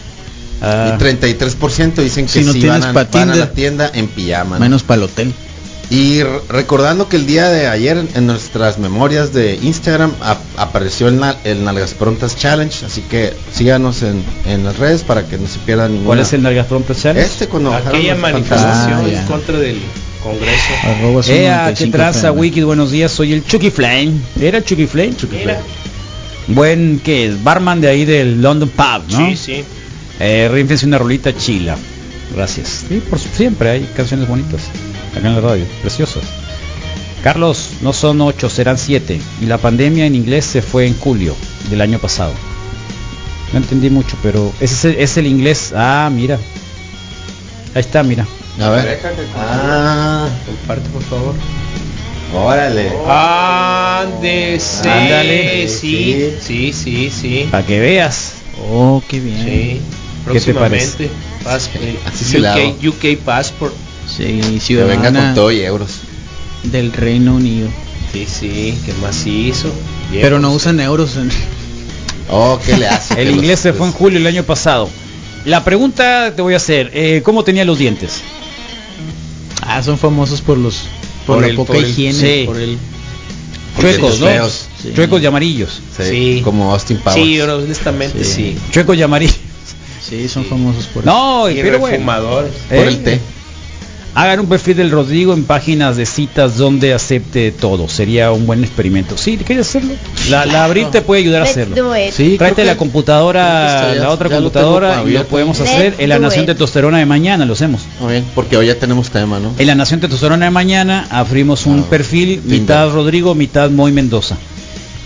Speaker 3: Ah.
Speaker 7: Y 33% dicen que
Speaker 9: Si
Speaker 7: si,
Speaker 9: no tienes
Speaker 7: van,
Speaker 9: pa'
Speaker 7: a, van a
Speaker 9: Tinder.
Speaker 7: la tienda en pijama. ¿no?
Speaker 9: Menos para el hotel.
Speaker 7: Y re- recordando que el día de ayer en- en nuestras memorias de Instagram ap- apareció el, na- el Nalgas Prontas Challenge, así que síganos en, en las redes para que no se pierda ninguna.
Speaker 3: ¿Cuál es el Nalgas Pronto Challenge?
Speaker 7: Este cuando bajaron
Speaker 8: Aquella
Speaker 7: los pantalones.
Speaker 8: manifestación
Speaker 9: Ah,
Speaker 8: en
Speaker 9: ya.
Speaker 8: contra del Congreso.
Speaker 3: Ah,
Speaker 9: Arroba son
Speaker 3: Ea,
Speaker 9: 95
Speaker 3: Eh, qué traza,
Speaker 9: FM.
Speaker 3: Wiki, buenos días, soy el Chucky Flame. ¿Era el Chucky Flame?
Speaker 8: Mira.
Speaker 3: Buen, que es? Barman de ahí del London Pub, ¿no?
Speaker 8: Sí, sí.
Speaker 3: Eh, rínfense una rolita chila. Gracias. Sí, por su- siempre hay canciones bonitas. Acá en la radio, preciosas. Carlos, no son ocho, serán siete. Y la pandemia en inglés se fue en julio del año pasado. No entendí mucho, pero ese es el, es el inglés. Ah, mira. Ahí está, mira.
Speaker 7: A ver. Ah,
Speaker 8: Comparte, por favor.
Speaker 7: órale.
Speaker 8: Ándese.
Speaker 3: Ándale.
Speaker 8: Sí, sí, sí, sí.
Speaker 3: Para que veas.
Speaker 9: Oh, qué bien.
Speaker 8: Sí.
Speaker 3: ¿Qué te parece?
Speaker 8: Próximamente. pas- eh,
Speaker 7: Así se la hago.
Speaker 8: UK, UK Passport.
Speaker 9: Sí,
Speaker 7: Que venga
Speaker 9: ciudadana
Speaker 7: con todo y euros.
Speaker 9: del Reino Unido.
Speaker 8: Sí, sí, ¿qué más hizo? Bien.
Speaker 9: Pero no usan euros. en- [laughs]
Speaker 7: Oh, ¿qué le hace?
Speaker 3: El
Speaker 7: Que
Speaker 3: inglés
Speaker 7: los-
Speaker 3: se fue en julio el año pasado. La pregunta te voy a hacer, eh, ¿cómo tenía los dientes?
Speaker 9: Ah, son famosos por los por,
Speaker 3: Por
Speaker 9: la
Speaker 3: el-
Speaker 9: poca
Speaker 3: por el-
Speaker 9: higiene,
Speaker 3: sí.
Speaker 9: por el
Speaker 7: Por
Speaker 3: Chuecos,
Speaker 7: dientes
Speaker 3: ¿no?
Speaker 7: feos.
Speaker 9: Sí.
Speaker 3: Chuecos y amarillos.
Speaker 7: Sí,
Speaker 8: Sí.
Speaker 7: Como Austin Powers.
Speaker 8: Sí, yo no, honestamente sí.
Speaker 3: Chuecos y amarillos.
Speaker 9: Sí, son famosos por
Speaker 3: No,
Speaker 8: Y
Speaker 3: pero bueno.
Speaker 8: refumadores.
Speaker 7: Por
Speaker 3: ¿eh?
Speaker 7: el té.
Speaker 3: Hagan un perfil del Rodrigo en páginas de citas donde acepte todo. Sería un buen experimento. Sí, ¿quieres hacerlo? La, la Abril te puede ayudar a
Speaker 10: Let's do
Speaker 3: hacerlo.
Speaker 10: it.
Speaker 7: Sí, creo
Speaker 3: Tráete
Speaker 7: que-
Speaker 3: la computadora,
Speaker 7: creo que esto ya-
Speaker 3: la otra
Speaker 7: ya lo tengo
Speaker 3: computadora y lo
Speaker 7: abierto.
Speaker 3: podemos
Speaker 10: Let's
Speaker 3: hacer. En la
Speaker 10: do
Speaker 3: Nación
Speaker 10: it.
Speaker 3: de Testosterona de mañana lo hacemos.
Speaker 7: Muy bien, porque hoy ya tenemos tema, ¿no?
Speaker 3: En la Nación Testosterona de mañana abrimos un
Speaker 7: Ah,
Speaker 3: perfil,
Speaker 7: Tinder.
Speaker 3: mitad Rodrigo, mitad Moy Mendoza.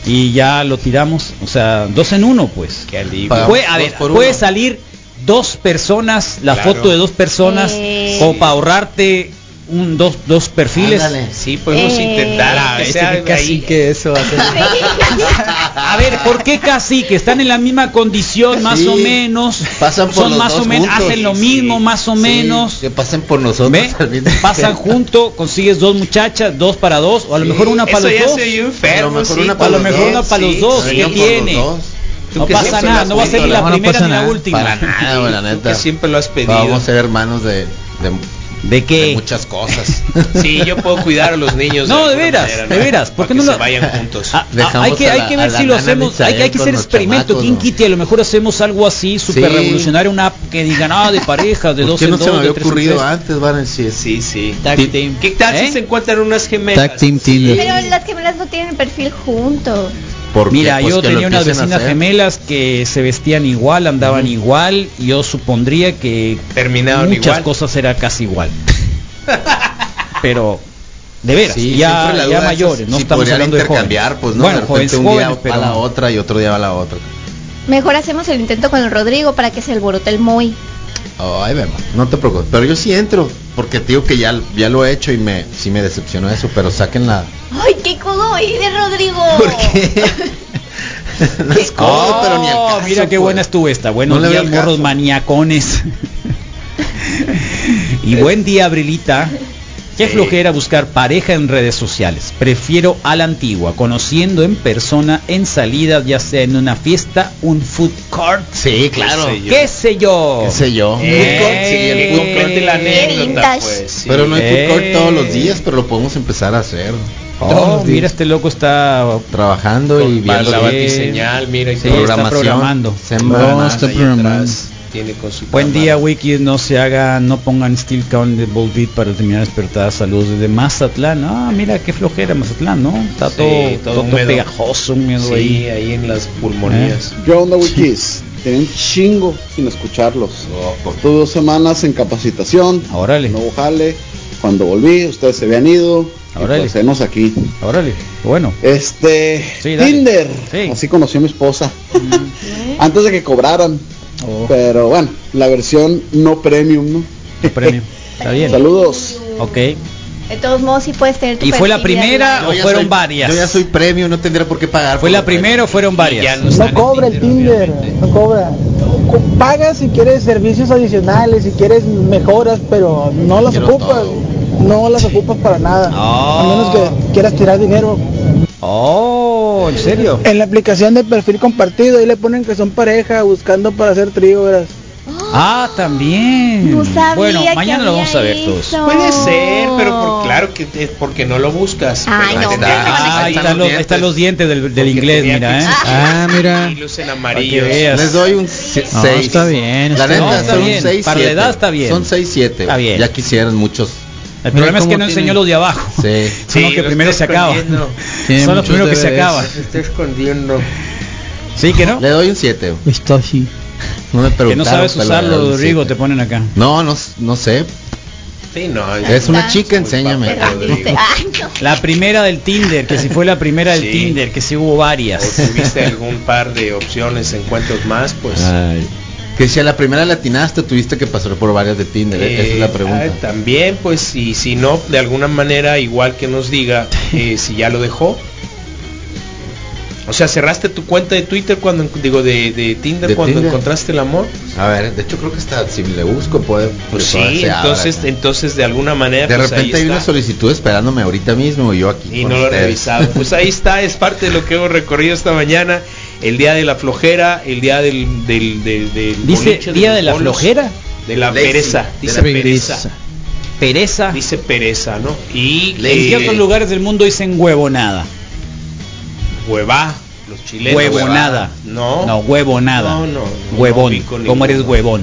Speaker 3: Y ya lo tiramos, o sea, dos en uno, pues.
Speaker 8: Qué alivio.
Speaker 7: Pagamos
Speaker 3: Puede, a
Speaker 7: dos
Speaker 3: ver,
Speaker 7: por
Speaker 3: puede
Speaker 7: uno.
Speaker 3: salir dos personas, la
Speaker 8: Claro.
Speaker 3: foto de dos personas,
Speaker 10: Sí.
Speaker 3: o para ahorrarte un, dos, dos perfiles.
Speaker 7: Ándale.
Speaker 8: Sí, podemos
Speaker 10: Eh.
Speaker 8: intentar
Speaker 3: Ah,
Speaker 8: aunque
Speaker 3: ese
Speaker 8: sea
Speaker 3: que
Speaker 8: de
Speaker 3: casi
Speaker 8: ahí.
Speaker 9: que eso va a
Speaker 8: [laughs]
Speaker 9: ser
Speaker 3: A ver, ¿por qué casi que están en la misma condición, más
Speaker 7: Sí.
Speaker 3: o menos?
Speaker 7: Pasan por
Speaker 3: son
Speaker 7: los
Speaker 3: más o
Speaker 7: dos
Speaker 3: menos,
Speaker 7: juntos.
Speaker 3: hacen lo mismo, más o
Speaker 7: Sí,
Speaker 3: menos.
Speaker 7: Que pasen por nosotros.
Speaker 3: ¿Ve?
Speaker 7: al mismo
Speaker 3: [laughs] Pasan
Speaker 7: tiempo.
Speaker 3: junto, consigues dos muchachas, dos para dos, o a lo
Speaker 7: Sí.
Speaker 3: mejor una para
Speaker 8: Eso
Speaker 3: los
Speaker 8: ya
Speaker 3: dos.
Speaker 8: se oye
Speaker 7: A lo
Speaker 8: enfermo,
Speaker 7: mejor
Speaker 8: sí,
Speaker 7: una
Speaker 3: A
Speaker 7: para
Speaker 3: lo
Speaker 7: los
Speaker 3: mejor
Speaker 7: dos,
Speaker 3: una para los
Speaker 8: sí,
Speaker 3: dos,
Speaker 8: sí,
Speaker 3: ¿qué
Speaker 7: Vengan por los
Speaker 3: tiene?
Speaker 7: dos.
Speaker 8: Tú
Speaker 3: No
Speaker 8: que
Speaker 3: pasa
Speaker 8: siempre
Speaker 3: nada,
Speaker 8: lo
Speaker 3: no va a
Speaker 8: has
Speaker 3: ser ni
Speaker 8: pedido,
Speaker 3: la
Speaker 9: no, no
Speaker 3: primera
Speaker 9: pasa
Speaker 3: ni la
Speaker 9: nada.
Speaker 3: última.
Speaker 7: Para
Speaker 8: [laughs]
Speaker 7: nada, güey, la
Speaker 8: Tú
Speaker 7: neta.
Speaker 8: que siempre lo has pedido.
Speaker 7: Vamos a ser hermanos de, de-
Speaker 3: ¿De
Speaker 7: de
Speaker 3: qué?
Speaker 7: muchas cosas.
Speaker 8: [laughs] Sí, yo puedo cuidar a los niños.
Speaker 3: No, de
Speaker 8: alguna
Speaker 3: veras, de veras, ¿por
Speaker 8: Para
Speaker 3: qué
Speaker 8: que
Speaker 3: no
Speaker 8: se
Speaker 3: lo-
Speaker 8: vayan juntos.
Speaker 3: Ah, ah,
Speaker 7: Dejamos
Speaker 3: hay que,
Speaker 7: a
Speaker 3: hay
Speaker 7: la-
Speaker 3: que
Speaker 7: a
Speaker 3: ver
Speaker 7: la
Speaker 3: si lo
Speaker 7: nana
Speaker 3: hacemos, hay,
Speaker 7: Misael
Speaker 3: que- hay que
Speaker 7: con
Speaker 3: hacer
Speaker 7: los
Speaker 3: experimento,
Speaker 7: chamacos,
Speaker 3: King
Speaker 7: ¿no?
Speaker 3: Kitty, a lo mejor hacemos algo así, super
Speaker 7: Sí.
Speaker 3: revolucionario, una app que diga, no, de parejas, de
Speaker 7: ¿Por
Speaker 3: dos
Speaker 7: qué
Speaker 3: en
Speaker 7: no
Speaker 3: dos,
Speaker 7: se me
Speaker 3: de
Speaker 7: había
Speaker 3: tres en
Speaker 7: ocurrido
Speaker 3: tres?
Speaker 7: antes, Van? Sí,
Speaker 8: Sí, sí.
Speaker 9: Tag
Speaker 7: Ti-
Speaker 9: team.
Speaker 8: ¿Qué tal
Speaker 3: ¿Eh?
Speaker 8: si se encuentran unas gemelas?
Speaker 9: Tag Team
Speaker 10: Pero
Speaker 9: Tinder.
Speaker 10: las gemelas no tienen perfil juntos.
Speaker 7: ¿Por qué?
Speaker 3: Mira,
Speaker 7: Pues
Speaker 3: yo
Speaker 7: que lo
Speaker 3: tenía unas
Speaker 7: empiecen a
Speaker 3: vecinas
Speaker 7: hacer.
Speaker 3: gemelas que se vestían igual, andaban igual, y yo supondría que
Speaker 8: Terminaron
Speaker 3: muchas
Speaker 8: igual.
Speaker 3: cosas era casi igual. pero de veras,
Speaker 7: Sí,
Speaker 3: ya,
Speaker 7: siempre la
Speaker 3: ya
Speaker 7: duda es
Speaker 3: mayores, no
Speaker 7: si
Speaker 3: estamos
Speaker 7: podrían
Speaker 3: hablando de
Speaker 7: intercambiar,
Speaker 3: jóvenes.
Speaker 7: pues no,
Speaker 3: bueno,
Speaker 7: de repente
Speaker 3: jóvenes,
Speaker 7: un día
Speaker 3: jóvenes, pero
Speaker 7: va la otra y otro día va la otra.
Speaker 10: Mejor hacemos el intento con el Rodrigo para que se alborote el Moy.
Speaker 7: Ay, Oh, vemos, no te preocupes, pero yo sí entro, porque te digo que ya, ya lo he hecho y me sí me decepcionó eso, pero saquen la
Speaker 10: ¡Ay, qué codo ahí de Rodrigo!
Speaker 3: [laughs]
Speaker 7: ¿Por qué? no es codo,
Speaker 3: Oh,
Speaker 7: pero ni al caso,
Speaker 3: mira qué
Speaker 7: pues.
Speaker 3: buena estuvo esta. Buenos
Speaker 7: No le veo
Speaker 3: días,
Speaker 7: el
Speaker 3: morros
Speaker 7: caso.
Speaker 8: [laughs]
Speaker 3: maniacones. y buen día, Abrilita. Qué flojera buscar pareja en redes sociales. Prefiero a la antigua, conociendo en persona, en salida, ya sea en una fiesta, un food court.
Speaker 8: Sí, claro.
Speaker 3: ¿Qué sé yo?
Speaker 8: ¿Qué sé yo?
Speaker 3: Eh,
Speaker 8: el food court de la anécdota,
Speaker 10: vintage.
Speaker 8: pues. sí.
Speaker 7: Pero no hay food court
Speaker 3: Eh.
Speaker 7: todos los días, pero lo podemos empezar a hacer.
Speaker 3: Oh,
Speaker 7: Todos los
Speaker 3: mira,
Speaker 7: días.
Speaker 3: este loco está
Speaker 7: trabajando y
Speaker 8: Para
Speaker 7: viendo
Speaker 8: la
Speaker 7: sí.
Speaker 8: batiseñal, mira, y
Speaker 7: Sí,
Speaker 8: todo.
Speaker 7: está programando.
Speaker 3: No,
Speaker 7: Programando
Speaker 3: está
Speaker 7: ahí
Speaker 3: programando.
Speaker 7: atrás.
Speaker 8: Tiene con su
Speaker 3: Buen día, Wiki. No se hagan, no pongan Steel Countable Beat para terminar despertada. Saludos desde Mazatlán. Ah, mira qué flojera Mazatlán, ¿no? Está
Speaker 8: Sí,
Speaker 3: todo,
Speaker 8: todo
Speaker 3: todo
Speaker 8: húmedo.
Speaker 3: pegajoso, un miedo
Speaker 8: Sí,
Speaker 3: ahí.
Speaker 8: ahí en las pulmonías.
Speaker 20: Yo ¿Eh? onda, Wikis? Tienen chingo sin escucharlos.
Speaker 7: Oh,
Speaker 20: Estuve dos semanas en capacitación.
Speaker 3: Órale.
Speaker 20: No jale. Cuando volví, ustedes se habían ido.
Speaker 3: Órale.
Speaker 20: Y pues, enos aquí.
Speaker 3: Órale. Bueno.
Speaker 20: Este.
Speaker 3: dale. Mm.
Speaker 20: Tinder. Así conocí a mi esposa. Antes de que cobraran.
Speaker 3: Oh.
Speaker 20: Pero bueno, la versión no premium, ¿no?
Speaker 3: premium. ¿Eh? Está bien.
Speaker 20: Saludos.
Speaker 3: Ok.
Speaker 10: De todos modos, sí puedes tener tu
Speaker 20: ¿Y fue la
Speaker 10: perfil de
Speaker 3: primera
Speaker 10: algo.
Speaker 3: o
Speaker 7: ya
Speaker 3: fueron
Speaker 7: soy-
Speaker 3: varias?
Speaker 7: Yo ya soy premio, no tendría por qué pagar.
Speaker 3: ¿Fue la primera o fueron varias?
Speaker 21: No cobra el Tinder, no cobra. Co- Paga si quieres servicios adicionales, si quieres mejoras, pero no las
Speaker 3: Quiero
Speaker 21: ocupas. No las ocupas para nada.
Speaker 3: Ah.
Speaker 21: A menos que quieras tirar dinero.
Speaker 3: Oh, ¿en serio?
Speaker 21: En la aplicación de perfil compartido, ahí le ponen que son pareja buscando para hacer trío, verás.
Speaker 3: Ah, también.
Speaker 21: No sabía
Speaker 3: bueno,
Speaker 21: que Oh.
Speaker 3: mañana lo vamos a ver todos.
Speaker 8: Puede ser, pero por- claro que es porque no lo buscas.
Speaker 3: Ahí está- ahí están los, ahí están los dientes del, del inglés, mira, ¿eh?
Speaker 8: Ah,
Speaker 3: mira.
Speaker 8: Lucen amarillos.
Speaker 7: Les doy un 6.
Speaker 3: No, está bien, está
Speaker 7: La neta,
Speaker 3: bien. Está
Speaker 7: son
Speaker 3: bien,
Speaker 7: seis,
Speaker 3: para la
Speaker 7: siete.
Speaker 3: edad está bien.
Speaker 7: Son 6-7. Ya quisieran muchos.
Speaker 3: El problema es que no enseñó los de abajo.
Speaker 7: Sí.
Speaker 3: [laughs] Son los que primero se acaban. [laughs]
Speaker 8: [laughs]
Speaker 7: Tiene
Speaker 3: Son los
Speaker 7: muchos
Speaker 3: primeros que se
Speaker 7: DVDs.
Speaker 3: acaban.
Speaker 8: Se está escondiendo.
Speaker 3: Sí, que no.
Speaker 7: Le doy un 7.
Speaker 21: Está así.
Speaker 7: No me
Speaker 3: Que no
Speaker 7: preguntaron,
Speaker 3: sabes
Speaker 7: pero le doy un
Speaker 3: usarlo, Rodrigo,
Speaker 7: siete.
Speaker 3: te ponen acá.
Speaker 7: No, no, s- no sé.
Speaker 8: Sí, no.
Speaker 7: Es una chica, enséñame.
Speaker 3: La primera del Tinder, que si fue la primera del
Speaker 8: Sí.
Speaker 3: Tinder, que si hubo varias.
Speaker 8: O tuviste algún par de opciones, encuentros más, pues.
Speaker 7: Ay. Que si a la primera latinaste, tuviste que pasar por varias de Tinder. ¿eh? Esa es la
Speaker 8: Eh,
Speaker 7: pregunta.
Speaker 8: ah, también, pues, y si no, de alguna manera, igual que
Speaker 7: [laughs]
Speaker 8: nos diga eh, si ya lo dejó. O sea, cerraste tu cuenta de Twitter cuando en- digo de, de Tinder
Speaker 7: ¿De
Speaker 8: cuando
Speaker 7: Tinder?
Speaker 8: encontraste el amor.
Speaker 7: A ver, de hecho creo que está, si le busco puede...
Speaker 8: Pues
Speaker 7: puede
Speaker 8: sí,
Speaker 7: ser ahora.
Speaker 8: entonces, entonces de alguna manera.
Speaker 7: De
Speaker 8: pues, ahí
Speaker 7: repente hay
Speaker 8: está.
Speaker 7: una solicitud esperándome ahorita mismo y yo aquí.
Speaker 8: Y
Speaker 7: con
Speaker 8: no lo he
Speaker 7: ustedes. [laughs]
Speaker 8: revisado. Pues ahí está, es parte de lo que hemos recorrido esta mañana. El día de la flojera, el día del... del, del, del
Speaker 3: Dice,
Speaker 8: boliche,
Speaker 3: ¿día
Speaker 8: los
Speaker 3: de la
Speaker 8: bolos,
Speaker 3: flojera?
Speaker 8: De la
Speaker 3: Lazy,
Speaker 8: pereza.
Speaker 3: de
Speaker 8: Dice
Speaker 3: la
Speaker 8: pereza.
Speaker 3: pereza. Pereza.
Speaker 8: Dice pereza, ¿no? Y
Speaker 3: ¿En qué
Speaker 8: eh,
Speaker 3: otros lugares del mundo dicen huevonada?
Speaker 8: Huevá, los chilenos.
Speaker 3: Huevonada.
Speaker 8: No.
Speaker 3: No, huevonada.
Speaker 8: No, no, no
Speaker 3: Huevón.
Speaker 8: ubico
Speaker 3: ¿Cómo eres
Speaker 8: ninguno.
Speaker 3: huevón?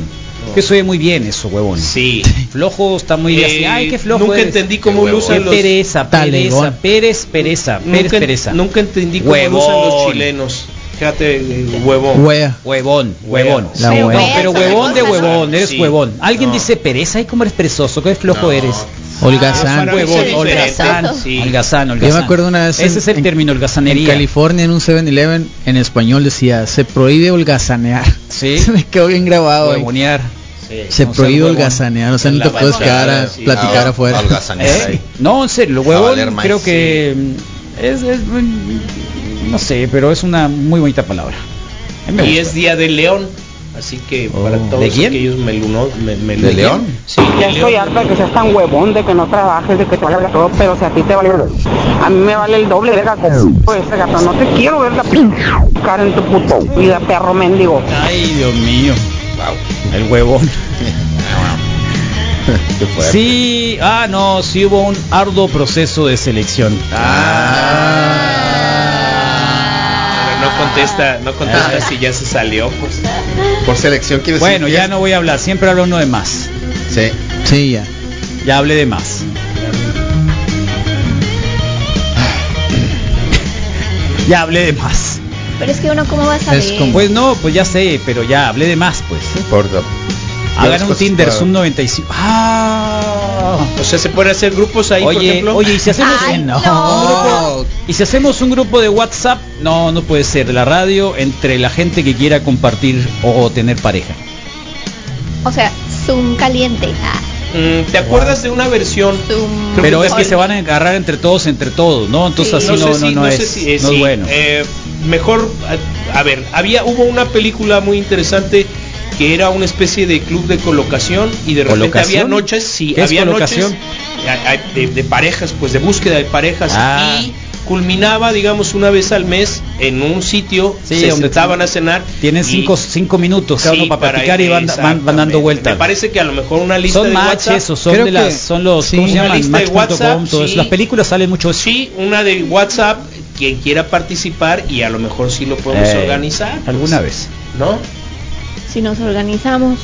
Speaker 3: Que se oye muy bien eso, huevón.
Speaker 8: Sí.
Speaker 3: Flojo está muy
Speaker 8: Eh,
Speaker 3: así. Ay, qué flojo.
Speaker 8: nunca
Speaker 3: eres.
Speaker 8: entendí cómo
Speaker 3: Qué
Speaker 8: lo usan
Speaker 3: huevón.
Speaker 8: los-
Speaker 3: Qué pereza,
Speaker 8: Talegón.
Speaker 3: pereza, Pérez, pereza, Pérez,
Speaker 8: Nunca,
Speaker 3: pereza.
Speaker 8: nunca entendí cómo lo usan los chilenos. Fíjate, eh, huevón.
Speaker 3: Huevón. Huevón, huevón.
Speaker 8: La
Speaker 3: Sí,
Speaker 8: hueva.
Speaker 3: no, pero huevón de
Speaker 8: Sí.
Speaker 3: huevón, eres
Speaker 8: Sí.
Speaker 3: huevón. Alguien
Speaker 8: No.
Speaker 3: dice pereza y cómo eres perezoso, qué flojo
Speaker 9: No.
Speaker 3: eres.
Speaker 9: Holgazán.
Speaker 3: Ah, huevón,
Speaker 9: Sí,
Speaker 3: holgazán,
Speaker 9: sí.
Speaker 3: holgazán, holgazán.
Speaker 9: Yo me acuerdo una vez
Speaker 3: Ese
Speaker 9: en-
Speaker 3: es el
Speaker 9: en-
Speaker 3: término
Speaker 9: En
Speaker 3: holgazanería.
Speaker 9: California, en un 7-Eleven, en español decía, se prohíbe holgazanear.
Speaker 3: Sí.
Speaker 9: Se [laughs] me quedó bien grabado. ahí.
Speaker 3: Huevonear.
Speaker 9: Se
Speaker 3: No ser
Speaker 9: prohíbe
Speaker 3: huevón.
Speaker 9: holgazanear, o sea,
Speaker 3: En
Speaker 9: no te
Speaker 3: la
Speaker 9: puedes
Speaker 3: balconada,
Speaker 9: quedar a
Speaker 3: sí.
Speaker 9: platicar
Speaker 3: Ah,
Speaker 9: afuera.
Speaker 3: ¿Eh? No, en serio, el
Speaker 9: A
Speaker 3: huevón
Speaker 9: valer más,
Speaker 3: creo que mm, es, es, mm, no sé, pero es una muy bonita palabra. A mí me
Speaker 8: Y
Speaker 3: gusta.
Speaker 8: es día del león. Así que para todos
Speaker 3: Oh. ¿De quién?
Speaker 8: aquellos melunos, me, melunos.
Speaker 3: ¿De león?
Speaker 8: Sí,
Speaker 22: Ya
Speaker 8: de
Speaker 22: estoy
Speaker 8: león.
Speaker 22: harta de que seas tan huevón, de que no trabajes, de que te valga todo, pero si a ti te vale... A mí me vale el doble, verga, con pues, gato, no te quiero ver la p- cara en tu puto vida, perro mendigo.
Speaker 3: Ay, Dios mío. El [laughs] huevón. Sí, ah, no, sí hubo un arduo proceso de selección. Ah.
Speaker 8: Pero no contesta, no
Speaker 3: Ah.
Speaker 8: contesta si ya se salió, pues.
Speaker 7: Por selección quiere decir
Speaker 3: Bueno,
Speaker 7: que
Speaker 3: ya no voy a hablar, siempre hablo uno de más.
Speaker 7: Sí.
Speaker 9: Sí, ya.
Speaker 3: Ya hablé de más. Ya hablé de más.
Speaker 10: Pero es que uno, ¿cómo va a saber?
Speaker 3: Pues no, pues ya sé, pero ya hablé de más, pues.
Speaker 7: Por
Speaker 3: Hagan
Speaker 8: Yo
Speaker 3: un
Speaker 8: las
Speaker 3: Tinder
Speaker 8: cosas
Speaker 3: Zoom 95. Ah.
Speaker 8: O sea, se pueden hacer grupos ahí, por
Speaker 3: Oye,
Speaker 8: ejemplo.
Speaker 3: oye, y si hacemos un grupo- y si hacemos un grupo de WhatsApp, no, no puede ser de la radio entre la gente que quiera compartir o tener pareja.
Speaker 10: O sea, Zoom caliente. Ah,
Speaker 8: Mm, ¿Te acuerdas de una versión? Creo
Speaker 3: Pero
Speaker 8: que
Speaker 3: es que
Speaker 8: también-
Speaker 3: se van a agarrar entre todos, entre todos, ¿no? Entonces así no,
Speaker 8: sé
Speaker 3: no,
Speaker 8: si-
Speaker 3: no,
Speaker 8: sé
Speaker 3: es,
Speaker 8: si- eh,
Speaker 3: no es
Speaker 8: sí,
Speaker 3: bueno.
Speaker 8: eh, mejor, a, a ver, había hubo una película muy interesante que era una especie de club de colocación y de repente
Speaker 3: ¿Colocación?
Speaker 8: había noches, sí,
Speaker 3: ¿Qué es
Speaker 8: había noches
Speaker 3: colocación?
Speaker 8: a- a- de, de parejas, pues de búsqueda de parejas
Speaker 3: Ah.
Speaker 8: y culminaba, digamos, una vez al mes en un sitio,
Speaker 3: Sí,
Speaker 8: se
Speaker 3: donde
Speaker 8: sentaban a cenar.
Speaker 3: Tienes
Speaker 8: y-
Speaker 3: cinco, cinco minutos cada
Speaker 8: Sí,
Speaker 3: uno para, practicar y van, van, van
Speaker 8: exactamente.
Speaker 3: dando vueltas.
Speaker 8: Me parece que a lo mejor una lista
Speaker 3: son
Speaker 8: de
Speaker 3: match
Speaker 8: WhatsApp,
Speaker 3: esos, son de las, son los,
Speaker 8: Sí,
Speaker 3: ¿cómo se
Speaker 8: una
Speaker 3: llaman?
Speaker 8: lista de
Speaker 3: Match.com,
Speaker 8: WhatsApp,
Speaker 3: todo eso.
Speaker 8: sí.
Speaker 3: Las películas salen mucho eso.
Speaker 8: Sí, una de WhatsApp, quien quiera participar y a lo mejor sí lo podemos
Speaker 3: Eh,
Speaker 8: organizar.
Speaker 3: Alguna vez.
Speaker 8: ¿No?
Speaker 10: Si
Speaker 3: [laughs]
Speaker 10: nos organizamos.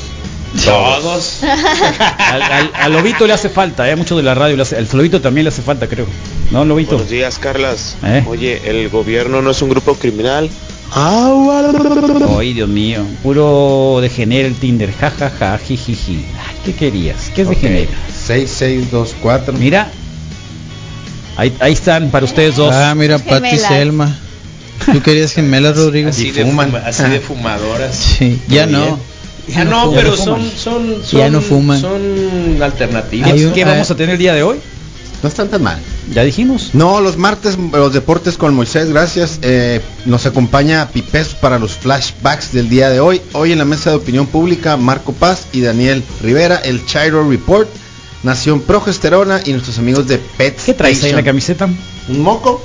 Speaker 8: Todos.
Speaker 3: Al, al- al Lobito le hace falta, eh, mucho de la radio. le hace- al Lobito también le hace falta, creo. ¿No, Lobito?
Speaker 1: Buenos días, Carlas.
Speaker 3: ¿Eh?
Speaker 1: Oye, el gobierno no es un grupo criminal.
Speaker 3: Ay, Dios mío. Puro degenera el Tinder. Ja, ja, ja, jijiji. Ay, ¿Qué querías? ¿Qué es
Speaker 7: Ok.
Speaker 3: degenera? 6624. Mira. Ahí, ahí están para ustedes dos.
Speaker 9: Ah, mira, Pati
Speaker 3: Gemelas.
Speaker 9: Selma. ¿Tú querías gemelas, Rodrigo? Ah.
Speaker 3: así de fuma-
Speaker 8: así de fumadoras.
Speaker 9: Sí, ya
Speaker 8: Muy
Speaker 9: no.
Speaker 8: bien. Ya no,
Speaker 9: fuman.
Speaker 8: pero son, son, son,
Speaker 9: Ya no fuman.
Speaker 8: son alternativas.
Speaker 9: Hay un-
Speaker 8: ¿no?
Speaker 9: ¿Qué vamos
Speaker 3: a tener el día de hoy?
Speaker 7: No están tan mal.
Speaker 3: Ya dijimos.
Speaker 7: No, los martes, los deportes con Moisés, gracias. Eh, nos acompaña Pipes para los flashbacks del día de hoy. Hoy en la mesa de opinión pública, Marco Paz y Daniel Rivera, el Chairo Report, Nación Progesterona y nuestros amigos de Pet. ¿Qué
Speaker 3: traes ahí en la camiseta?
Speaker 7: ¿Un moco?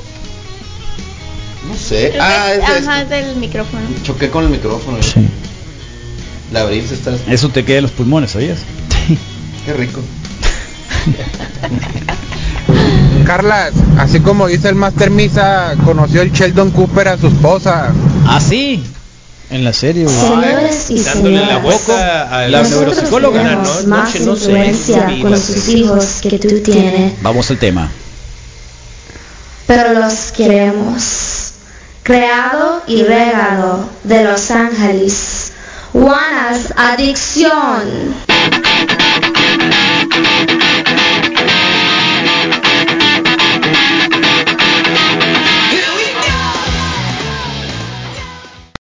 Speaker 7: No sé.
Speaker 10: Creo
Speaker 7: Ah,
Speaker 10: que-
Speaker 7: es, es-
Speaker 10: ajá, es del micrófono.
Speaker 7: choqué con el micrófono. La abril se está.
Speaker 3: Eso te queda en los pulmones, ¿sabías?
Speaker 7: Qué rico.
Speaker 2: Carlas, así como dice el Master Misa, conoció el Sheldon Cooper a su esposa.
Speaker 3: ¿Ah, sí?
Speaker 9: En la serie, güey.
Speaker 23: Señores y
Speaker 9: Dándole la
Speaker 23: señoras,
Speaker 9: vuelta a la
Speaker 23: nosotros
Speaker 9: neuropsicóloga,
Speaker 23: tenemos
Speaker 9: ¿no?
Speaker 23: más
Speaker 9: Noche, no sé,
Speaker 23: influencia
Speaker 9: sí,
Speaker 23: con
Speaker 9: no
Speaker 23: sus
Speaker 9: sé.
Speaker 23: hijos que tú tienes,
Speaker 3: Vamos al tema.
Speaker 23: pero los queremos. Creado y regado de Los Ángeles, Juanas Adicción.